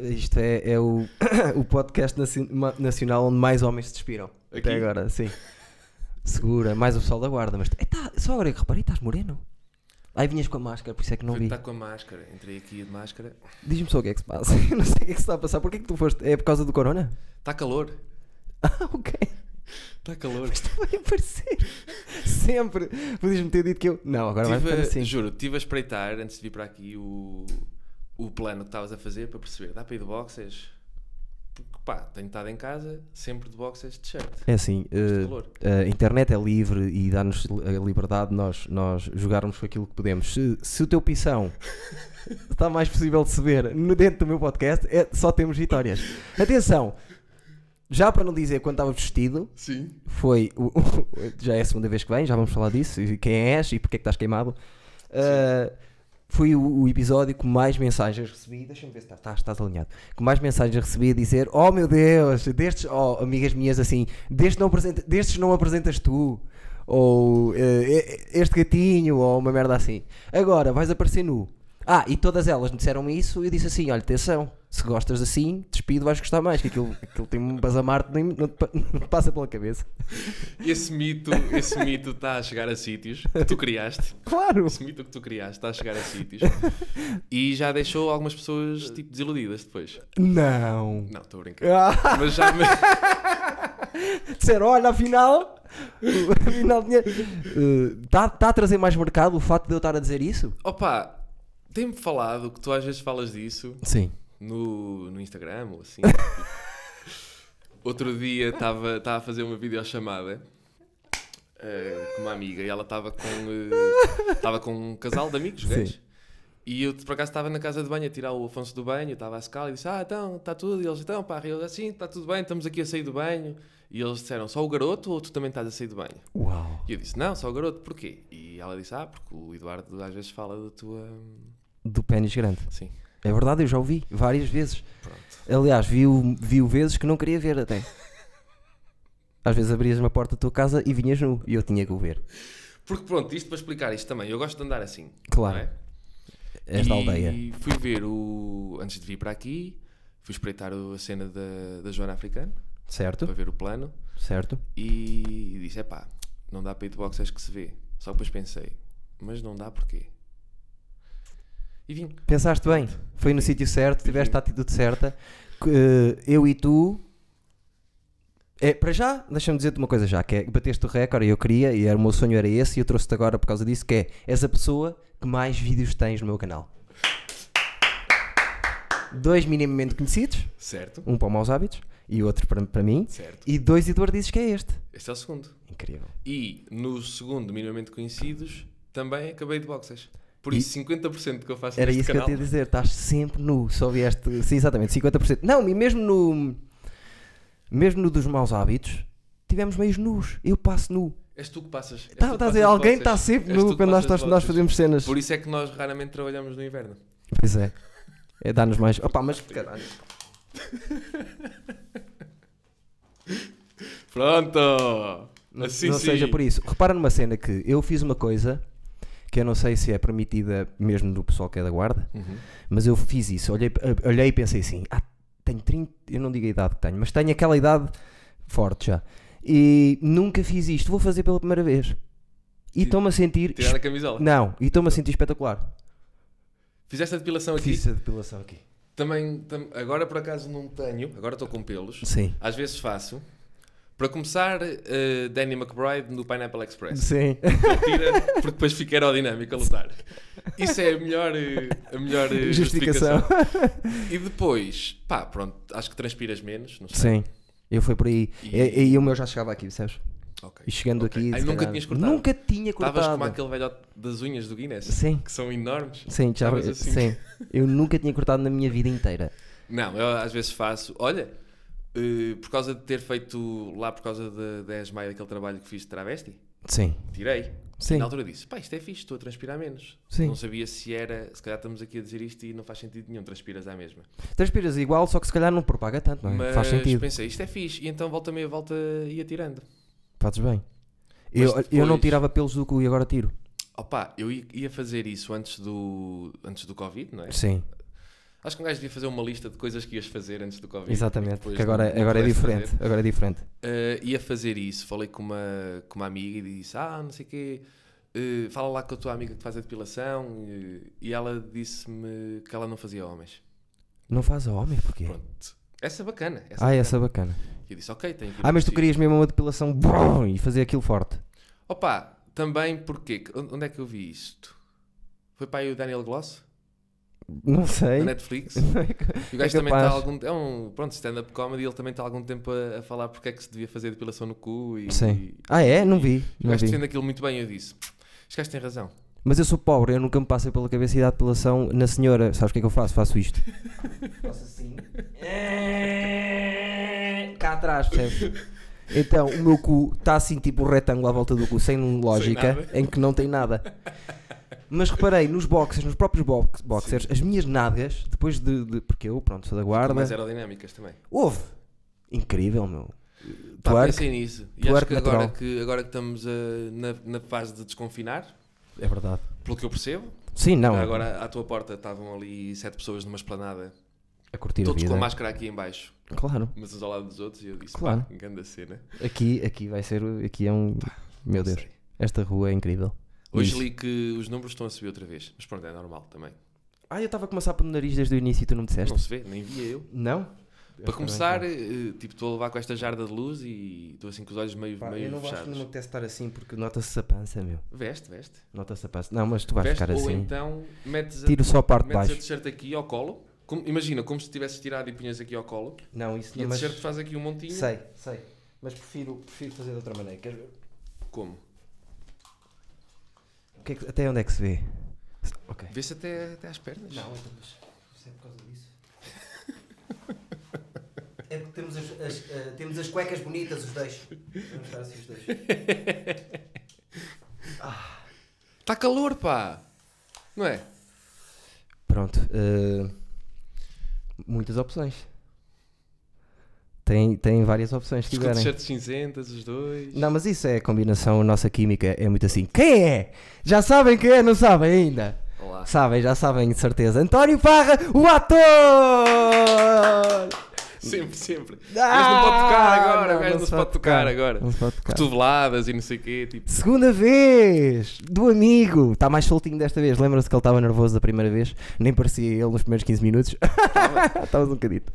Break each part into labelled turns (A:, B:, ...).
A: Isto é, é o, o podcast naci- ma- nacional onde mais homens se despiram.
B: Aqui?
A: Até agora, sim. Segura, mais o pessoal da guarda. Mas eh, tá, só agora é que reparei, estás moreno. Aí vinhas com a máscara, por isso é que não vi.
B: Está com a máscara. Entrei aqui de máscara.
A: Diz-me só o que é que se passa. Eu não sei o que é que se está a passar. Porquê que tu foste? É por causa do corona?
B: Está calor.
A: Ah, ok.
B: Está calor.
A: Mas tu vai aparecer. Sempre. Podias-me ter dito que eu. Não, agora vai
B: Tive eh,
A: ficar
B: a-
A: assim.
B: Juro, estive a espreitar antes de vir para aqui o, o plano que estavas a fazer para perceber. Dá para ir de boxers? Porque pá, tenho estado em casa sempre de boxers de shirt.
A: É assim, eh,
B: calor.
A: a internet é livre e dá-nos li- a liberdade de nós, nós jogarmos com aquilo que podemos. Se, se o teu pição está mais possível de se ver no dentro do meu podcast, é- só temos vitórias. Atenção, já para não dizer quando estava vestido,
B: Sim.
A: foi. o- já é a segunda vez que vem, já vamos falar disso. e Quem és e porque é que estás queimado? Uh, foi o, o episódio com mais mensagens recebi. Deixa-me ver se estás, estás, estás alinhado. Com mais mensagens recebi a dizer: Oh meu Deus, destes, oh amigas minhas, assim, deste não apresenta- destes não apresentas tu. Ou eh, e- este gatinho, ou uma merda assim. Agora vais aparecer nu. Ah, e todas elas me disseram isso e eu disse assim: olha, atenção, se gostas assim, despido, vais gostar mais, que aquilo, aquilo tem um basamarte, nem não te pa- não te passa pela cabeça.
B: Esse mito, esse mito está a chegar a sítios que tu criaste.
A: Claro!
B: Esse mito que tu criaste está a chegar a sítios e já deixou algumas pessoas tipo desiludidas depois.
A: Não!
B: Não, estou a brincar.
A: Ah,
B: Mas já me...
A: disseram, olha, afinal, afinal tinha. Está a trazer mais mercado o facto de eu estar a dizer isso?
B: Opa, tem-me falado que tu às vezes falas disso
A: Sim.
B: no, no Instagram ou assim. Outro dia estava estava a fazer uma videochamada eh, com uma amiga e ela estava com, eh, estava com um casal de amigos
A: Sim.
B: gays. E eu por acaso estava na casa de banho a tirar o Afonso do banho, estava à escala e disse: Ah, então, está tudo. E eles então, pá, e eu assim, está tudo bem, estamos aqui a sair do banho. E eles disseram: Só o garoto ou tu também estás a sair do banho?
A: Uau!
B: E eu disse: Não, só o garoto, porquê? E ela disse: Ah, porque o Eduardo às vezes fala da tua. hum,
A: Do pênis grande.
B: Sim,
A: É verdade, eu já o vi várias vezes.
B: pronto.
A: Aliás, vi-o vi vezes que não queria ver até. Às vezes abrias uma porta da tua casa e vinhas nu e eu tinha que o ver.
B: Porque pronto, isto para explicar isto também, eu gosto de andar assim.
A: Claro.
B: não é?
A: Esta
B: e
A: aldeia.
B: E fui ver o. Antes de vir para aqui, fui espreitar o- a cena da, da Joana Africana
A: Então.
B: para
A: Certo?
B: ver o plano
A: Certo?
B: e, disse: é pá, não dá para ir de boxers que se vê. Só que depois pensei: mas não dá porquê? E vim.
A: Pensaste bem, foi no sítio certo, tiveste a atitude certa. que, eh, Eu e tu. É, para já, deixa-me dizer-te uma coisa já, que é bateste o recorde, eu queria, e era, o meu sonho era esse, e eu trouxe-te agora por causa disso, que é és a pessoa que mais vídeos tens no meu canal. Dois minimamente conhecidos,
B: Certo,
A: um para o Maus Hábitos e outro para, para mim,
B: certo.
A: e dois Eduardizes que é este.
B: Este é o segundo.
A: Incrível.
B: E no segundo, minimamente conhecidos, também acabei de boxers. Por isso, 50% do que eu faço
A: Era
B: neste
A: isso
B: canal.
A: que eu te ia dizer, estás sempre nu, só vieste, sim, exatamente, 50%. Não, e mesmo no mesmo no dos maus hábitos, tivemos meios nus. Eu passo nu.
B: És tu que passas. és tu
A: Tá,
B: É que
A: tá a dizer,
B: passas de
A: alguém está
B: boxers.
A: sempre
B: És tu
A: nu
B: que
A: quando nós,
B: passas de
A: nós- nós
B: boxers.
A: fazemos cenas.
B: Por isso é que nós raramente trabalhamos no inverno.
A: Pois é. É dar-nos mais. Opa, mas caralho.
B: Pronto! Assim
A: não
B: sim.
A: seja por isso. Repara numa cena que eu fiz uma coisa que eu não sei se é permitida mesmo do pessoal que é da guarda,
B: Uhum.
A: mas eu fiz isso. Olhei, olhei e pensei assim: ah, tenho 30, eu não digo a idade que tenho, mas tenho aquela idade forte já. E nunca fiz isto, vou fazer pela primeira vez. E
B: Ti-
A: estou-me a sentir.
B: Tirar a camisola.
A: Não, e estou-me a sentir espetacular.
B: Fizeste a depilação aqui?
A: Fiz a depilação aqui.
B: Também, tam- agora por acaso não tenho. Agora estou com pelos.
A: Sim.
B: Às vezes faço. Para começar, eh, Danny McBride no Pineapple Express.
A: Sim.
B: Ele tira, porque depois fica aerodinâmico a lutar. Isso é a melhor, eh, a melhor eh,
A: Justificação.
B: E depois, pá, pronto, acho que transpiras menos, não sei.
A: Sim. Eu fui por aí.
B: E-
A: E, e o meu já chegava aqui, percebes?
B: Ok.
A: E chegando
B: Ok.
A: aqui.
B: Ai,
A: se
B: nunca
A: calhar-
B: tinhas cortado?
A: Nunca tinha
B: Estavas como
A: cortado.
B: aquele velhote das unhas do Guinness,
A: Sim.
B: que são enormes.
A: Sim, já,
B: Estavas assim.
A: sim, eu nunca tinha cortado na minha vida inteira.
B: Não, eu às vezes faço. Olha, eh, por causa de ter feito lá, por causa da da ESMAI, aquele trabalho que fiz de travesti,
A: Sim,
B: tirei. E
A: sim,
B: na altura disse: pá, isto é fixe, estou a transpirar menos.
A: sim.
B: Não sabia se era. Se calhar estamos aqui a dizer isto e não faz sentido nenhum, transpiras à mesma.
A: Transpiras igual, só que se calhar não propaga tanto, não é?
B: Mas
A: Faz sentido,
B: pensei: isto é fixe, e então volta meia volta ia tirando.
A: fazes bem.
B: Mas
A: Eu, eu não
B: depois-
A: tirava pelos do cu e agora tiro.
B: Opa, eu i- ia fazer isso antes do, antes do Covid, não é?
A: Sim,
B: Acho que um gajo devia fazer uma lista de coisas que ias fazer antes do Covid. e
A: Exatamente,
B: depois
A: que agora,
B: não- não
A: agora é
B: pudeste
A: diferente.
B: fazer.
A: Agora é diferente.
B: Eh, ia fazer isso. Falei com uma, com uma amiga e disse: Ah, não sei o quê, eh, fala lá com a tua amiga que faz a depilação. eh, e ela disse-me que ela não fazia homens.
A: Não faz a homem, porquê?
B: Pronto. Essa é bacana. Essa
A: Ah,
B: é
A: essa é bacana.
B: bacana. E eu disse: Ok, tenho que ir
A: Ah, mas tu
B: investir."
A: querias mesmo uma depilação brum, e fazer aquilo forte.
B: Opa, também porque. Onde é que eu vi isto? Foi para aí o Daniel Gloss,
A: Não sei.
B: na Netflix. E o
A: É
B: gajo também está
A: capaz.
B: há algum É um pronto, stand-up comedy, ele também está há algum tempo a, a falar porque é que se devia fazer depilação no cu e.
A: Sim.
B: e-
A: Ah, é? Não vi.
B: o
A: Não
B: gajo
A: vi.
B: defende aquilo muito bem, eu disse. Este gajo tem razão.
A: Mas eu sou pobre, eu nunca me passei pela cabeça e dar depilação na senhora. Sabes o que é que eu faço? Faço isto. faço assim.
B: É,
A: Cá atrás, percebes? Então, o meu cu está assim, tipo um retângulo à volta do cu, sem lógica,
B: nada.
A: em que não tem nada. Mas reparei, nos boxers, nos próprios box, boxers, as minhas nádegas, depois de, de- Porque eu, pronto, sou da guarda.
B: Mas é- aerodinâmicas também.
A: Houve! Incrível, meu.
B: Pá,
A: Twerk.
B: pensei nisso. E
A: Twerk
B: acho que agora,
A: natural.
B: que agora que estamos eh, na, na fase de desconfinar,
A: É verdade.
B: pelo que eu percebo,
A: Sim, não.
B: agora à tua porta estavam ali sete pessoas numa esplanada,
A: a curtir a
B: todos
A: vida.
B: com a máscara aqui em baixo,
A: Claro.
B: mas uns ao lado dos outros, e eu disse,
A: Claro.
B: claro. pá, grande cena.
A: Aqui, aqui vai ser. Aqui é um. Meu Deus,
B: Sei.
A: esta rua é incrível.
B: Hoje
A: Isso.
B: li que os números estão a subir outra vez, mas pronto, é normal também.
A: Ah, eu estava a começar pelo nariz desde o início e tu não me disseste?
B: Não se vê, nem via eu.
A: Não?
B: Para começar, eh, tipo, estou a levar com esta jarda de luz e estou assim com os olhos meio,
A: então. eu
B: meio
A: não acho que
B: fechados.
A: não me apetece estar assim porque nota-se a pança, meu.
B: Veste, veste.
A: Nota-se a pança. Não, mas tu vais
B: veste
A: ficar
B: ou
A: assim.
B: então metes a,
A: Tiro só a parte de
B: metes a
A: baixo.
B: t-shirt aqui ao colo. Como- imagina, como se tivesses tirado e punhas aqui ao colo.
A: Não, isso
B: E
A: não,
B: a
A: mas.
B: t-shirt faz aqui um montinho.
A: Sei, sei. Mas prefiro, prefiro fazer de outra maneira. Queres ver?
B: Como?
A: O que é que- até onde é que se vê? Ok.
B: Vê-se até, até às pernas.
A: Não, então, mas isso é por causa disso. É porque temos as, as, eh, temos as cuecas bonitas, os dois. Vamos estar assim os dois.
B: Está Tá calor, pá! Não é?
A: Pronto. eh, muitas opções. Tem, tem várias opções que
B: Os com
A: tiverem.
B: t-shirts cinzentas, os dois.
A: Não, mas isso é a combinação, a nossa química é muito assim. Quem é? Já sabem quem é? Não sabem ainda?
B: Olá.
A: Sabem, já sabem de certeza. António Parra, o ator!
B: Sempre, sempre. Mas
A: Ah,
B: não pode tocar agora,
A: não,
B: o gajo
A: não
B: não, se pode tocar, agora.
A: Não se pode tocar.
B: Cotoveladas e não sei o quê, tipo.
A: Segunda vez! Do amigo! Está mais soltinho desta vez. Lembra-se que ele estava nervoso da primeira vez? Nem parecia ele nos primeiros 15 minutos. Estavas um bocadito.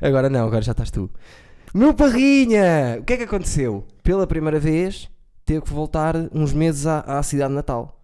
A: Agora não, agora já estás tu. Meu parrinha! O que é que aconteceu? Pela primeira vez, teve que voltar uns meses à, à cidade de natal.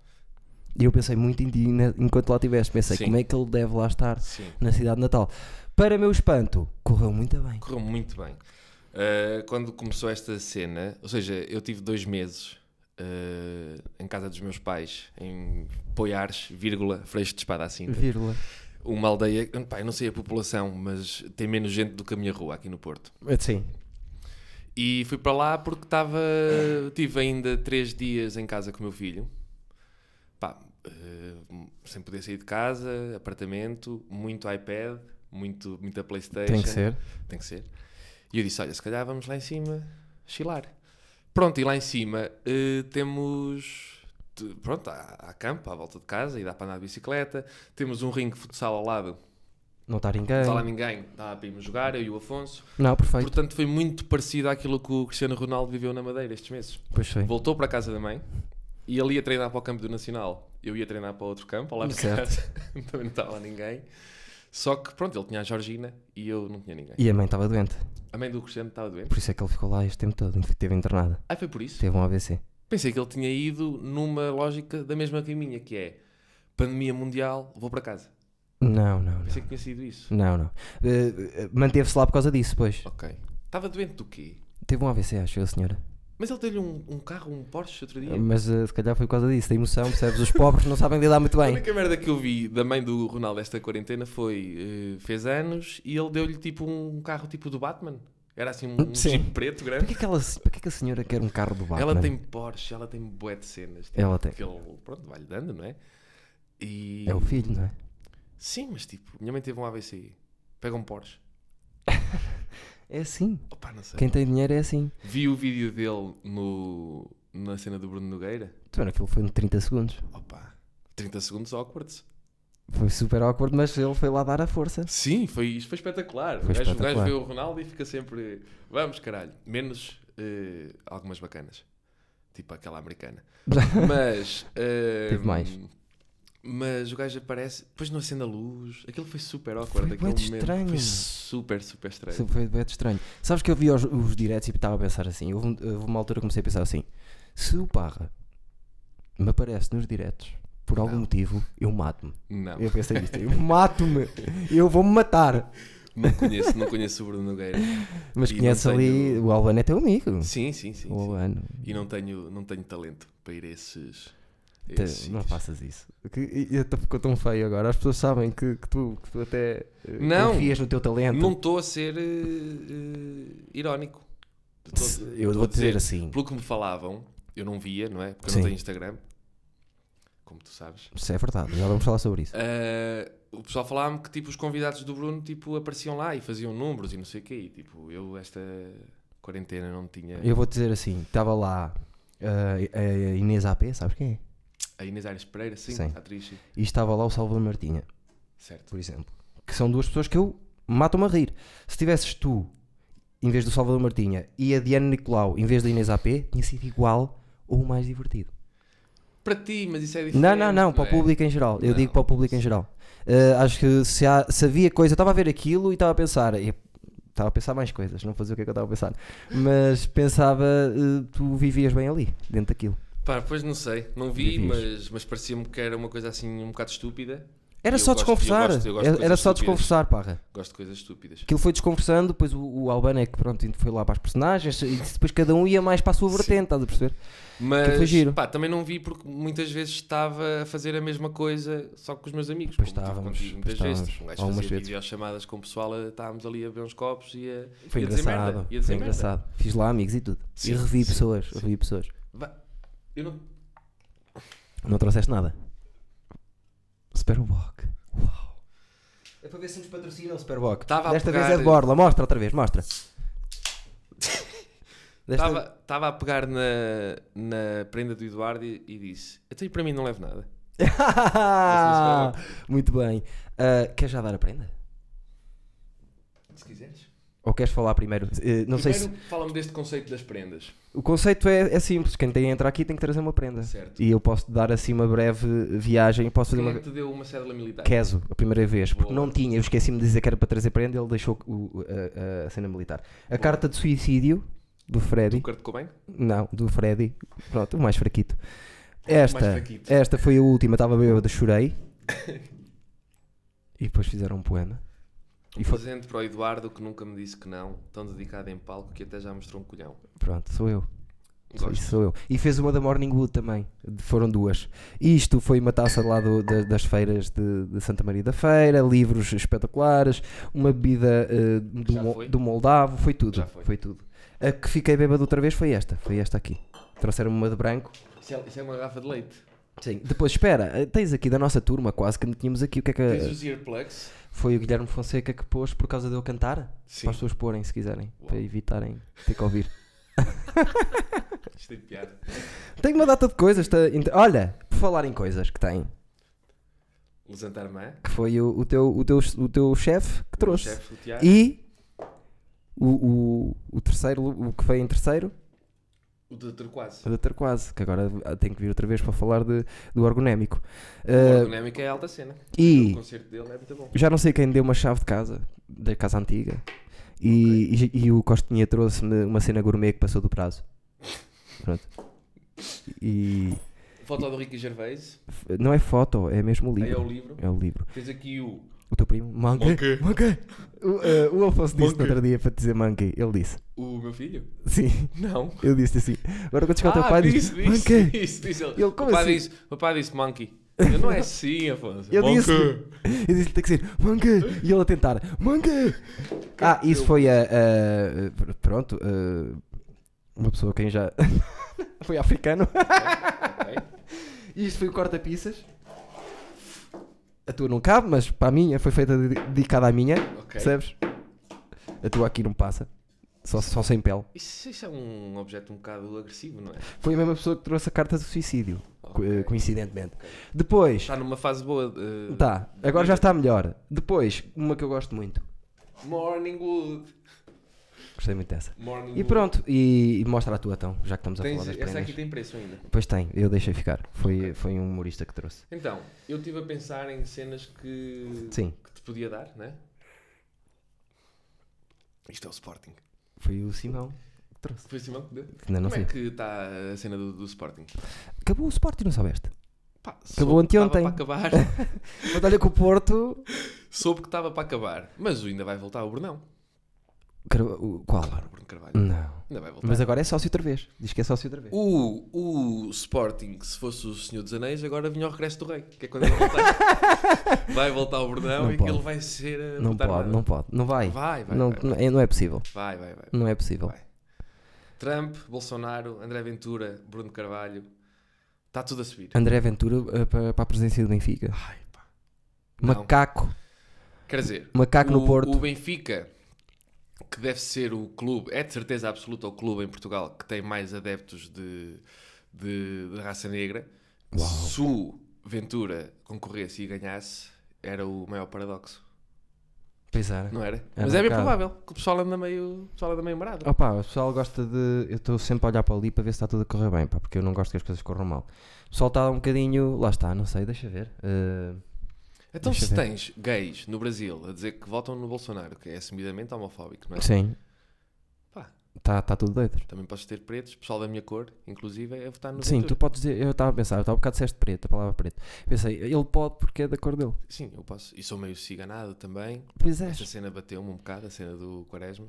A: E eu pensei muito em ti na- enquanto lá estiveste. Pensei,
B: Sim.
A: como é que ele deve lá estar
B: Sim.
A: na cidade de natal? Para meu espanto, correu muito bem.
B: Correu muito bem. Uh, quando começou esta cena, ou seja, eu tive dois meses uh, em casa dos meus pais, em Poiares, vírgula, Freixo de Espada à Cinta.
A: Vírgula.
B: Uma aldeia, pá, eu não sei a população, mas tem menos gente do que a minha rua aqui no Porto.
A: Sim.
B: E fui para lá porque estava.
A: É.
B: Tive ainda três dias em casa com o meu filho. Pá, eh, sem poder sair de casa, apartamento, muito iPad, muito, muita Playstation.
A: Tem que ser.
B: Tem que ser. E eu disse: olha, se calhar vamos lá em cima chilar. Pronto, e lá em cima eh, temos. te- Pronto, há, há campo à volta de casa e dá para andar de bicicleta. Temos um ringue de futsal ao lado.
A: Não está
B: Não
A: ninguém.
B: está lá ninguém, dá para irmos jogar, eu e o Afonso.
A: Não, perfeito.
B: Portanto, foi muito parecido àquilo que o Cristiano Ronaldo viveu na Madeira estes meses.
A: Pois foi.
B: Voltou para a casa da mãe e ele ia treinar para o campo do Nacional. Eu ia treinar para outro campo, ao lado de
A: Certo.
B: casa. Também não estava lá ninguém. Só que, pronto, ele tinha a Georgina e eu não tinha ninguém.
A: E a mãe estava doente,
B: A mãe do Cristiano estava doente.
A: por isso é que ele ficou lá este tempo todo, esteve internada,
B: Ah, foi por isso?
A: teve um AVC.
B: Pensei que ele tinha ido numa lógica da mesma que a minha, que é pandemia mundial, vou para casa.
A: Não, não, não.
B: Pensei que tinha sido isso.
A: Não, não. Eh, eh, Manteve-se lá por causa disso, pois.
B: Ok. Estava doente do quê?
A: Teve um AVC, acho eu, a senhora.
B: Mas ele teve um, um carro, um Porsche outro dia.
A: Mas eh, se calhar foi por causa disso, da emoção, percebes? Os pobres não sabem lidar muito
B: A
A: bem.
B: única merda que eu vi da mãe do Ronaldo esta quarentena foi eh, fez anos e ele deu-lhe tipo um carro tipo do Batman. Era assim um, um
A: Sim.
B: jeep preto grande.
A: Porquê que, ela, porquê que a senhora quer um carro do Batman?
B: Ela tem Porsche, ela tem bué de cenas. tipo,
A: Ela tem.
B: Que ele, pronto, vai-lhe dando, não é? E...
A: É o filho, não é?
B: Sim, mas tipo, minha mãe teve um AVC. Pega um Porsche.
A: É assim.
B: Opa, não sei.
A: Quem tem dinheiro é assim.
B: Vi o vídeo dele no, na cena do Bruno Nogueira.
A: Então, aquilo foi de 30 segundos.
B: Opa, 30 segundos awkward.
A: Foi super awkward, mas ele foi lá dar a força.
B: Sim, foi, isto foi espetacular.
A: Foi
B: o, gajo, o gajo
A: espetacular.
B: vê o Ronaldo e fica sempre. Vamos, caralho. Menos eh, algumas bacanas. Tipo aquela americana. Mas. eh,
A: Teve mais.
B: Mas o gajo aparece, depois não acende a luz. Aquilo foi super awkward.
A: Foi bué
B: aquele
A: de
B: momento.
A: estranho.
B: Foi super, super estranho.
A: Sim, Foi bem estranho. Sabes que eu vi os, os diretos e estava a pensar assim. Houve, um- houve uma altura que comecei a pensar assim: se o Parra me aparece nos diretos por algum
B: Não.
A: motivo, eu mato-me.
B: Não,
A: Eu pensei isto: eu mato-me, eu vou-me matar.
B: não conheço, não conheço o Bruno Nogueira.
A: Mas
B: E não
A: conhece ali,
B: tenho-
A: o Albano é teu amigo.
B: Sim, sim, sim.
A: o
B: sim.
A: Albano,
B: E não tenho, não tenho talento para ir a esses. a
A: Te-
B: esses
A: não
B: sítios.
A: faças isso. Que, e- e até ficou tão feio agora. As pessoas sabem que, que tu, que tu até eh,
B: Não.
A: confias no teu talento.
B: Não estou a ser eh, eh, irónico.
A: Se-
B: Tô-
A: eu
B: tô
A: vou
B: a
A: dizer assim:
B: Pelo que me falavam, eu não via, não é? Porque eu
A: Sim.
B: não tenho Instagram, como tu sabes.
A: isso é verdade, já vamos falar sobre isso.
B: Ah, o pessoal falava-me que tipo, os convidados do Bruno tipo, apareciam lá e faziam números e não sei o quê. E, tipo, eu esta quarentena não tinha.
A: Eu vou dizer assim, estava lá eh, a Inês AP, sabes quem é?
B: A Inês Aires Pereira, sim,
A: Sim.
B: atriz, sim.
A: E estava lá o Salvador Martinha,
B: certo.
A: por exemplo. Que são duas pessoas que eu matam-me a rir. Se tivesses tu, em vez do Salvador Martinha, e a Diana Nicolau, em vez da Inês AP, tinha sido igual ou mais divertido.
B: Para ti, mas isso é diferente.
A: Não, não, não, para o
B: é?
A: público em geral. Eu
B: Não.
A: digo para o público em geral. Eh, acho que se, há- se havia coisa, eu estava a ver aquilo e estava a pensar. e- Estava a pensar mais coisas, não fazia o que é que eu estava a pensar. Mas pensava, eh, tu vivias bem ali, dentro daquilo.
B: Pá, pois não sei, não vi,
A: Vivias.
B: mas, mas parecia-me que era uma coisa assim um bocado estúpida.
A: Era
B: Eu
A: só
B: gosto- eu
A: desconversar.
B: gosto- eu gosto de
A: era era
B: coisas
A: só
B: estúpidas.
A: desconversar, parra.
B: Gosto de coisas estúpidas.
A: Aquilo foi desconversando, depois o, o Albano é que pronto, foi lá para as personagens e depois cada um ia mais para a sua
B: Sim.
A: vertente, estás a perceber? Aquilo
B: Mas
A: foi giro.
B: pá, também não vi porque muitas vezes estava a fazer a mesma coisa só com os meus amigos.
A: Pois
B: como tive
A: estávamos,
B: contigo
A: pois
B: Muitas vezes.
A: estávamos,
B: Um gajo
A: algumas
B: fazia
A: vezes.
B: videochamadas com o pessoal, a- estávamos ali a ver uns copos e a,
A: Foi
B: e a dizer merda.
A: engraçado.
B: E a dizer
A: Foi
B: merda.
A: engraçado. Fiz lá amigos e tudo.
B: Sim,
A: e revi
B: sim,
A: pessoas,
B: sim.
A: revi pessoas.
B: Vá, eu não-
A: Não trouxeste nada? Superbock. Uau. É para ver se nos patrocinam Superbock.
B: Tava a
A: Desta
B: pegar-
A: vez é de Borla. Mostra outra vez, mostra. Desta-
B: Estava estava a pegar na, na prenda do Eduardo e, e disse: Até aí para mim não levo nada.
A: é Muito bem. Ah, queres já dar a prenda?
B: Se quiseres.
A: Ou queres falar primeiro? Eh, não sei se.
B: Primeiro, fala-me deste conceito das prendas.
A: O conceito é, é simples. Quem tem a entrar aqui tem que trazer uma prenda.
B: Certo.
A: E eu posso dar assim uma breve viagem. Posso fazer
B: Quem é
A: uma.
B: que te deu uma cédula militar?
A: Queso, a primeira vez, porque
B: Boa.
A: não tinha, eu esqueci-me de dizer que era para trazer prenda, ele deixou o- a, a cena militar. A carta de suicídio do Freddy,
B: O Kurt Cobain?
A: não, do Freddy, pronto, o mais fraquito. Esta,
B: Mais fraquito.
A: esta foi a última, estava bêbada, chorei. e depois fizeram um poema.
B: Um
A: E foi-
B: presente para o Eduardo que nunca me disse que não, tão dedicado em palco que até já mostrou um colhão.
A: Pronto, sou eu. Sou,
B: Gosto.
A: isso sou eu. E fez uma da Morning Wood também. de- Foram duas. Isto foi uma taça lá do- da- das feiras de, de Santa Maria da Feira, livros espetaculares, uma bebida eh, do,
B: Já
A: mo-
B: foi?
A: do Moldavo, foi tudo.
B: Já foi.
A: tudo. A que fiquei bêbado outra vez foi esta. Foi esta aqui. Trouxeram uma de branco.
B: Isso é, isso é uma garrafa de leite.
A: Sim. Depois, espera, eh, tens aqui da nossa turma, quase que não tínhamos aqui. O que é que.
B: Tens os earplugs?
A: Foi o Guilherme Fonseca que pôs por causa de eu cantar?
B: Sim.
A: Para as pessoas porem, se quiserem,
B: Uau.
A: para evitarem ter que ouvir.
B: Isto é piada.
A: Tem uma data de coisas. tá- int- Olha, por falar em coisas que tem,
B: Lesantar mãe.
A: que foi o, o teu, o teu, o teu chefe que trouxe.
B: O chefe, é. o Tiago.
A: E o, o, o terceiro, o que veio em terceiro,
B: O doutor quase.
A: o doutor quase, que agora tem que vir outra vez para falar de, do ergonémico.
B: O
A: Ah,
B: ergonómico é alta cena. O
A: e
B: concerto dele é muito bom.
A: já não sei quem deu uma chave de casa, da casa antiga. E, e, e o Costinha trouxe-me uma cena gourmet que passou do prazo. Pronto. E
B: Foto do Ricky Gervais.
A: f- não é foto, é mesmo o
B: Aí é o
A: livro.
B: livro.
A: É o livro.
B: Tens aqui o
A: O teu primo? Monkey.
B: Monkey.
A: O, eh, o Alfonso disse no
B: Monkey.
A: outro dia para te dizer monkey. Ele disse.
B: o meu filho.
A: Sim,
B: Não.
A: eu disse assim. Agora quando chegar o teu
B: Ah,
A: pai, diz
B: disse, disse,
A: monkey.
B: disse, disse ele.
A: Ele,
B: O
A: como
B: pai
A: assim?
B: disse, o pai disse monkey. Eu, não é assim, Afonso.
A: Eu
B: Monkey.
A: disse. Eu disse tem que ser monkey. E ele a tentar monkey. Ah, isso foi a. a- pronto. a- uma pessoa quem já. foi africano.
B: Ok.
A: E isto foi o corta-pizzas. A tua não cabe, mas para a minha foi feita de- dedicada à minha.
B: Ok.
A: Percebes? A tua aqui não passa. Só, só sem pele.
B: Isso, isso é um objeto um bocado agressivo, não é?
A: Foi a mesma pessoa que trouxe a carta do suicídio, co- eh,
B: Ok.
A: coincidentemente. Depois,
B: Está numa fase boa. de-
A: tá, agora já está melhor. Depois, uma que eu gosto muito.
B: Morningwood.
A: Gostei muito dessa.
B: Morningwood.
A: E pronto, e, e mostra a tua então, já que estamos a
B: Tens-
A: falar das
B: essa aqui
A: prendas.
B: tem preço ainda.
A: Pois tem, eu deixei ficar. Foi, foi um humorista que trouxe.
B: Então, eu estive a pensar em cenas que,
A: Sim.
B: que te podia dar, né? Isto é o Sporting.
A: Foi o Simão que trouxe.
B: Foi Simão que deu.
A: Que Ainda não sei.
B: Como é que está a cena do, do Sporting?
A: Acabou o Sporting, não soubeste?
B: Pá,
A: Acabou
B: soube que
A: anteontem.
B: estava Para acabar.
A: Mas olha que o Porto.
B: soube que estava para acabar. Mas ainda vai voltar o Brunão.
A: Car- o- Qual?
B: Claro, o Bruno Carvalho.
A: Não.
B: Ainda vai voltar.
A: Hum. Mas agora é sócio outra vez. Diz que é sócio outra vez.
B: Uh, O, o Sporting, se fosse o Senhor dos Anéis, agora vinha ao regresso do rei, que é quando ele voltar. vai voltar ao Brunão
A: Não
B: e
A: pode.
B: que ele vai ser a
A: não
B: botar
A: pode,
B: nada.
A: não pode. Não vai.
B: Vai, vai,
A: não,
B: vai,
A: não- é- não é possível.
B: vai, vai, vai.
A: Não é possível.
B: Vai. Trump, Bolsonaro, André Ventura, Bruno Carvalho, está tudo a subir.
A: André Ventura eh, para, para a presença do Benfica.
B: Ai, pá. Não.
A: Macaco.
B: Quer dizer,
A: Macaco
B: o,
A: no Porto.
B: o Benfica, que deve ser o clube, é de certeza absoluta o clube em Portugal que tem mais adeptos de, de, de raça negra,
A: Uau.
B: se o Ventura concorresse e ganhasse, era o maior paradoxo,
A: Pois era.
B: não era?
A: Era
B: Mas é bem
A: um bocado.
B: provável, que o pessoal anda meio, o pessoal anda meio marado.
A: Opa, o pessoal gosta de. Eu estou sempre a olhar para ali para ver se está tudo a correr bem, pá, porque eu não gosto que as coisas corram mal. O pessoal está um bocadinho. Lá está, não sei, deixa ver. Eh,
B: Então
A: deixa
B: se
A: ver.
B: tens gays no Brasil a dizer que votam no Bolsonaro, que é assumidamente homofóbico, não é?
A: sim,
B: Pá,
A: está tá tudo doido.
B: também podes ter pretos, pessoal da minha cor, inclusive, a votar no
A: Sim, tu
B: Ventura.
A: podes dizer. Eu estava a pensar, tu há bocado disseste preto, a palavra preto. Pensei, ele pode porque é da cor dele.
B: Sim, eu posso. E sou meio ciganado também.
A: Pois é,
B: Essa cena bateu-me um bocado, a cena do Quaresma.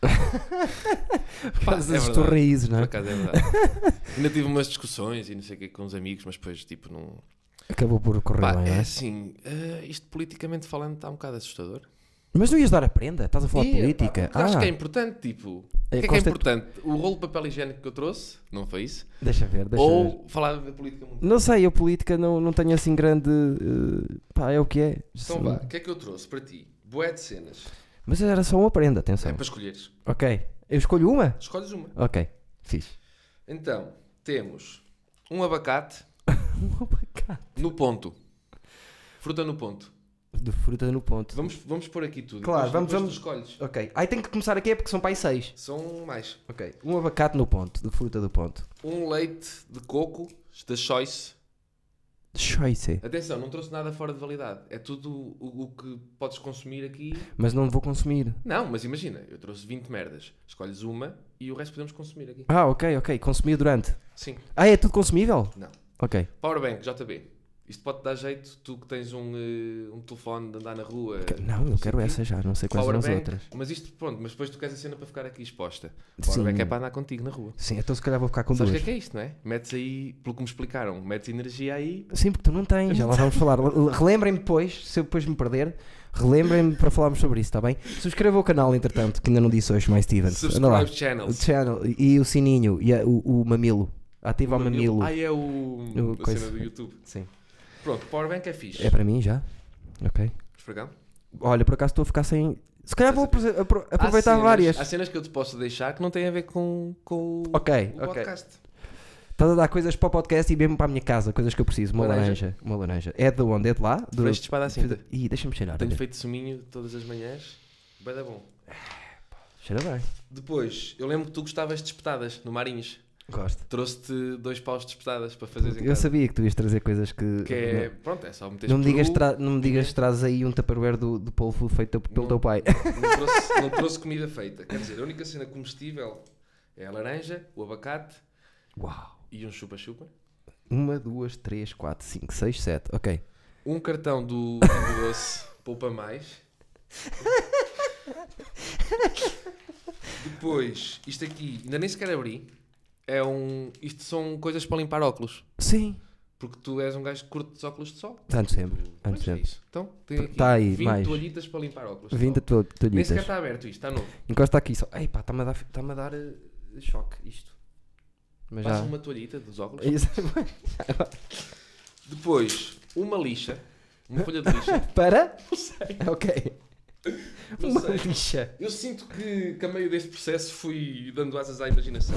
A: por
B: Pá,
A: causa
B: é
A: das
B: verdade.
A: tuas raízes, não
B: Por
A: é?
B: acaso é verdade. Ainda tive umas discussões e não sei o que é com os amigos, mas depois, tipo, não.
A: Acabou por correr
B: Pá,
A: bem, não
B: é
A: é?
B: assim, eh, isto politicamente falando está um bocado assustador.
A: Mas não ias dar a prenda? Estás a falar de
B: Ih,
A: política? Ah,
B: pá, porque Acho que é importante, tipo. O
A: É,
B: que é que é
A: consta-
B: importante? O rolo de papel higiênico que eu trouxe, não foi isso?
A: Deixa ver, deixa ver.
B: Ou falar da política mundial?
A: Não sei, eu política não, não tenho assim grande. eh, pá, é o que é.
B: Então vá, o que é que eu trouxe para ti? Boé de cenas.
A: Mas era só uma prenda,
B: É
A: atenção.
B: para escolheres.
A: Ok. Eu escolho uma?
B: Escolhes uma.
A: Ok. Fiz.
B: Então, temos um abacate
A: Um abacate.
B: no ponto. Fruta no ponto.
A: De fruta no ponto.
B: Vamos, vamos pôr aqui tudo.
A: Claro,
B: Depois-
A: vamos-
B: depois tu escolhes.
A: Ok. Aí tenho que começar aqui é porque são para aí seis.
B: São mais.
A: Ok. Um abacate no ponto, de fruta do ponto.
B: Um leite de coco da Choice.
A: Choice.
B: Atenção, não trouxe nada fora de validade. É tudo o, o que podes consumir aqui.
A: Mas não vou consumir.
B: Não, mas imagina, eu trouxe 20 merdas. Escolhes uma e o resto podemos consumir aqui.
A: Ah, ok, ok. Consumir durante.
B: Sim.
A: Ah, é tudo consumível?
B: Não. Eh,
A: Ok.
B: Powerbank, JB. Isto pode dar jeito, tu que tens um, eh, um telefone de andar na rua.
A: Não, eu
B: sei
A: quero
B: o quê.
A: essa já. Não sei quais são as
B: Powerbank,
A: outras.
B: mas isto pronto, mas depois tu queres a cena para ficar aqui exposta.
A: Sim.
B: Powerbank é para andar contigo na rua.
A: Sim, então se calhar vou ficar com
B: Sabes o que
A: duas.
B: é que é isto, não é? Metes aí, pelo que me explicaram, metes energia aí.
A: Sim, porque tu não tens, já lá vamos falar. L- Relembrem-me depois, se eu depois me perder, relembrem-me para falarmos sobre isso, está bem? Subscrevam o canal, entretanto, que ainda não disse hoje, mais Stevens. Anda lá.
B: Subscribe channel.
A: O channel e o sininho e a- o, o mamilo. Ativa o mamilo.
B: Ah, é o.
A: O
B: a
A: coisa.
B: cena do YouTube.
A: Sim.
B: Pronto, Powerbank é fixe.
A: É para mim já? Ok.
B: Esfregão.
A: Olha, por acaso estou a ficar sem. Se calhar vou apro- apro-
B: Há
A: aproveitar
B: cenas-
A: várias.
B: Há cenas que eu te posso deixar que não têm a ver com, com o-
A: Ok,
B: o
A: ok.
B: podcast.
A: Estás a dar coisas para o podcast e mesmo para a minha casa, coisas que eu preciso. Uma laranja.
B: Laranja.
A: Uma laranja. É de onde? É de lá? Do...
B: Vejo-te espada à cinta.
A: Ih, deixa-me cheirar.
B: Tenho
A: olha.
B: feito suminho todas as manhãs. Bem, bom.
A: Cheira bem.
B: Depois, eu lembro que tu gostavas de espetadas no Marinhos.
A: Gosto.
B: Trouxe-te dois paus de espetadas para fazeres em
A: Eu
B: casa.
A: sabia que tu ias trazer coisas que.
B: Que é. Pronto, é só meteres
A: Não me, digas,
B: peru.
A: tra- não me digas que trazes aí um tupperware do, do polvo feito pelo
B: Não.
A: teu pai.
B: Não trouxe, não trouxe comida feita. Quer dizer, a única cena comestível é a laranja, o abacate
A: Uau.
B: e um chupa-chupa.
A: Uma, duas, três, quatro, cinco, seis, sete. Ok.
B: Um cartão do Pingo Doce poupa mais. Depois, isto aqui, ainda nem sequer abri. É um. Isto são coisas para limpar óculos.
A: Sim.
B: Porque tu és um gajo que curte dos óculos de sol.
A: Tanto sempre.
B: Tu-
A: Tanto
B: Pois é
A: sempre.
B: isso. Então, tem aqui
A: Tá aí,
B: 20
A: mais.
B: toalhitas para limpar óculos. de
A: 20
B: sol.
A: tu-
B: Nem sequer tá-
A: tolhitas.
B: está aberto isto, está novo.
A: Encosta aqui só. Ei pá, está-me a dar, está-me a dar eh, choque isto. Mas
B: Passa
A: já.
B: uma toalhita dos óculos.
A: Isso- é
B: Depois, uma lixa. Uma folha de lixa.
A: Para?
B: Não sei.
A: Ok.
B: Não
A: Uma
B: sei.
A: lixa.
B: Eu sinto que, que a meio deste processo fui dando asas à imaginação.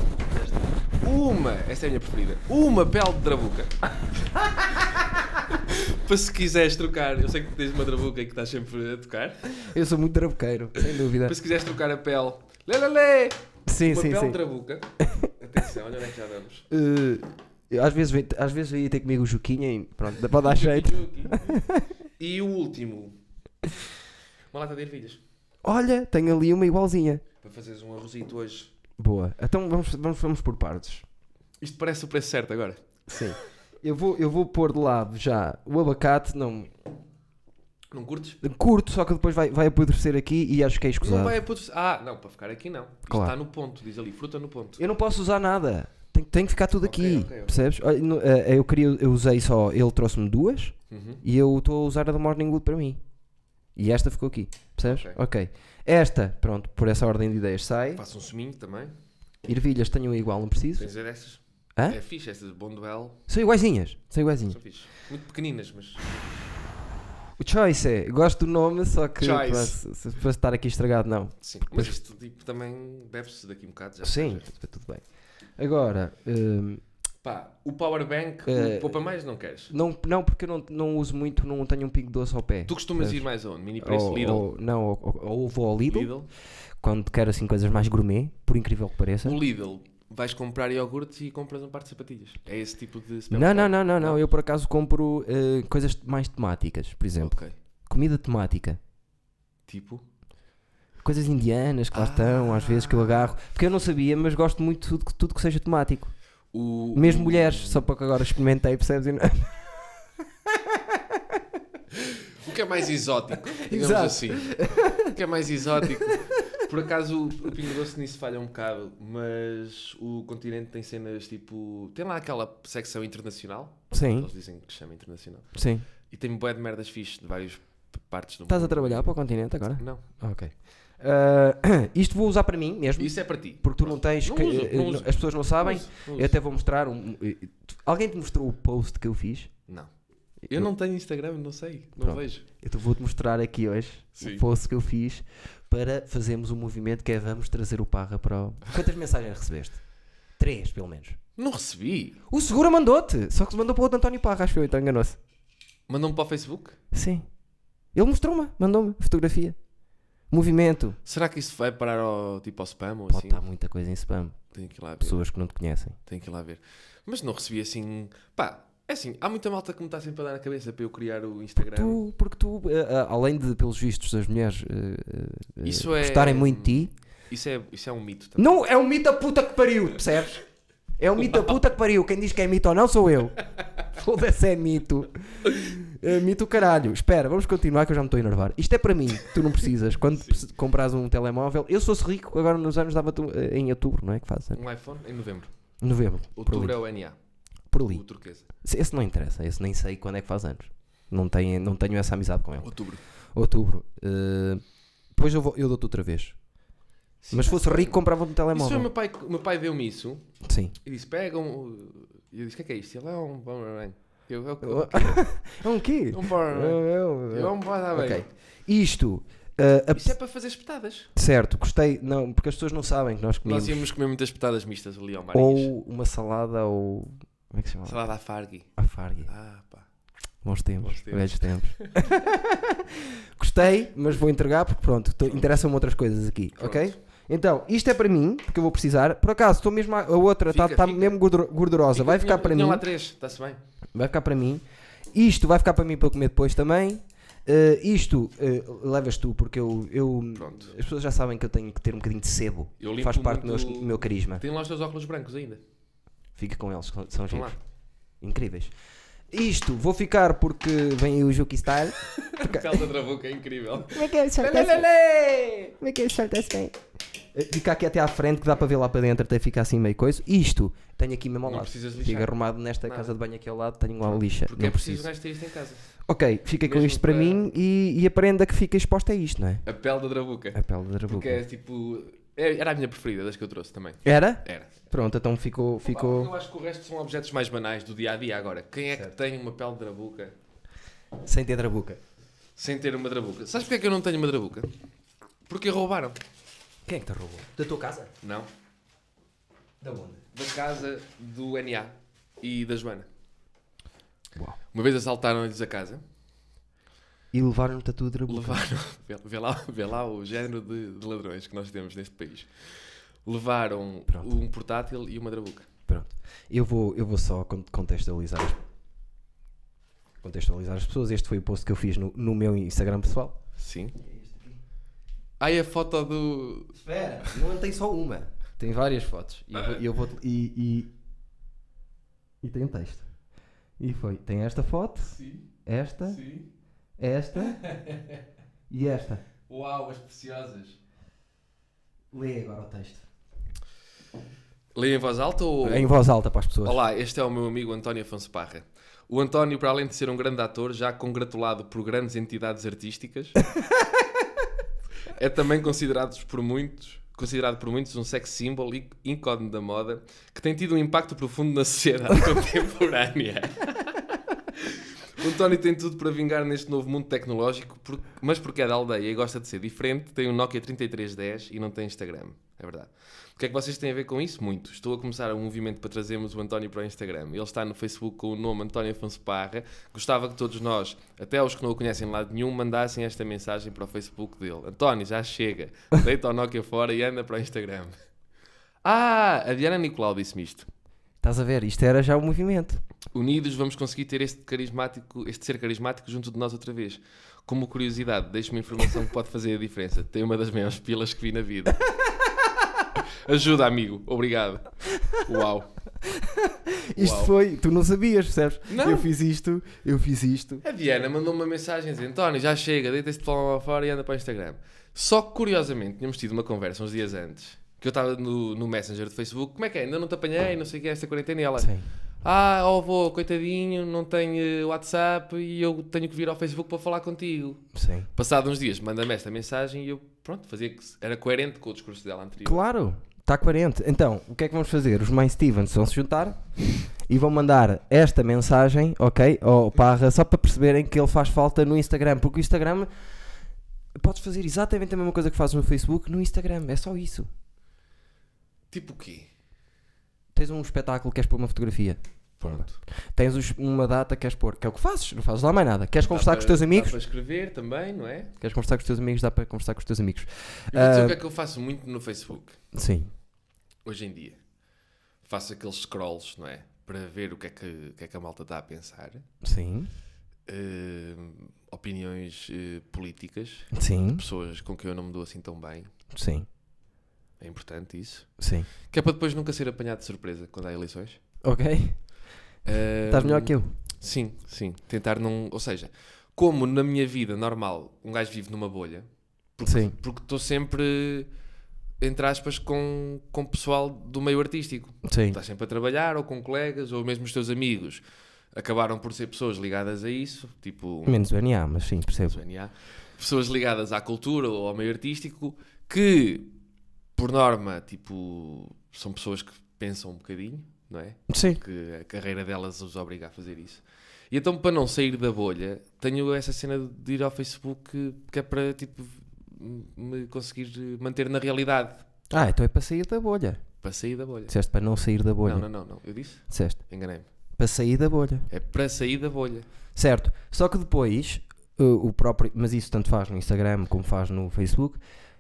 B: Uma, esta é a minha preferida, uma pele de drabuca. Para se quiseres trocar, eu sei que tens uma drabuca e que estás sempre a tocar.
A: Eu sou muito trabuqueiro, sem dúvida.
B: Para se quiseres trocar a pele, lê, lê, lê.
A: Sim,
B: uma
A: sim,
B: pele
A: sim.
B: de drabuca. Atenção, olha onde é que já vamos.
A: Eh, eu às vezes, vem- às vezes ia ter comigo o Juquinha e pronto, dá para dar jeito.
B: E o último, uma lata de ervilhas.
A: Olha, tenho ali uma igualzinha.
B: Para fazeres um arrozito hoje.
A: Boa. Então vamos, vamos, vamos por partes.
B: Isto parece o preço certo agora.
A: Sim. Eu vou, eu vou pôr de lado já o abacate, não
B: Não curtes?
A: curto, só que depois vai, vai apodrecer aqui e acho que é
B: Não
A: escusado.
B: vai apodrecer. Ah, não, para ficar aqui não. Isto
A: Claro.
B: está no ponto, diz ali, fruta no ponto.
A: Eu não posso usar nada. Tem, tem que ficar tudo
B: Ok,
A: aqui.
B: ok, ok.
A: Percebes? Olha, no- eh, eu, queria, eu usei só. Ele trouxe-me duas
B: Uhum.
A: e eu estou a usar a do Morning Wood para mim. E esta ficou aqui. Percebes?
B: Ok.
A: ok. Esta, pronto, por essa ordem de ideias sai.
B: Faço um suminho também.
A: Ervilhas tenho igual, não preciso.
B: Tens a ver essas?
A: Hã?
B: É fixe, essas de Bonduel.
A: São iguaizinhas. São iguaizinhas.
B: São fixe. Muito pequeninas, mas.
A: O Choice é. Gosto do nome, só que
B: Choice.
A: para, se- se- para estar aqui estragado, não.
B: Sim. Mas isto tipo, também bebe-se daqui um bocado já.
A: Sim, tudo bem. Agora, hum,
B: Pá, o Powerbank,
A: Eh,
B: o poupa mais não queres.
A: não, não porque eu não, não uso muito, não tenho um pingo doce ao pé.
B: Tu costumas ir mais aonde? Mini preço
A: Ou-
B: Lidl.
A: ou- não, ou, ou- ou vou ao Lidl,
B: Lidl.
A: quando quero assim coisas mais gourmet, por incrível que pareça.
B: O Lidl, vais comprar iogurte e compras um par de sapatilhas. É esse tipo de.
A: Não, não, não, não, não, eu por acaso compro eh, coisas mais temáticas, por exemplo,
B: Ok.
A: comida temática.
B: Tipo.
A: Coisas indianas que lá estão, às vezes que eu agarro, porque eu não sabia, mas gosto muito de tudo, que- tudo que seja temático.
B: O,
A: Mesmo
B: o-
A: mulheres, só porque agora experimentei, percebes? E não-
B: O que é mais exótico, digamos
A: Exato.
B: assim. O que é mais exótico. Por acaso o, o Pingo Doce nisso falha um bocado, mas o continente tem cenas tipo. Tem lá aquela secção internacional,
A: Sim,
B: eles dizem que se chama internacional,
A: sim.
B: e tem bué de merdas fixe de várias p- partes do
A: Estás a
B: mundo.
A: trabalhar para o continente agora?
B: Não,
A: Ok. Ah, isto vou usar para mim mesmo,
B: isso é para ti.
A: Hum? porque tu não tens.
B: Não
A: que-
B: uso, não
A: eh,
B: uso.
A: As pessoas não sabem.
B: Não uso,
A: Eu até vou mostrar um. eh, tu- Alguém te mostrou o post que eu fiz?
B: Não. Eu não tenho Instagram, não sei, não
A: Pronto.
B: vejo.
A: Eu te vou-te mostrar aqui hoje
B: Sim.
A: o post que eu fiz para fazermos um movimento que é vamos trazer o Parra para o. Quantas mensagens recebeste? Três, pelo menos.
B: Não recebi.
A: O Segura mandou-te, só que se mandou para o outro António Parra, acho que eu, então enganou-se.
B: Mandou-me para o Facebook?
A: Sim. Ele mostrou-me, mandou-me fotografia. Movimento.
B: Será que isso vai parar ao, tipo ao spam ou
A: Pode tá.
B: assim?
A: estar muita coisa em spam.
B: Tenho que ir lá ver.
A: Pessoas que não te conhecem.
B: Tenho que ir lá ver. Mas não recebi assim. Pá, é assim, há muita malta que me está sempre a dar na cabeça para eu criar o Instagram.
A: Tu, porque tu, eh, eh, além de, pelos vistos das mulheres eh, eh, eh,
B: Isso é-
A: gostarem muito de ti,
B: Isso, é, isso é um mito também.
A: não é um mito da puta que pariu, percebes? É um mito da puta que pariu. Quem diz que é mito ou não sou eu. Foda-se, é mito. É mito caralho. Espera, vamos continuar que eu já me estou a enervar. Isto é para mim, tu não precisas. Quando preci- compras um telemóvel, eu se fosse rico, agora nos anos dava-te um- eh, em outubro, não é que faz?
B: Um iPhone em novembro.
A: Novembro. por
B: Outubro
A: ali.
B: é o NA.
A: Por
B: O
A: ali.
B: turquesa.
A: Esse não interessa, esse nem sei quando é que faz anos. Não tenho, não tenho essa amizade com ele.
B: Outubro.
A: Outubro. Uh, depois eu, vou- eu dou-te outra vez. Mas se fosse rico, comprava-te um
B: Isso é foi o
A: telemóvel.
B: meu pai, que- o meu pai deu-me isso
A: Sim.
B: e disse: pega um. E eu disse: o que é que é isto? Ele é um Powerbank. Eu, é o-
A: É um quê?
B: um Powerbank. Eu é um
A: Ok.
B: Powerbank.
A: Isto. uh, a-
B: Isso é para fazer espetadas.
A: Certo, gostei. Não, porque as pessoas não sabem que nós comíamos
B: Nós íamos comer muitas espetadas mistas ali ao Marinhas.
A: ou uma salada ou. Como é que se chama?
B: Salada à Fargui.
A: A fargue.
B: Ah, pá.
A: Bons tempos,
B: Bons tempos.
A: velhos tempos. Gostei, mas vou entregar porque pronto, tô- interessam-me outras coisas aqui, ok? Então, isto é para mim, porque eu vou precisar. Por acaso, estou mesmo a, a outra, está
B: Fica, fica.
A: mesmo gordur- gordurosa, vai ficar para mim.
B: lá três, está-se bem.
A: Vai ficar para mim. Isto vai ficar para mim para eu comer depois também. Eh, isto eh, levas tu, porque eu, eu
B: Pronto.
A: as pessoas já sabem que eu tenho que ter um bocadinho de sebo.
B: Eu limpo
A: Faz parte do meu,
B: muito-
A: do meu carisma.
B: Tem lá os teus óculos brancos ainda.
A: Fica com eles, são- são
B: Estão lá.
A: giros. Incríveis. Isto, vou ficar porque vem aí o Juki Style.
B: A pele da Trabuca é incrível.
C: Como é que é o short desse? Como é que é o short desse bem?
A: Eh, Fica aqui até à frente, que dá para ver lá para dentro, até fica assim meio coisa. Isto, tenho aqui mesmo ao
B: Não
A: lado.
B: precisas lixar.
A: Fica arrumado nesta
B: Nada.
A: casa de banho aqui ao lado, tenho lá a lixa.
B: Porque
A: Não
B: é preciso um gajo ter isto em casa.
A: Ok, fica com
B: Mesmo
A: isto para,
B: para-
A: mim e, e a prenda que fica exposta é isto, não é?
B: A pele da Drabuca.
A: A pele de
B: Porque
A: drabuca.
B: é tipo. é- Era a minha preferida das que eu trouxe também.
A: Era?
B: Era.
A: Pronto, então ficou.
B: Pá,
A: ficou...
B: Eu acho que o resto são objetos mais banais do dia a dia agora. Quem é que tem uma pele de Drabuca?
A: Sem ter drabuca.
B: sem ter uma drabuca. Sabes porque é que eu não tenho uma drabuca? Porque roubaram.
A: Quem é que te roubou? Da tua casa?
B: Não.
A: Da onde?
B: Da casa do NA e da Joana.
A: Uau.
B: Uma vez assaltaram-lhes a casa,
A: E levaram-te a tua drabuca.
B: levaram. Vê, vê lá, vê lá o género de, de ladrões que nós temos neste país. Levaram
A: Pronto.
B: um portátil e uma drabuca.
A: Pronto. Eu vou, eu vou só con- contextualizar as, contextualizar as pessoas. Este foi o post que eu fiz no, no meu Instagram pessoal.
B: Sim. Ah, e a foto do.
A: Espera, não tem só uma. Tem várias fotos. E eu vou. E, eu vou- e, e- e tem um texto. E foi. Tem esta foto,
B: Sim,
A: esta,
B: sim.
A: esta e esta.
B: Uau, as preciosas.
A: Lê agora o texto.
B: Leia em voz alta ou.
A: Em voz alta para as pessoas.
B: Olá, este é o meu amigo António Afonso Parra. O António, para além de ser um grande ator, já congratulado por grandes entidades artísticas, é também considerado por muitos, considerado por muitos um sex symbol e ícone da moda que tem tido um impacto profundo na sociedade contemporânea. O António tem tudo para vingar neste novo mundo tecnológico, por- mas porque é da aldeia e gosta de ser diferente, tem um Nokia 3310 e não tem Instagram. É verdade. O que é que vocês têm a ver com isso? Muito. Estou a começar um movimento para trazermos o António para o Instagram. Ele está no Facebook com o nome António Afonso Parra. Gostava que todos nós, até os que não o conhecem de lado nenhum, mandassem esta mensagem para o Facebook dele. António, já chega. Deita o Nokia fora e anda para o Instagram. Ah, a Diana Nicolau disse-me isto.
A: Estás a ver? Isto era já o movimento.
B: Unidos vamos conseguir ter este, carismático, este ser carismático junto de nós outra vez. Como curiosidade, deixo uma informação que pode fazer a diferença. Tem uma das maiores pilas que vi na vida. Ajuda, amigo. Obrigado. Uau.
A: Isto
B: Uau.
A: foi. Tu não sabias, percebes?
B: Não.
A: Eu fiz isto, eu fiz isto.
B: A Diana mandou-me uma mensagem a dizer António, já chega, deita este diploma lá fora e anda para o Instagram. Só que, curiosamente, tínhamos tido uma conversa uns dias antes, que eu estava no, no Messenger do Facebook. Como é que é? Ainda não te apanhei, não sei o que é esta quarentena. E ela...
A: Sim.
B: Ah, ó avô, coitadinho, não tenho eh, WhatsApp e eu tenho que vir ao Facebook para falar contigo.
A: Sim.
B: Passado uns dias, manda-me esta mensagem e eu, pronto, fazia que era coerente com o discurso dela anterior.
A: Claro, está coerente. Então, o que é que vamos fazer? Os mães Stevens vão se juntar e vão mandar esta mensagem, ok? Ao Parra, só para perceberem que ele faz falta no Instagram, porque o Instagram podes fazer exatamente a mesma coisa que fazes no Facebook no Instagram, é só isso.
B: Tipo o quê?
A: Tens um espetáculo, queres pôr uma fotografia.
B: Pronto.
A: Tens os- uma data, queres pôr, que é o que fazes, não fazes lá mais nada. Queres conversar
B: Dá
A: com os
B: para-
A: teus
B: Dá
A: amigos?
B: para escrever também, não é?
A: Queres conversar com os teus amigos, dá para conversar com os teus amigos.
B: Eu vou dizer
A: Ah.
B: o que é que eu faço muito no Facebook,
A: Sim,
B: hoje em dia. Faço aqueles scrolls, não é? Para ver o que é que, o que, é que a malta está a pensar.
A: sim,
B: Eh, opiniões eh, políticas.
A: sim,
B: Pessoas com quem eu não me dou assim tão bem.
A: sim,
B: É importante isso.
A: sim.
B: Que é para depois nunca ser apanhado de surpresa quando há eleições.
A: Ok?
B: Eh,
A: Estás melhor que eu.
B: Sim, sim. Tentar não. Ou seja, como na minha vida normal um gajo vive numa bolha,
A: Sim,
B: porque estou sempre, entre aspas, com, com pessoal do meio artístico.
A: sim.
B: Estás sempre a trabalhar, ou com colegas, ou mesmo os teus amigos acabaram por ser pessoas ligadas a isso, tipo um
A: Menos o NA, mas sim, percebo.
B: NA, pessoas ligadas à cultura ou ao meio artístico, que por norma, tipo, são pessoas que pensam um bocadinho, não é?
A: Sim.
B: que a carreira delas os obriga a fazer isso. E então, para não sair da bolha, tenho essa cena de ir ao Facebook que é para, tipo, me conseguir manter na realidade.
A: Ah, então é para sair da bolha.
B: Para sair da bolha.
A: Disseste para não sair da bolha.
B: Não, não, não, não. Eu disse?
A: Disseste
B: Enganei-me.
A: para sair da bolha.
B: É para sair da bolha.
A: Certo. Só que depois, uh, o próprio. Mas isso tanto faz no Instagram como faz no Facebook.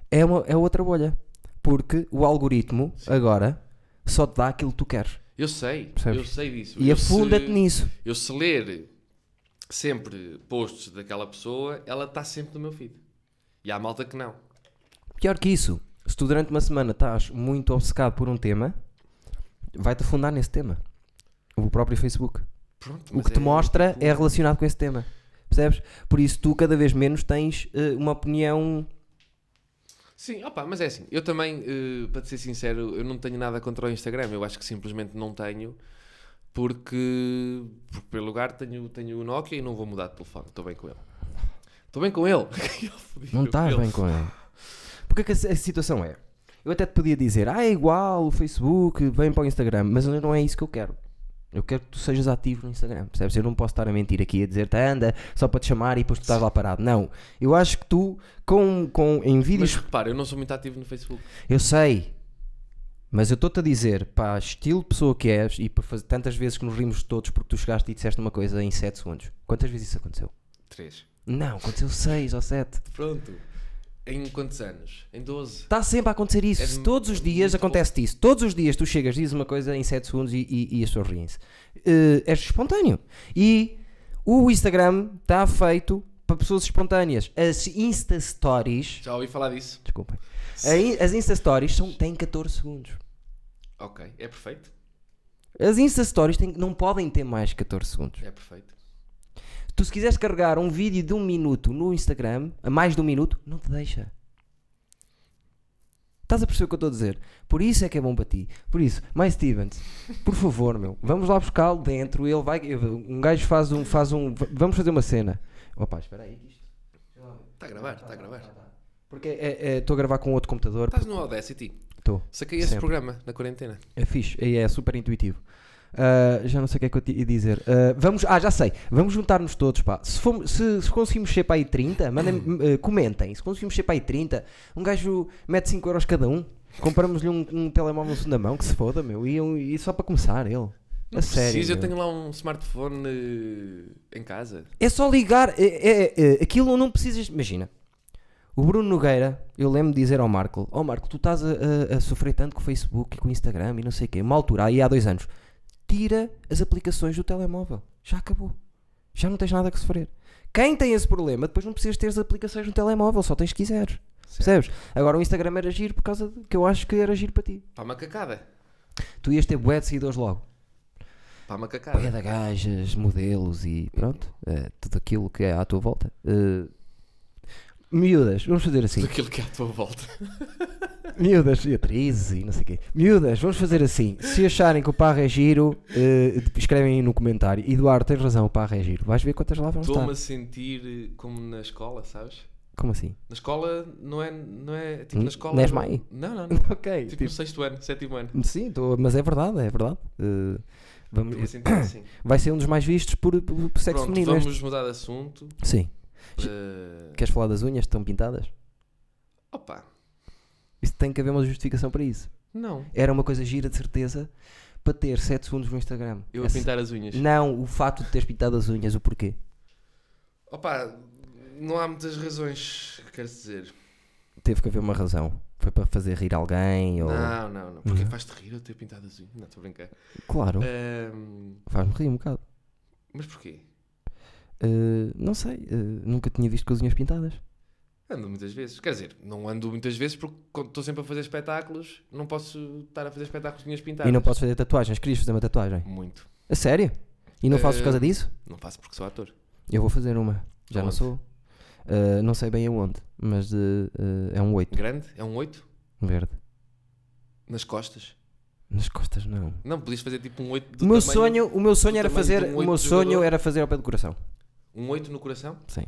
A: É, uma, é outra bolha. Porque o algoritmo, agora, só te dá aquilo que tu queres.
B: Eu sei.
A: Percebes?
B: Eu sei disso.
A: E
B: Eu se-
A: afunda-te nisso.
B: Eu se ler sempre posts daquela pessoa, ela está sempre no meu feed. E há malta que não.
A: Pior que isso, se tu durante uma semana estás muito obcecado por um tema, vai-te afundar nesse tema. O próprio Facebook.
B: Pronto,
A: O
B: mas
A: que te
B: é-
A: mostra é relacionado com esse tema. Percebes? Por isso tu cada vez menos tens eh, uma opinião.
B: Sim, opa, mas é assim, eu também, eh, para te ser sincero, eu não tenho nada contra o Instagram, eu acho que simplesmente não tenho, porque, porque pelo lugar tenho, tenho o Nokia e não vou mudar de telefone, estou bem com ele. Estou bem com ele. Ele fodido,
A: Não estás
B: ele.
A: bem com ele. Porque é que a, a situação é? Eu até te podia dizer, ah, é igual o Facebook, vem para o Instagram, mas não é isso que eu quero. Eu quero que tu sejas ativo no Instagram, percebes? Eu não posso estar a mentir aqui, a dizer-te anda só para te chamar e depois tu estás lá parado. Não, eu acho que tu, com, com, em
B: Mas
A: vídeos,
B: repara, eu não sou muito ativo no Facebook.
A: eu sei, mas eu estou-te a dizer, pá, estilo de pessoa que és e para fazer tantas vezes que nos rimos todos porque tu chegaste e disseste uma coisa em 7 segundos. Quantas vezes isso aconteceu?
B: Três.
A: Não, aconteceu 6 ou 7.
B: Pronto. Em quantos anos? Em 12.
A: Está sempre a acontecer isso.
B: É
A: Se
B: mu-
A: todos os dias
B: muito
A: acontece te isso. Todos os dias tu chegas, dizes uma coisa em 7 segundos e, e, e as pessoas riem-se. Eh, és espontâneo. E o Instagram está feito para pessoas espontâneas. As Insta Stories.
B: Já ouvi falar disso?
A: Desculpem. A in- As Insta Stories são, têm 14 segundos.
B: Ok. É perfeito.
A: As Insta Stories têm- não podem ter mais 14 segundos.
B: É perfeito.
A: Tu, se quiseres carregar um vídeo de um minuto no Instagram, a mais de um minuto, não te deixa. Estás a perceber o que eu estou a dizer? Por isso é que é bom para ti. Por isso, mais Stevens, por favor, meu, vamos lá buscá-lo dentro. Ele vai. Um gajo faz um. Faz um v- vamos fazer uma cena. Opa, espera aí. que isto-
B: Está a gravar, está a gravar.
A: Porque estou é, é, estou a gravar com outro computador.
B: Estás no Audacity.
A: Estou.
B: Saquei esse
A: Sempre.
B: programa na quarentena.
A: É fixe, é, é super intuitivo. Ah, já não sei o que é que eu te ia dizer. Ah, vamos, ah, já sei. Vamos juntar-nos todos, pá. Se, fomos- se- se conseguimos ser para aí 30, mandem, eh, comentem. Se conseguimos ser para aí 30, um gajo mete 5 euros cada um. Compramos-lhe um, um telemóvel de segunda mão, que se foda, meu. E, um- e só para começar, ele. a sério.
B: Preciso, eu
A: meu.
B: tenho lá um smartphone eh, em casa.
A: É só ligar. É, é- é- aquilo não precisas. Imagina. O Bruno Nogueira, eu lembro de dizer ao Marco: Ó Marco, tu estás a, a- a sofrer tanto com o Facebook e com o Instagram e não sei o quê. Uma altura, aí há dois anos. Tira as aplicações do telemóvel. Já acabou. Já não tens nada que sofrer. Quem tem esse problema, depois não precisas ter as aplicações no telemóvel, só tens que quiseres. Percebes? Agora o Instagram era giro por causa de, que eu acho que era giro para ti.
B: Para a macacada.
A: Tu ias ter bué de seguidores logo.
B: Para a macacada.
A: Bué de gajas, modelos e pronto, eh, tudo aquilo que é à tua volta. Eh, miúdas, vamos fazer assim.
B: Daquilo que há à tua volta.
A: miúdas e atrizes e não sei o quê. Miúdas, vamos fazer assim. Se acharem que o Parra é giro, eh, escrevem aí no comentário. Eduardo, tens razão, o Parra é giro. Vais ver quantas lá vão estar.
B: Estou-me a sentir eh, como na escola, sabes?
A: Como assim?
B: Na escola não é. Não é tipo,
A: Hum,
B: na escola.
A: não és mãe?
B: Não, não, não.
A: ok,
B: tipo, no sexto ano, sétimo ano.
A: tipo, sim, tô- mas é verdade, é verdade. Eh,
B: Estou-me a
A: vamos,
B: sentir assim.
A: vai ser um dos mais vistos por, por- por sexo
B: Pronto,
A: feminino.
B: vamos
A: este.
B: mudar de assunto.
A: Sim.
B: Eh,
A: Queres falar das unhas que estão pintadas?
B: Opa,
A: Isso tem que haver uma justificação para isso.
B: não.
A: Era uma coisa gira, de certeza, para ter 7 segundos no Instagram.
B: Eu a
A: Essa-
B: pintar as unhas.
A: Não, o facto de teres pintado as unhas, o porquê?
B: Opa, não há muitas razões, queres dizer.
A: Teve que haver uma razão. Foi para fazer rir alguém ou.
B: Não, não, não. Porque
A: Não.
B: faz-te rir eu ter pintado as unhas. Não, estou a brincar.
A: Claro,
B: Ehm,
A: faz-me rir um bocado.
B: mas porquê?
A: Eh, não sei, eh, nunca tinha visto com as unhas pintadas.
B: Ando muitas vezes. Quer dizer, não ando muitas vezes porque estou sempre a fazer espetáculos. Não posso estar a fazer espetáculos de unhas pintadas.
A: E não podes fazer tatuagens. Querias fazer uma tatuagem?
B: Muito.
A: A sério? E não fazes por causa
B: Eh,
A: disso?
B: Não faço porque sou ator.
A: Eu vou fazer uma. Já não
B: Aonde?
A: sou. Eh, não sei bem aonde, mas eh, eh, é um oito
B: Grande, é um 8
A: verde.
B: nas costas.
A: Nas costas, não.
B: Não, podias fazer tipo um 8 do
A: O meu,
B: tamanho-
A: sonho, o meu sonho
B: do
A: era
B: tamanho
A: fazer.
B: de um
A: o meu
B: oito
A: sonho
B: jogador.
A: era fazer ao pé do coração.
B: Um 8 no coração?
A: Sim.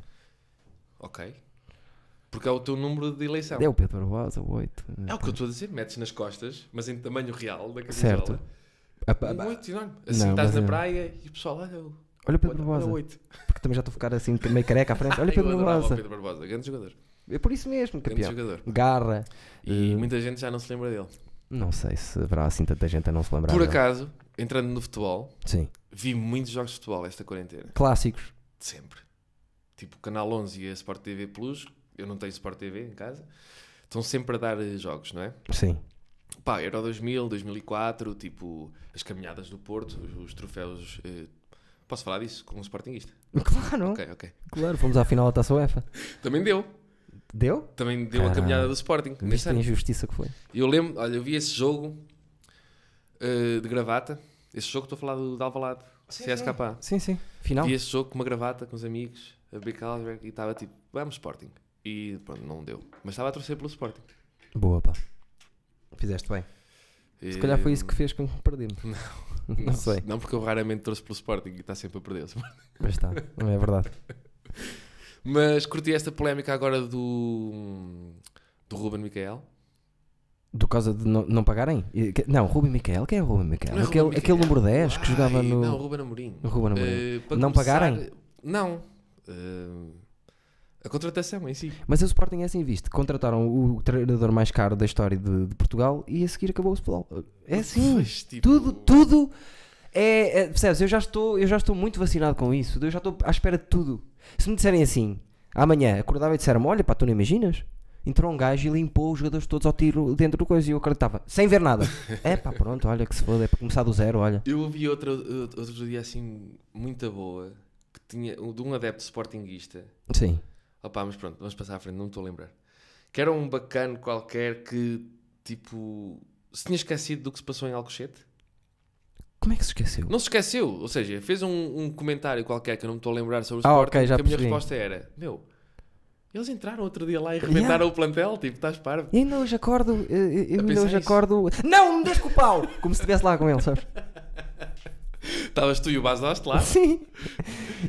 B: Ok. Porque é o teu número de eleição.
A: É o Pedro Barbosa, o 8.
B: É o que eu estou a dizer, metes nas costas, mas em tamanho real da camisola.
A: Certo. Ah, pá,
B: Um
A: pá.
B: 8 enorme. Assim
A: Não,
B: estás
A: mas
B: na
A: é-
B: praia e o pessoal, olha,
A: Olha
B: o-
A: o
B: olha,
A: Pedro
B: olha o
A: Barbosa.
B: 8.
A: Porque também já estou a ficar assim meio careca à frente. Olha o Pedro Barbosa.
B: Pedro Barbosa, grande jogador.
A: É por isso mesmo,
B: Grande
A: campeão.
B: jogador.
A: Garra.
B: E
A: Eh,
B: muita gente já não se lembra dele.
A: Não sei se haverá assim tanta gente a não se lembrar.
B: Por
A: dele.
B: acaso, entrando no futebol,
A: Sim.
B: vi muitos jogos de futebol esta quarentena.
A: Clássicos.
B: Sempre. Tipo, Canal 11 e a Sport TV Plus, eu não tenho Sport TV em casa, estão sempre a dar eh, jogos, não é?
A: Sim.
B: Pá, Euro 2000, 2004, tipo, as caminhadas do Porto, os, os troféus... eh, posso falar disso com um Sportingista?
A: Claro,
B: Ok, ok.
A: claro. Fomos à final da Taça UEFA.
B: Também deu.
A: Deu?
B: Também deu a
A: Caralho.
B: caminhada do Sporting. neste
A: Viste a
B: ano.
A: injustiça que foi.
B: Eu lembro, olha, eu vi esse jogo eh, de gravata. Esse jogo estou a falar do de Alvalade, CSKA.
A: Sim, sim. Final?
B: Vi esse jogo com uma gravata, com os amigos, a beber Carlsberg, e estava tipo, vamos Sporting. E pronto, não deu. Mas estava a torcer pelo Sporting.
A: Boa, pá. Fizeste bem. Se calhar foi isso que fez com que perdemos. Não, não sei.
B: Não, porque eu raramente torço pelo Sporting e está sempre a perder. o Sporting.
A: Mas está. Não é verdade.
B: Mas curti esta polémica agora do, do Ruben Micael.
A: Do causa de não, não pagarem? E que- Não, Ruben Miquel, quem é o Ruben Miquel?
B: Não é
A: aquele,
B: Ruben Miquel.
A: aquele número 10 que
B: Ai,
A: jogava no.
B: Não, Ruben Amorim.
A: Ruben Amorim.
B: Eh, para
A: Não
B: começar,
A: pagarem?
B: Não. Eh, a contratação em si.
A: Mas o Sporting é assim visto. Contrataram o treinador mais caro da história de, de Portugal e a seguir acabou o futebol. É assim.
B: Pois, tipo,
A: Tudo, tudo é, é- Percebes? Eu já, estou, eu já estou muito vacinado com isso. Eu já estou à espera de tudo. Se me disserem assim, amanhã acordava e disseram olha, pá, tu não imaginas? Entrou um gajo e limpou os jogadores todos ao tiro dentro do coisa e eu acreditava, sem ver nada. é pá, pronto, olha que se foda, é para começar do zero, olha.
B: Eu ouvi outra, outro dia assim, muito boa, que tinha, de um adepto sportinguista.
A: Sim.
B: Opa, mas pronto, vamos passar à frente, não me estou a lembrar. Que era um bacano qualquer que, tipo, se tinha esquecido do que se passou em Alcochete.
A: Como é que se esqueceu?
B: Não se esqueceu, ou seja, fez um, um comentário qualquer que eu não me estou a lembrar sobre o
A: Ah,
B: Sporting,
A: ok, já
B: que a minha
A: percebi.
B: resposta era, meu, eles entraram outro dia lá e arrebentaram o plantel, tipo, estás parvo.
A: E ainda hoje acordo, eh, eh, eu
B: A
A: ainda
B: pensar
A: hoje
B: isso.
A: acordo. Não, me deixa com o pau! Como se estivesse lá com ele, sabes?
B: Estavas tu e o Basdost lá?
A: Sim.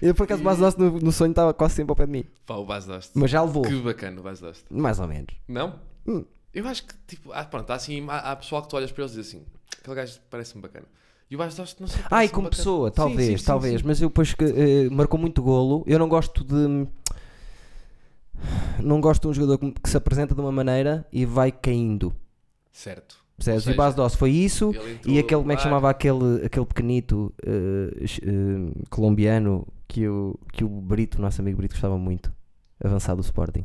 A: Eu por acaso o Basodoste no, no sonho estava quase sempre ao pé de mim.
B: Pá, o Basdost.
A: Mas já levou.
B: Que bacana o Basdost.
A: Mais ou menos.
B: Não?
A: Hum.
B: Eu acho que, tipo, ah, pronto, há, assim, há, há pessoal que tu olhas para eles e diz assim, aquele gajo parece-me bacana. E o Basdost não sei.
A: Ai,
B: parece-me
A: como
B: Ah, bacana.
A: pessoa,
B: Sim,
A: talvez,
B: sim, sim,
A: talvez.
B: sim.
A: Mas eu depois que eh, marcou muito golo. Eu não gosto de. Não gosto de um jogador que, que se apresenta de uma maneira e vai caindo.
B: Certo.
A: Percebes?
B: Ou
A: e o Basdoce foi isso.
B: Ele entrou
A: E aquele, como é que
B: lá,
A: chamava aquele, aquele pequenito eh, ch- eh, colombiano que o, que o Brito, nosso amigo Brito, gostava muito, avançado do Sporting,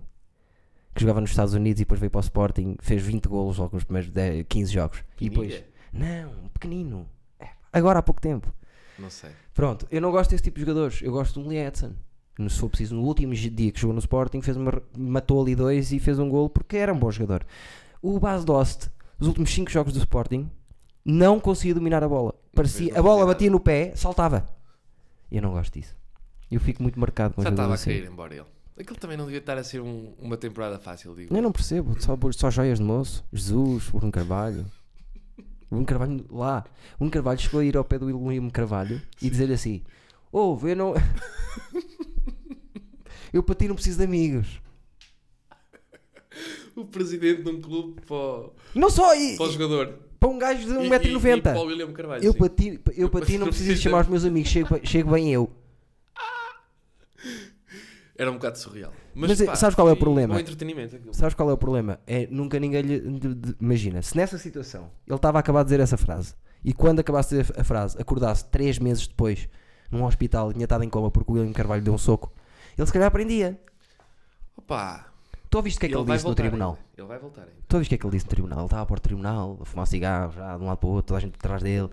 A: que jogava nos Estados Unidos e depois veio para o Sporting, fez 20 golos logo nos primeiros 10, 15 jogos. E depois,
B: Pinilha?
A: não, um pequenino, É, agora há pouco tempo.
B: Não sei.
A: Pronto, eu não gosto desse tipo de jogadores, eu gosto de um Lietzen. No- Se for preciso, no último dia que jogou no Sporting, fez uma, matou ali dois e fez um golo porque era um bom jogador. O Bas Dost, nos últimos 5 jogos do Sporting, não conseguia dominar a bola. Parecia,
B: fez, não
A: a bola
B: fazia
A: batia no pé, saltava. Eu não gosto disso. Eu fico muito marcado com
B: Já
A: jogadores
B: estava a
A: assim.
B: cair embora ele. Aquilo também não devia estar a ser um- uma temporada fácil, digo.
A: Eu não percebo, só, bo- só joias de moço. Jesus, Bruno Carvalho. Bruno Carvalho lá. Bruno Carvalho chegou a ir ao pé do William Carvalho e dizer-lhe assim: Ouve, eu não. eu para ti não preciso de amigos.
B: O presidente de um clube para o,
A: Não só e,
B: para o jogador.
A: para um gajo de
B: E- e- E para o
A: 1,90m.
B: William Carvalho.
A: Eu
B: sim.
A: para ti, eu para ti não preciso de chamar os meus amigos, chego, chego bem eu.
B: Era um bocado surreal.
A: Mas, sabes qual é o
B: e-
A: problema?
B: É um entretenimento aquilo.
A: Sabes qual é o problema? É nunca ninguém lhe. de- de- imagina, se nessa situação ele estava a acabar de dizer essa frase e quando acabasse de dizer a frase acordasse três meses depois num hospital e tinha estado em coma porque o William Carvalho deu um soco, ele se calhar aprendia.
B: Opa!
A: Tu ouviste o que é que ele,
B: vai
A: disse no
B: voltar né?
A: tribunal?
B: ainda. Ele vai voltar ainda.
A: Tu ouviste o que é que ele disse no tribunal? Ele estava à porta do tribunal, a fumar cigarro já de um lado para o outro, toda a gente atrás dele.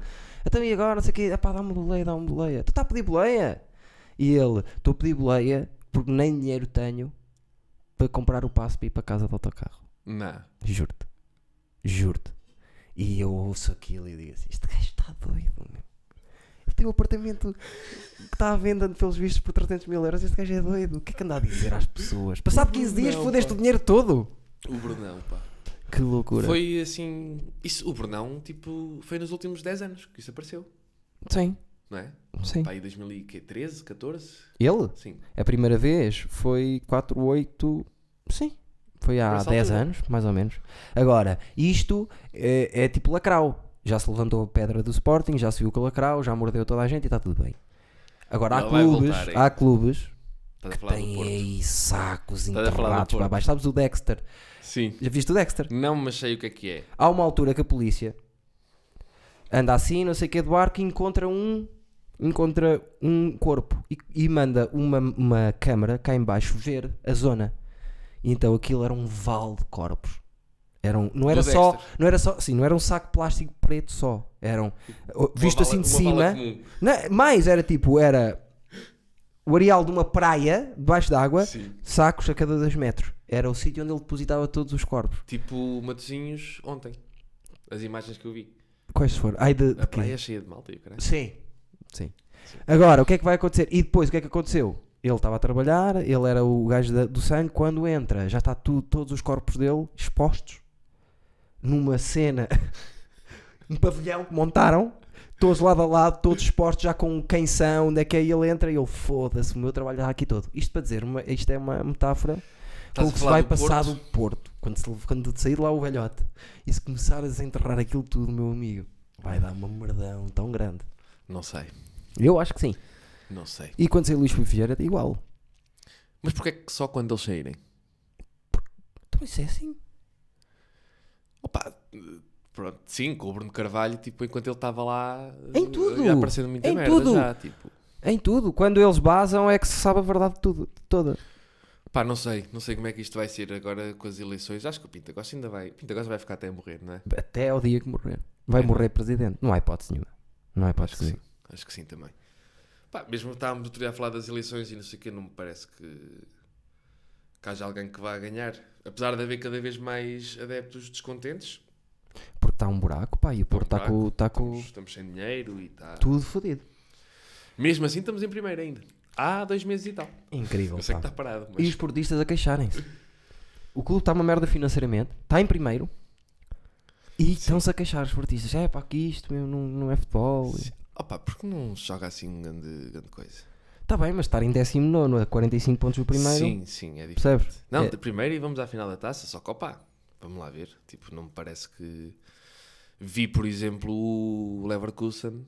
A: Então e agora, não sei o quê, epá, dá-me boleia, dá-me boleia. Tu está a pedir boleia? E ele, estou a pedir boleia porque nem dinheiro tenho para comprar o passo para ir para casa de autocarro.
B: Não.
A: Juro-te. Juro-te. E eu ouço aquilo e digo assim: este gajo está doido, meu. Ele tem um apartamento que está à venda pelos vistos por 300 mil euros. Este gajo é doido. O que é que anda a dizer às pessoas? Passado 15 dias,
B: Não,
A: fodeste
B: pá.
A: o dinheiro todo.
B: O Brunão, pá.
A: Que loucura.
B: Foi assim. Isso, o Brunão, tipo, foi nos últimos 10 anos que isso apareceu.
A: Sim,
B: Não é?
A: sim.
B: Pá, aí 2013, 14?
A: Ele,
B: Sim.
A: a primeira vez, foi 4, 8. Sim. Foi
B: Por
A: há
B: essa
A: 10
B: altura.
A: anos, mais ou menos. Agora, isto é, é tipo lacrau. Já se levantou a pedra do Sporting, já se viu com o lacrau, já mordeu toda a gente e está tudo bem. Agora, há
B: Ele vai
A: clubes,
B: voltar, hein?
A: há clubes
B: Estás a
A: que
B: falar do
A: têm
B: Porto.
A: aí sacos
B: a falar do
A: enterrados para
B: Porto.
A: baixo. Sabes o Dexter?
B: Sim.
A: Já viste o Dexter?
B: Não, mas sei o que é que é.
A: Há uma altura que a polícia anda assim, não sei o que, do arco e encontra um encontra um corpo e, e manda uma, uma câmara cá em baixo ver a zona. E então aquilo era um vale de corpos. Eram, não era
B: Do
A: só,
B: Dexter.
A: não era só, sim, não era um saco de plástico preto só, eram oh, visto
B: Uma
A: assim
B: bala-
A: de
B: uma bala
A: cima.
B: comum.
A: Não, mais era tipo, era o areal de uma praia debaixo d'água,
B: Sim.
A: sacos a cada 2 metros. Era o sítio onde ele depositava todos os corpos.
B: Tipo Matozinhos ontem. As imagens que eu vi.
A: Quais foram? Ai, de, de
B: A
A: quê?
B: praia é cheia de malta, eu creio.
A: Sim. Sim. Agora, o que é que vai acontecer? E depois, o que é que aconteceu? Ele estava a trabalhar, ele era o gajo da- do sangue. Quando entra, já está tudo, todos os corpos dele expostos numa cena, um pavilhão que montaram, todos lado a lado, todos expostos, já com quem são, onde é que é. E ele entra e ele foda-se, o meu trabalho está aqui todo. Isto para dizer, uma- isto é uma metáfora Pelo
B: a
A: que se
B: falar
A: vai
B: do
A: passar
B: Porto?
A: do Porto, quando, se, quando sair lá o velhote e se começar a desenterrar aquilo tudo, meu amigo, vai dar uma merdão tão grande.
B: Não sei,
A: Eu acho que sim.
B: não sei.
A: E quando sair Luís Filipe Vieira, igual.
B: Mas porquê é que só quando eles saírem?
A: Então isso é assim.
B: Opa, pronto, sim, com o Bruno Carvalho, tipo, enquanto ele estava lá...
A: Em
B: eh,
A: tudo!
B: ia Aparecendo muita
A: Em
B: merda
A: tudo!
B: já, tipo...
A: Em tudo. Quando eles basam é que se sabe a verdade de tudo, de toda.
B: Pá, não sei, não sei como é que isto vai ser agora com as eleições. Acho que o Pinta Costa ainda vai... Pinta Costa vai ficar até a morrer, não é?
A: Até ao dia que morrer. Vai
B: É.
A: morrer presidente. Não há hipótese nenhuma. Não há
B: Acho que
A: hipótese
B: sim,
A: nenhuma.
B: acho que sim também. Pá, mesmo estávamos outro dia a falar das eleições e não sei o quê, não me parece que, que haja alguém que vá ganhar. Apesar de haver cada vez mais adeptos descontentes,
A: Porque está um buraco, pá, e o Porto está com, tá com
B: estamos, estamos sem dinheiro e está.
A: tudo fodido.
B: Mesmo assim, estamos em primeiro ainda. Há dois meses e tal.
A: Incrível,
B: Eu sei
A: pá.
B: que está parado,
A: E
B: mas.
A: os portistas a queixarem-se. O clube está uma merda financeiramente, está em primeiro e estão-se a queixar os portistas. É pá, que isto meu, não, não é futebol.
B: Opa, porque não se joga assim grande, grande coisa?
A: Está Tá bem, mas estar em 19 a 45 pontos do primeiro,
B: Sim, sim, é diferente.
A: percebes?
B: Não,
A: É,
B: de primeiro e vamos à final da taça, só que opa, vamos lá ver. Tipo, não me parece que. Vi, por exemplo, o Leverkusen,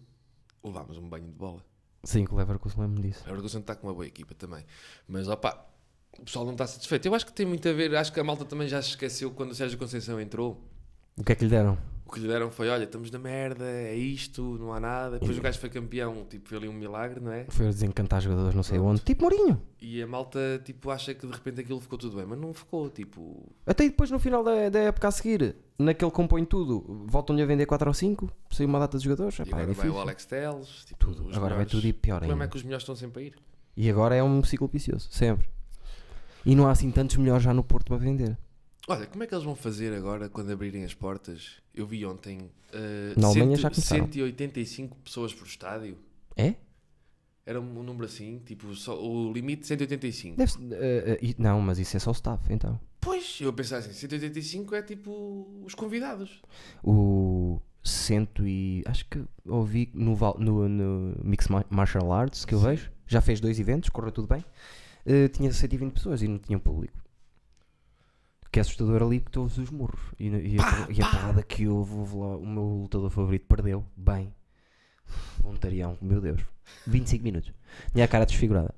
B: levámos um banho de bola.
A: sim, que o Leverkusen lembro-me disso.
B: O Leverkusen está com uma boa equipa também, mas opa, o pessoal não está satisfeito. Eu acho que tem muito a ver, acho que a malta também já se esqueceu quando o Sérgio Conceição entrou.
A: O que é que lhe deram?
B: O que lhe deram foi: olha, estamos na merda, é isto, não há nada. Depois o gajo foi campeão, tipo, foi ali um milagre, não é?
A: Foi a desencantar jogadores, não sei
B: Pronto.
A: onde. Tipo Mourinho.
B: E a malta, tipo, acha que de repente aquilo ficou tudo bem, mas não ficou, tipo,
A: Até depois no final da, da época a seguir, naquele compõe tudo, voltam-lhe a vender 4 ou 5, saiu uma data de jogadores.
B: E
A: Epá, é
B: agora vai
A: difícil.
B: o Alex Teles, tipo,
A: Tudo.
B: os
A: Agora vai
B: melhores.
A: tudo ir
B: O
A: pior
B: problema
A: ainda.
B: é que os melhores estão sempre a ir.
A: E agora é um ciclo vicioso, sempre. E não há assim tantos melhores já no Porto para vender.
B: Olha, como é que eles vão fazer agora quando abrirem as portas? Eu vi ontem eh,
A: Na Alemanha
B: cento-
A: já começaram.
B: 185 pessoas por estádio.
A: É?
B: Era um número assim, tipo, só, o limite 185.
A: Deve eh, eh, e- não, mas isso é só o staff, então.
B: Pois, eu pensava assim, 185 é tipo os convidados.
A: O cento e. Acho que ouvi no, Val- no, no Mix Ma- Martial Arts que eu
B: Sim.
A: vejo. Já fez dois eventos, correu tudo bem. Eh, tinha 120 pessoas e não tinha público. Que é assustador ali porque tu ouves os murros. E, e a, e a porrada que houve, houve lá, o meu lutador favorito perdeu. Bem. Voluntarião, meu Deus. 25 minutos. Tinha a cara desfigurada.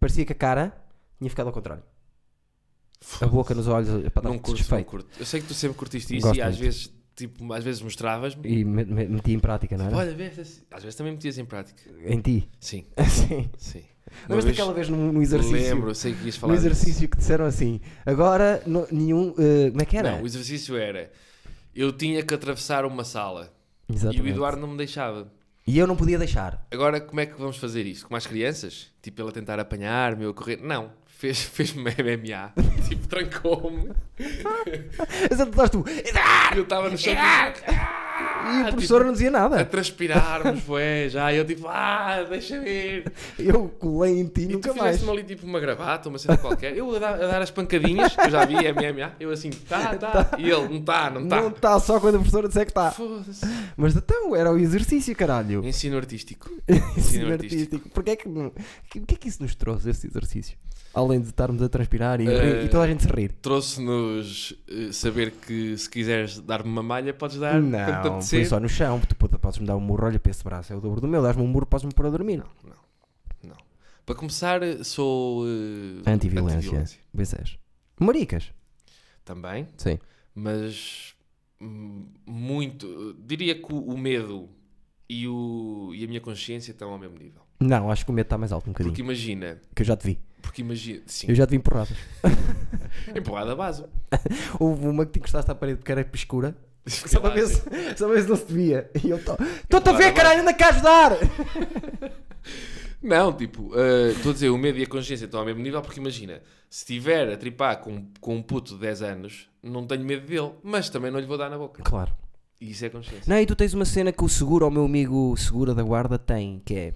A: Parecia que a cara tinha ficado ao contrário. A boca nos olhos para dar
B: não curto, não
A: Tá desfeito.
B: curto. Eu sei que tu sempre curtiste isso
A: Gosto
B: e às
A: muito.
B: vezes, tipo, às vezes mostravas-me.
A: E me- me- meti em prática, não era?
B: Olha, vês assim. às vezes também metias em prática.
A: Em ti.
B: Sim,
A: Sim.
B: sim. Uma
A: Lembras daquela vez num, num exercício?
B: Lembro, eu sei que ias
A: Num
B: falar disso.
A: exercício que disseram assim. Agora, no- nenhum. eh, como é que era?
B: Não, o exercício era: eu tinha que atravessar uma sala
A: Exatamente.
B: e o Eduardo não me deixava.
A: E eu não podia deixar.
B: Agora, como é que vamos fazer isso? Com as crianças? Tipo, ele a tentar apanhar-me, eu a correr? Não, fez- fez-me MMA, tipo, trancou-me.
A: Exato, estás tu.
B: E eu estava no chão tipo,
A: E
B: Ah,
A: o professor não dizia
B: a
A: nada.
B: transpirarmos, bué, já. E eu tipo, ah, deixa-me ir.
A: Eu colei em ti
B: E tu
A: nunca mais.
B: fizeste-me ali tipo uma gravata, uma cena qualquer. Eu a dar, a dar as pancadinhas, que eu já vi MMA. Eu assim, tá, tá. E ele, não tá, não
A: Não
B: tá.
A: está só quando a professora disser que está.
B: Foda-se.
A: Mas então, era o exercício, caralho.
B: Ensino artístico.
A: Ensino artístico. Porquê é que. não- que- O que é que isso nos trouxe, esse exercício? Além de estarmos a transpirar e,
B: Eh,
A: e toda a gente se rir.
B: Trouxe-nos eh, saber que se quiseres dar-me uma malha, podes dar quando te
A: Não, foi
B: apetecer.
A: só no chão. Tu puta, podes-me dar um murro, olha para esse braço, é o dobro do meu. Dás-me um murro, podes-me pôr a dormir.
B: Não, não. Para começar, eh, sou. eh,
A: Antiviolência.
B: antiviolência.
A: Pois és. Maricas.
B: Também,
A: Sim.
B: mas. hum, Muito. Diria que o o medo e, o, e a minha consciência estão ao mesmo nível.
A: Não, acho que o medo está mais alto um bocadinho.
B: Porque imagina.
A: Que eu já te vi.
B: Porque imagina. Sim,
A: Eu já te vi empurrado.
B: empurrada a base.
A: Houve uma que te encostaste à parede porque era escura. Só para ver se, só para ver se não se te via. E Ah, eu estou-te a
B: Empurrada
A: ver,
B: a
A: caralho, anda cá ajudar!
B: Não, tipo, eh, estou a dizer, o medo e a consciência estão ao mesmo nível, porque imagina, se estiver a tripar com, com um puto de 10 anos, não tenho medo dele, mas também não lhe vou dar na boca.
A: Claro.
B: E isso é consciência.
A: Não, e tu tens uma cena que o seguro, o meu amigo segura da guarda, tem, que é.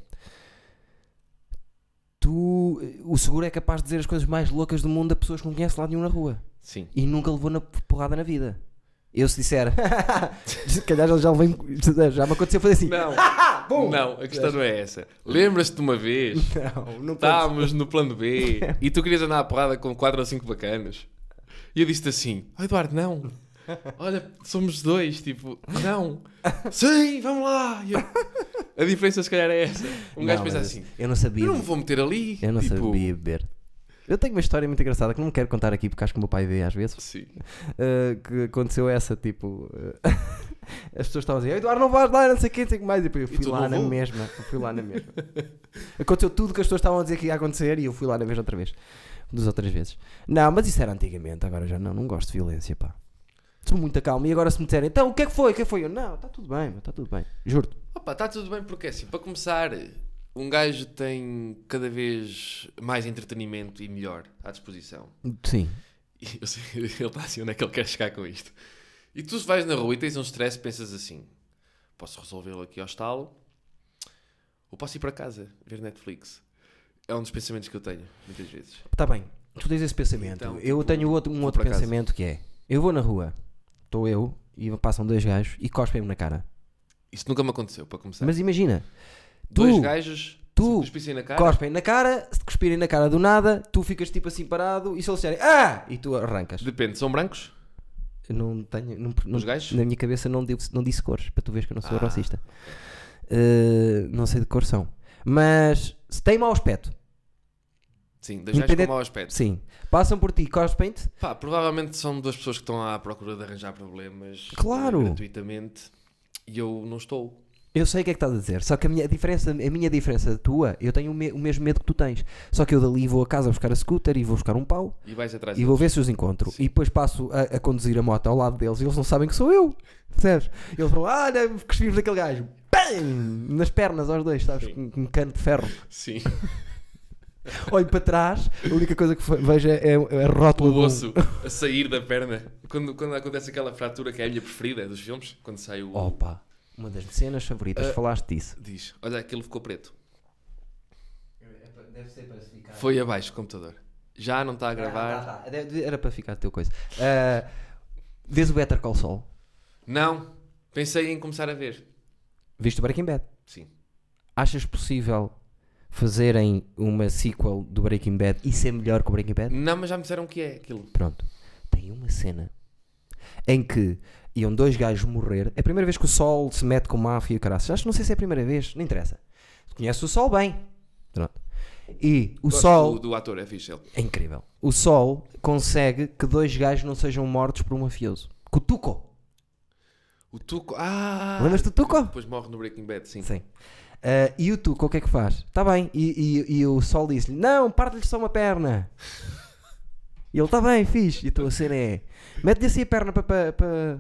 A: Tu. O seguro é capaz de dizer as coisas mais loucas do mundo a pessoas que não conhece lá nenhum na rua.
B: Sim.
A: e nunca levou na porrada na vida. Eu se disser, se calhar já, já, levei- já me aconteceu fazer assim,
B: Não,
A: pá, pum!
B: Não, a questão não é essa. Lembras-te de uma vez?
A: Não, não pode
B: Estávamos no plano B e tu querias andar à porrada com quatro ou cinco bacanos. E eu disse-te assim: oh, Eduardo, não. Olha, somos dois, tipo, não. Sim, vamos lá. E eu- a diferença se calhar é essa. Um gajo
A: Não,
B: pensa
A: mas
B: assim:
A: Eu não sabia.
B: eu não me vou meter ali.
A: Eu não
B: tipo,
A: sabia beber. Eu tenho uma história muito engraçada que não quero contar aqui porque acho que o meu pai vê às vezes.
B: Sim.
A: eh, que aconteceu essa, tipo. eh, as pessoas estavam a dizer, Eduardo, não vais lá, não sei o que, não sei o que mais. E depois eu fui
B: tu
A: lá
B: não
A: na
B: vou?
A: mesma. Eu fui lá na mesma. Aconteceu tudo o que as pessoas estavam a dizer que ia acontecer e eu fui lá na mesma outra vez. Duas ou três vezes. Não, mas isso era antigamente, agora já não, não gosto de violência, pá. Sou muito calma. E agora se me disserem, então o que é que foi? O que é que foi? Eu, não, está tudo bem, está tudo bem. Juro-te.
B: Opa, está tudo bem porque é assim, para começar, um gajo tem cada vez mais entretenimento e melhor à disposição.
A: Sim.
B: E eu sei, ele está assim, onde é que ele quer chegar com isto? E tu vais na rua e tens um stress, pensas assim: posso resolvê-lo aqui ao estalo ou posso ir para casa ver Netflix? É um dos pensamentos que eu tenho, muitas vezes.
A: Está Tá bem, tu tens esse pensamento.
B: Então,
A: eu
B: tipo,
A: tenho outro, um
B: vou
A: outro
B: para casa.
A: pensamento que é: eu vou na rua, estou eu e passam dois gajos e cospem-me na cara.
B: Isso nunca me aconteceu, para começar.
A: Mas imagina,
B: Dois
A: tu-
B: gajos
A: tu-
B: se cuspissem na cara.
A: cospem na cara, se te cuspirem na cara do nada, tu ficas tipo assim parado e se eles disserem ah! E tu arrancas.
B: Depende, são brancos?
A: Eu Não tenho, não, não-
B: Os gajos?
A: na minha cabeça não disse, não disse cores, para tu veres que eu não sou
B: Ah.
A: racista. Eh, não sei de cor são. Mas se tem mau aspecto,
B: Sim, dois gajos
A: Independente-
B: com mau aspecto.
A: sim, passam por ti, cospem-te,
B: Pá, provavelmente são duas pessoas que estão à procura de arranjar problemas eh,
A: Claro.
B: gratuitamente e eu não estou.
A: Eu sei o que é que estás a dizer, só que a minha diferença, a minha diferença da tua, eu tenho o, me- o mesmo medo que tu tens. Só que eu dali vou a casa buscar a scooter e vou buscar um pau
B: E vais atrás
A: e vou ver se os encontro. E depois passo a, a conduzir a moto ao lado deles e eles não sabem que sou eu. Percebes? Eles vão, "Ah, olha, cuspimos daquele gajo. Bam! Nas pernas aos dois, sabes? Com com um cano de ferro.
B: Sim,
A: Olho para trás, a única coisa que fa- vejo é, é a rótula
B: o
A: do
B: osso a sair da perna. Quando, quando acontece aquela fratura que é a minha preferida dos filmes, quando sai o.
A: Opa, uma das cenas favoritas,
B: Ah.
A: falaste disso.
B: Diz, olha, aquilo ficou preto.
A: É, Deve ser para se ficar.
B: Foi abaixo do computador. Já Ah. não está a gravar.
A: Ah, tá, tá. Era- Era para ficar a teu coisa. Ah, vês o Better Call Saul?
B: Não, pensei em começar a ver.
A: Viste o Breaking Bad?
B: Sim.
A: Achas possível fazerem uma sequel do Breaking Bad e ser melhor que o Breaking Bad?
B: Não, mas já me disseram que é aquilo.
A: Pronto. Tem uma cena em que iam dois gajos morrer. É a primeira vez que o Sol se mete com máfia e caraças. Acho que não sei se é a primeira vez, não interessa. Conhece o Sol bem. Pronto. E o
B: Gosto
A: Sol.
B: do, do ator, é fixe ele.
A: É incrível. O Sol consegue que dois gajos não sejam mortos por um mafioso. Com o Tuco.
B: O Tuco. Ah!
A: Lembras-te do Tuco?
B: Depois morre no Breaking Bad, sim.
A: Sim. Ah, e o Tuco, o que é que faz? Está bem. E, e- e o Sol disse-lhe: Não, parte-lhe só uma perna. E ele está bem, fixe. E então a cena é: Mete-lhe assim a perna para. para- para-"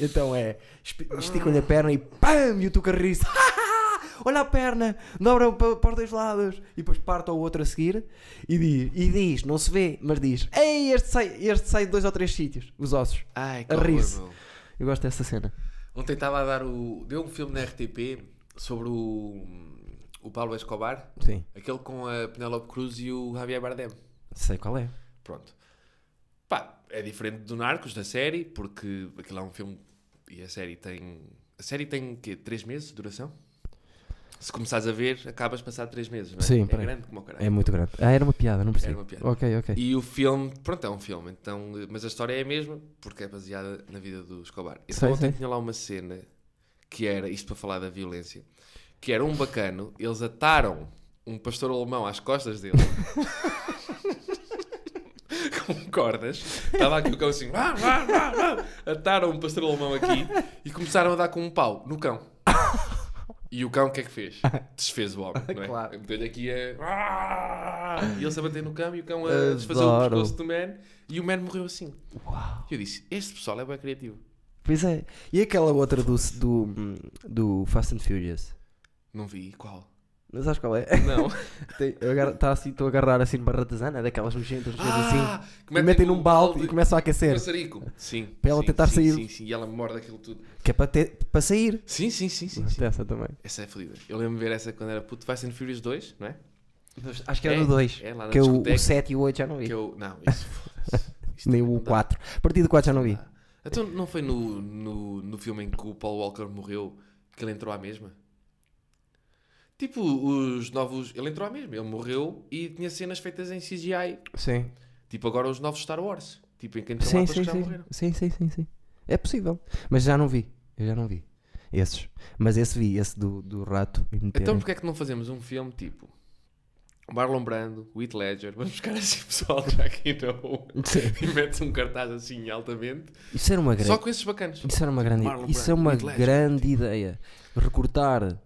A: Então é: esp- Esticam-lhe a perna e PAM! E o Tuco ri-se: Olha a perna, dobra para, para os dois lados. E depois parte ao outro a seguir e diz: e diz Não se vê, mas diz: Ei, este sai, este sai de dois ou três sítios, os ossos.
B: Ai, que
A: A
B: horror,
A: rir-se.
B: meu.
A: Eu gosto dessa cena.
B: Ontem estava a dar o. Deu um filme na RTP sobre o. O Pablo Escobar.
A: Sim,
B: Aquele com a Penélope Cruz e o Javier Bardem.
A: sei qual é.
B: Pronto. Pá, é diferente do Narcos, da série, porque aquilo é um filme e a série tem. A série tem o quê? 3 meses de duração? Se começares a ver, acabas passado 3 meses, não é?
A: Sim,
B: é
A: peraí.
B: grande como o caralho.
A: É muito grande. Ah, era uma piada, não percebi.
B: Era uma piada.
A: Ok, ok.
B: E o filme, pronto, é um filme, então, eh, mas a história é a mesma, porque é baseada na vida do Escobar. Então
A: Sei,
B: ontem
A: sei.
B: tinha lá uma cena que era, isto para falar da violência, que era um bacano, eles ataram um pastor alemão às costas dele com cordas, estava aqui o cão assim, "Vá, vá, vá, vá", ataram um pastor alemão aqui e começaram a dar com um pau no cão. E o cão o que é que fez? Desfez o homem, não é?
A: Claro.
B: Meteu-lhe aqui a... E ele se a bater no cão e o cão a
A: Adoro.
B: desfazer o pescoço do man e o man morreu assim. E eu disse, este pessoal é bem criativo.
A: Pois é. E aquela outra do, do, do Fast and Furious?
B: Não vi qual.
A: Não sabes qual é?
B: Não.
A: Está assim, estou a agarrar assim numa ratazana, daquelas nojentas nojentas assim.
B: Ah! que
A: E metem, num balde e começam a aquecer.
B: Maçarico. Sim.
A: Para ela
B: sim,
A: tentar
B: sim,
A: sair.
B: Sim, sim, e ela morde aquilo tudo.
A: Que é para, ter, para sair.
B: Sim, sim, sim, sim.
A: Gosto
B: sim.
A: dessa também.
B: Essa é fodida. Eu lembro de ver essa quando era puto. Fast and Furious 2, não é?
A: Acho que era
B: É,
A: no 2.
B: é lá na
A: que eu,
B: discoteca.
A: o 7 e o 8 já não vi.
B: Que eu... Não, isso foda-se. Isto
A: Nem
B: também
A: o
B: não dá.
A: 4. A partir do 4 já não vi.
B: Então não foi no, no, no filme em que o Paul Walker morreu que ele entrou à mesma? Tipo, os novos. Ele entrou à mesma, ele morreu e tinha cenas feitas em CGI.
A: Sim.
B: Tipo, agora os novos Star Wars. Tipo, em que entram
A: Sim,
B: atores
A: sim,
B: que já
A: sim.
B: morreram.
A: sim, sim, sim, sim. É possível. Mas já não vi. Eu já não vi. Esses. Mas esse vi, esse do, do rato. E
B: Então
A: meterem.
B: porquê é que não fazemos um filme tipo Marlon Brando, Heath Ledger, vamos buscar assim pessoal já aqui não
A: Sim.
B: e metes um cartaz assim altamente,
A: Isso era uma grande.
B: só com esses bacanas.
A: Isso era uma grande,
B: Marlon
A: isso é
B: Brando, tipo.
A: uma
B: Heath Ledger,
A: grande ideia. Recortar